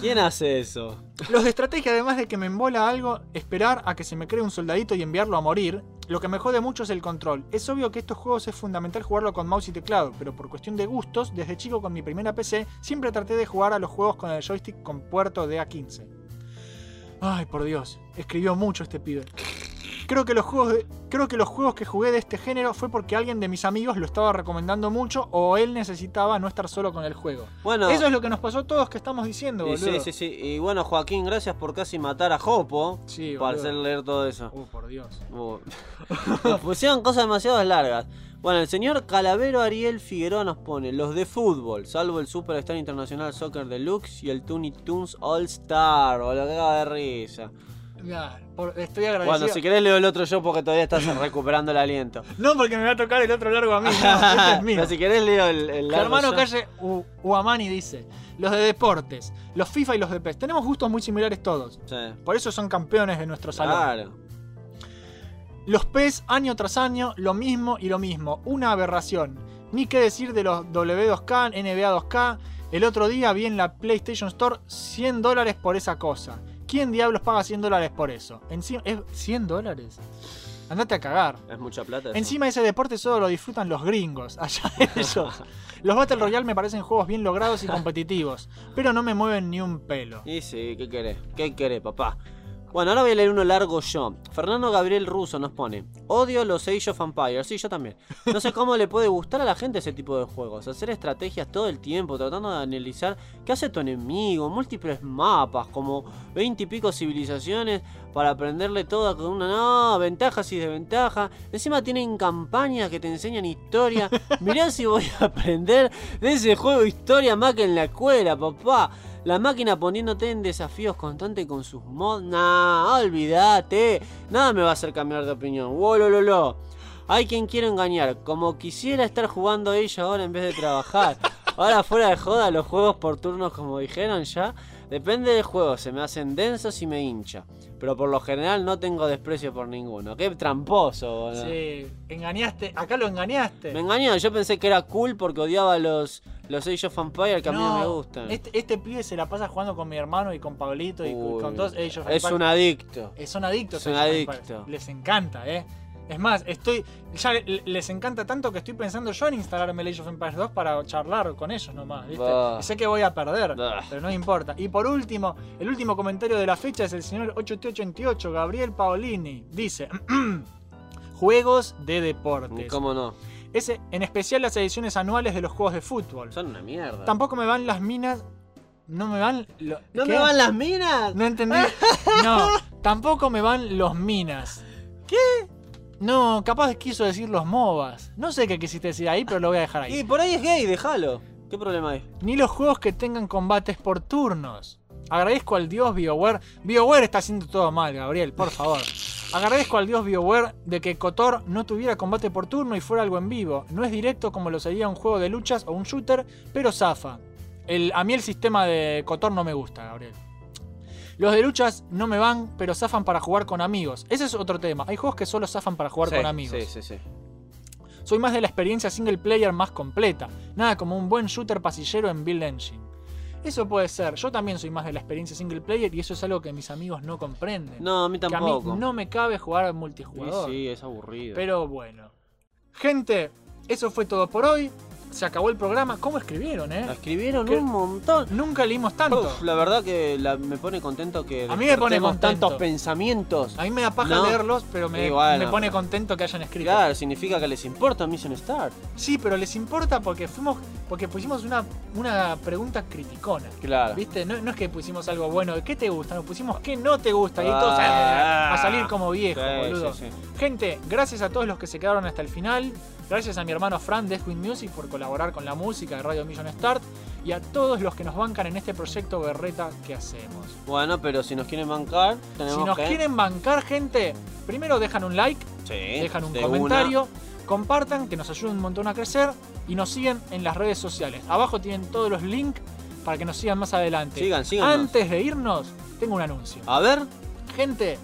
S2: ¿Quién hace eso?
S1: Los de estrategia, además de que me embola algo, esperar a que se me cree un soldadito y enviarlo a morir, lo que me jode mucho es el control. Es obvio que estos juegos es fundamental jugarlo con mouse y teclado, pero por cuestión de gustos, desde chico con mi primera PC, siempre traté de jugar a los juegos con el joystick con puerto de A15. Ay, por Dios, escribió mucho este pibe. Creo que, los juegos de- creo que los juegos que jugué de este género fue porque alguien de mis amigos lo estaba recomendando mucho o él necesitaba no estar solo con el juego.
S2: Bueno,
S1: Eso es lo que nos pasó a todos que estamos diciendo,
S2: y
S1: boludo.
S2: sí, sí, sí. Y bueno, Joaquín, gracias por casi matar a Jopo.
S1: Sí,
S2: Para
S1: boludo.
S2: hacer leer todo
S1: <laughs>
S2: eso.
S1: Uh, por Dios.
S2: Uh. Nos <laughs> pusieron cosas demasiado largas. Bueno, el señor Calavero Ariel Figueroa nos pone los de fútbol, salvo el Superstar Internacional Soccer Deluxe y el Toonie Toons All Star, o lo que haga de risa.
S1: Claro, por- estoy agradecido.
S2: Bueno, si querés leo el otro yo porque todavía estás recuperando el aliento.
S1: <laughs> No, porque me va a tocar el otro largo a mí. No, este
S2: <laughs>
S1: es mío.
S2: Pero si querés leo el, el largo
S1: Germano
S2: yo.
S1: Calle U- Uamani dice: Los de deportes, los FIFA y los de PES. Tenemos gustos muy similares todos.
S2: Sí.
S1: Por eso son campeones de nuestro salón.
S2: Claro.
S1: Los PES, año tras año, lo mismo y lo mismo. Una aberración. Ni qué decir de los W2K, NBA2K. El otro día vi en la PlayStation Store 100 dólares por esa cosa. ¿Quién diablos paga 100 dólares por eso? Encima, ¿es 100 dólares? Andate a cagar.
S2: Es mucha plata. eso.
S1: Encima ese deporte solo lo disfrutan los gringos, <laughs> allá ellos. Los Battle Royale me parecen juegos bien logrados y competitivos, pero no me mueven ni un pelo.
S2: Y sí, ¿qué querés? ¿Qué querés, papá? Bueno, ahora voy a leer uno largo yo. Fernando Gabriel Russo nos pone: Odio los Age of Empires. Sí, yo también. No sé cómo le puede gustar a la gente ese tipo de juegos. Hacer estrategias todo el tiempo, tratando de analizar qué hace tu enemigo, múltiples mapas, como 20 y pico civilizaciones para aprenderle toda con una. No, ventajas y desventajas. Encima tienen campañas que te enseñan historia. Mirá si voy a aprender de ese juego historia más que en la escuela, papá. La máquina poniéndote en desafíos constantes con sus mods. Nah, olvídate. Nada me va a hacer cambiar de opinión. Wolololo. Hay quien quiero engañar. Como quisiera estar jugando ella ahora en vez de trabajar. Ahora fuera de joda, los juegos por turnos, como dijeron ya. Depende del juego, se me hacen densos y me hincha. Pero por lo general no tengo desprecio por ninguno. Qué tramposo, boludo.
S1: Sí, engañaste, acá lo engañaste.
S2: Ah. Me engañó, yo pensé que era cool porque odiaba los, los Age of Empires que a mí no me gustan.
S1: Este, este pibe se la pasa jugando con mi hermano y con Pablito y
S2: Uy,
S1: con todos ellos.
S2: Es un adicto.
S1: Eh, Son adictos.
S2: Son
S1: a Age of Empires.
S2: adictos.
S1: Les encanta, ¿eh? Es más, estoy ya le- les encanta tanto que estoy pensando yo en instalarme el Age of Empires 2 para charlar con ellos nomás, ¿viste?
S2: Bah.
S1: Y Sé que voy a perder,
S2: Bah.
S1: pero no importa. Y por último, el último comentario de la fecha es el señor 8888, Gabriel Paolini. Dice... <clears throat> Juegos de deportes.
S2: ¿Cómo no?
S1: Ese, en especial las ediciones anuales de los juegos de fútbol.
S2: Son una mierda.
S1: Tampoco me van las minas... No me van... lo-
S2: ¿No
S1: ¿qué?
S2: me van las minas?
S1: No entendí. No, tampoco me van los minas. ¿Qué? No, capaz quiso decir los MOBAs. No sé qué quisiste decir ahí, pero lo voy a dejar
S2: Y
S1: ahí.
S2: por ahí es gay, déjalo. ¿Qué problema hay?
S1: Ni los juegos que tengan combates por turnos. Agradezco al dios BioWare. BioWare está haciendo todo mal, Gabriel, por
S2: <laughs>
S1: favor. Agradezco al dios BioWare de que Kotor no tuviera combate por turno y fuera algo en vivo. No es directo como lo sería un juego de luchas o un shooter, pero zafa. El- a mí el sistema de Kotor no me gusta, Gabriel. Los de luchas no me van, pero zafan para jugar con amigos. Ese es otro tema. Hay juegos que solo zafan para jugar
S2: Sí,
S1: con amigos.
S2: Sí, sí, sí.
S1: Soy más de la experiencia single player más completa. Nada como un buen shooter pasillero en Build Engine. Eso puede ser. Yo también soy más de la experiencia single player y eso es algo que mis amigos no comprenden.
S2: No, a mí
S1: que a
S2: tampoco.
S1: mí no me cabe jugar al
S2: Sí,
S1: multijugador.
S2: sí, es aburrido.
S1: Pero bueno. Gente, eso fue todo por hoy. Se acabó el programa. ¿Cómo escribieron, eh?
S2: La escribieron
S1: ¿Qué?
S2: un montón.
S1: Nunca leímos tanto.
S2: Uf, la verdad que la- me pone contento que
S1: A mí me pone
S2: despertemos
S1: contento.
S2: tantos pensamientos.
S1: A mí me da paja
S2: No.
S1: leerlos, pero me,
S2: Y bueno,
S1: me pone contento que hayan escrito.
S2: Claro, significa que les importa Mission Start.
S1: Sí, pero les importa porque fuimos, porque pusimos una, una pregunta criticona.
S2: Claro.
S1: ¿Viste? No, no es que pusimos algo bueno, ¿qué te gusta? Nos pusimos ¿qué no te gusta? Y todos
S2: Ah.
S1: eh, a, a salir como viejo,
S2: Sí,
S1: boludo.
S2: sí, sí.
S1: Gente, gracias a todos los que se quedaron hasta el final. Gracias a mi hermano Fran de Esquin Music por colaborar con la música de Radio Million Start. Y a todos los que nos bancan en este proyecto berreta que hacemos.
S2: Bueno, pero si nos quieren bancar, tenemos
S1: Si nos
S2: que...
S1: quieren bancar, gente, primero dejan un like,
S2: Sí,
S1: dejan un
S2: de
S1: comentario, compartan, que nos ayuden un montón a crecer y nos siguen en las redes sociales. Abajo tienen todos los links para que nos sigan más
S2: una.
S1: adelante.
S2: Sigan, Ah. sigan.
S1: Antes de irnos, tengo un anuncio.
S2: A ver,
S1: Gente,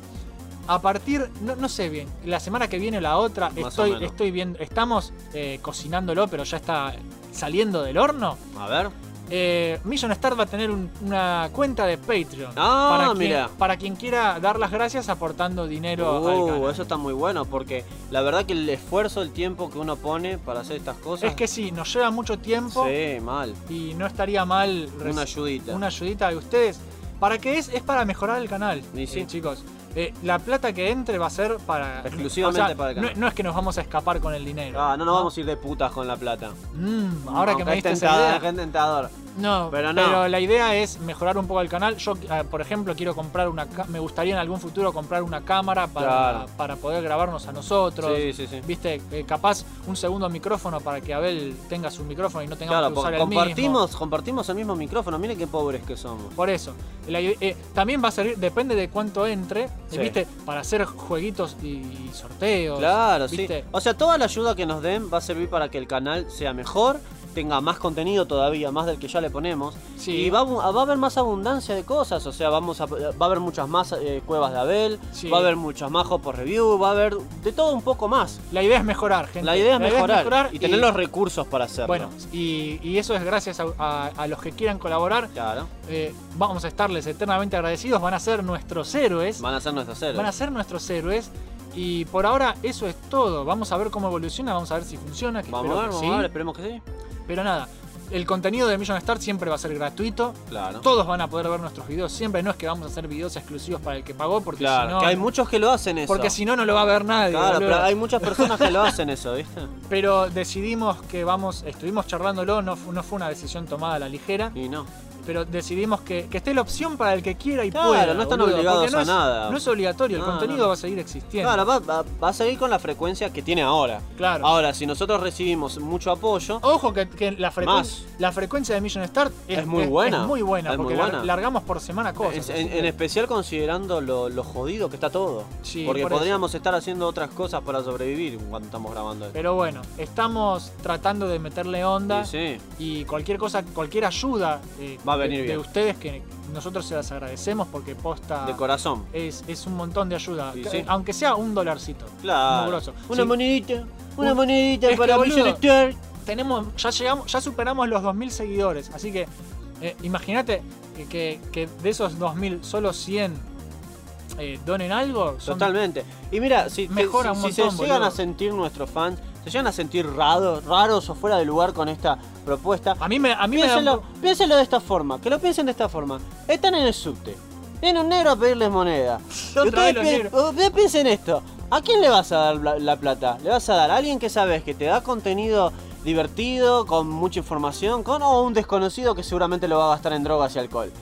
S1: a partir, no, no sé bien, la semana que viene o la otra,
S2: Más o
S1: estoy,
S2: menos.
S1: estoy viendo, estamos eh, cocinándolo, pero ya está saliendo del horno.
S2: a ver.
S1: Eh, Million Star va a tener un- una cuenta de Patreon.
S2: Ah,
S1: para,
S2: mirá.
S1: Quien, para quien quiera dar las gracias aportando dinero al
S2: Uh,
S1: canal.
S2: eso está muy bueno porque la verdad que el esfuerzo, el tiempo que uno pone para hacer estas cosas.
S1: Es que sí, nos lleva mucho tiempo
S2: Sí, mal.
S1: y no estaría mal reci-
S2: Una ayudita.
S1: una ayudita de ustedes. ¿Para qué es? Es para mejorar el canal,
S2: Y sí.
S1: eh, chicos. Eh, la plata que entre va a ser para...
S2: Exclusivamente
S1: o sea,
S2: para el canal.
S1: No, no es que nos vamos a escapar con el dinero.
S2: Ah, no nos vamos a ir de putas con la plata.
S1: Mm, ahora que me
S2: Aunque
S1: diste
S2: es
S1: esa
S2: tentador,
S1: idea.
S2: aunque es tentador.
S1: No,
S2: Pero
S1: pero,
S2: no.
S1: la idea es mejorar un poco el canal. Yo, eh, por ejemplo, quiero comprar una... ca- Me gustaría en algún futuro comprar una cámara para,
S2: Claro.
S1: para poder grabarnos a nosotros.
S2: Sí, sí, sí.
S1: Viste, Eh, capaz un segundo micrófono para que Abel tenga su micrófono y no tengamos
S2: Claro,
S1: que
S2: porque
S1: usar el mismo.
S2: compartimos, compartimos el mismo micrófono. Miren qué pobres que somos.
S1: Por eso. La ide- eh, también va a servir, depende de cuánto entre, eh,
S2: Sí.
S1: ¿viste? Para hacer jueguitos y, y sorteos.
S2: Claro,
S1: ¿viste?
S2: sí. O sea, toda la ayuda que nos den va a servir para que el canal sea mejor, tenga más contenido todavía, más del que ya le ponemos.
S1: Sí.
S2: Y va, a bu- va a haber más abundancia de cosas. O sea, vamos a, va a haber muchas más eh, cuevas de Abel,
S1: Sí.
S2: va a haber muchas más por review, va a haber de todo un poco más.
S1: La idea es mejorar, gente.
S2: La idea es mejorar, y tener los recursos para hacerlo.
S1: Bueno, y, y eso es gracias a, a- a los que quieran colaborar.
S2: claro.
S1: Eh, vamos a estarles eternamente agradecidos. Van a ser nuestros héroes.
S2: Van a ser nuestros héroes.
S1: Van a ser nuestros héroes. Y por ahora eso es todo. Vamos a ver cómo evoluciona, vamos a ver si funciona. que
S2: Vamos a
S1: espero
S2: ver,
S1: que
S2: vamos
S1: sí.
S2: a ver, esperemos que sí.
S1: Pero nada, el contenido de Million Star siempre va a ser gratuito.
S2: Claro.
S1: Todos van a poder ver nuestros videos siempre. No es que vamos a hacer videos exclusivos para el que pagó, porque
S2: Claro, que
S1: si
S2: hay
S1: no.
S2: muchos que lo hacen eso.
S1: Porque si no, no lo va a ver nadie.
S2: Claro,
S1: boludo.
S2: pero hay muchas personas que lo hacen eso, ¿viste?
S1: Pero decidimos que vamos, estuvimos charlándolo, no, fu- no fue una decisión tomada a la ligera,
S2: Y no.
S1: pero decidimos que, que esté la opción para el que quiera y
S2: Claro,
S1: pueda.
S2: no están
S1: boludo,
S2: obligados
S1: porque no
S2: a
S1: es-
S2: nada.
S1: No es obligatorio, el
S2: No,
S1: contenido
S2: no.
S1: va a seguir existiendo.
S2: Claro, va, va- va a seguir con la frecuencia que tiene ahora.
S1: Claro.
S2: Ahora, si nosotros recibimos mucho apoyo,
S1: Ojo que, que la, frecuen-
S2: Más.
S1: la frecuencia de Million Start es,
S2: Es muy buena.
S1: Es muy buena,
S2: Es muy
S1: porque lar-
S2: buena.
S1: largamos por semana cosas.
S2: en,
S1: así
S2: en-
S1: que-
S2: en especial considerando lo, lo jodido que está todo.
S1: Sí,
S2: porque
S1: por eso.
S2: podríamos estar haciendo otras cosas para sobrevivir cuando estamos grabando esto.
S1: Pero bueno, estamos tratando de meterle onda
S2: Sí, sí.
S1: y cualquier cosa, cualquier ayuda eh,
S2: Va a venir
S1: de, de
S2: bien.
S1: ustedes que nosotros se las agradecemos porque posta
S2: de corazón.
S1: es, es un montón de ayuda,
S2: Sí,
S1: que-
S2: sí.
S1: aunque sea un dolarcito. Muy
S2: Claro.
S1: grosso.
S2: Una
S1: Sí.
S2: monedita, una
S1: Un-
S2: monedita
S1: Es que,
S2: para
S1: boludo,
S2: Mission Start.
S1: Tenemos, ya llegamos, ya superamos los 2000 seguidores, así que eh, imagínate que, que- que de esos 2000 solo 100 eh, donen algo. son-
S2: Totalmente. Y mira, si, te-
S1: Mejora
S2: si-
S1: un
S2: si
S1: montón,
S2: se llegan
S1: boludo.
S2: a sentir nuestros fans, se llegan a sentir raros, raros o fuera de lugar con esta propuesta,
S1: A mí me, a mí me da un
S2: Piénsenlo,
S1: po-
S2: piénsenlo de esta forma, que lo piensen de esta forma. Están en el subte. Viene un negro a
S1: <laughs>
S2: pedirles moneda. Y
S1: Otra vez
S2: ustedes,
S1: los
S2: pi-
S1: negros.
S2: ustedes piensen esto. ¿A quién le vas a dar la, la plata? ¿Le vas a dar a alguien que sabes que te da contenido divertido, con mucha información, con o un desconocido que seguramente lo va a gastar en drogas y alcohol?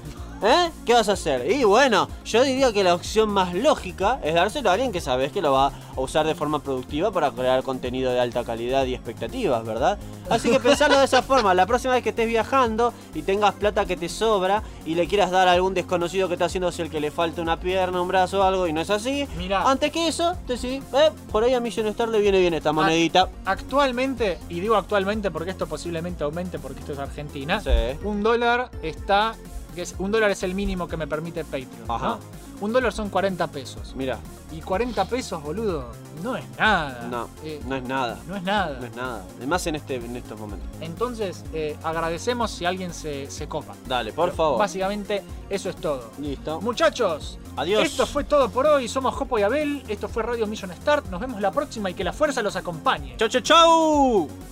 S2: ¿Eh? ¿Qué vas a hacer? Y bueno, yo diría que la opción más lógica es dárselo a alguien que sabes que lo va a usar de forma productiva para crear contenido de alta calidad y expectativas, ¿verdad? Así que pensalo de esa forma. La próxima vez que estés viajando y tengas plata que te sobra y le quieras dar a algún desconocido que está haciéndose el que le falta una pierna, un brazo o algo y no es así,
S1: Mirá.
S2: antes que eso, decidí, eh, por ahí a Million Star le viene bien esta monedita.
S1: Actualmente, y digo actualmente porque esto posiblemente aumente porque esto es Argentina,
S2: Sí.
S1: un dólar está. que es- Un dólar es el mínimo que me permite Patreon. ¿no?
S2: Ajá.
S1: Un dólar son 40 pesos.
S2: Mira,
S1: Y 40 pesos, boludo, no es nada.
S2: no,
S1: Eh,
S2: no es nada.
S1: no es nada.
S2: No es nada. Además en, este, en estos momentos.
S1: Entonces, eh, agradecemos si alguien se, se copa.
S2: Dale, por
S1: Pero
S2: favor.
S1: Básicamente, eso es todo.
S2: Listo.
S1: Muchachos,
S2: Adiós.
S1: esto fue todo por hoy. Somos Jopo y Abel. Esto fue Radio Mission Start. Nos vemos la próxima y que la fuerza los acompañe.
S2: Chau, chau, chau.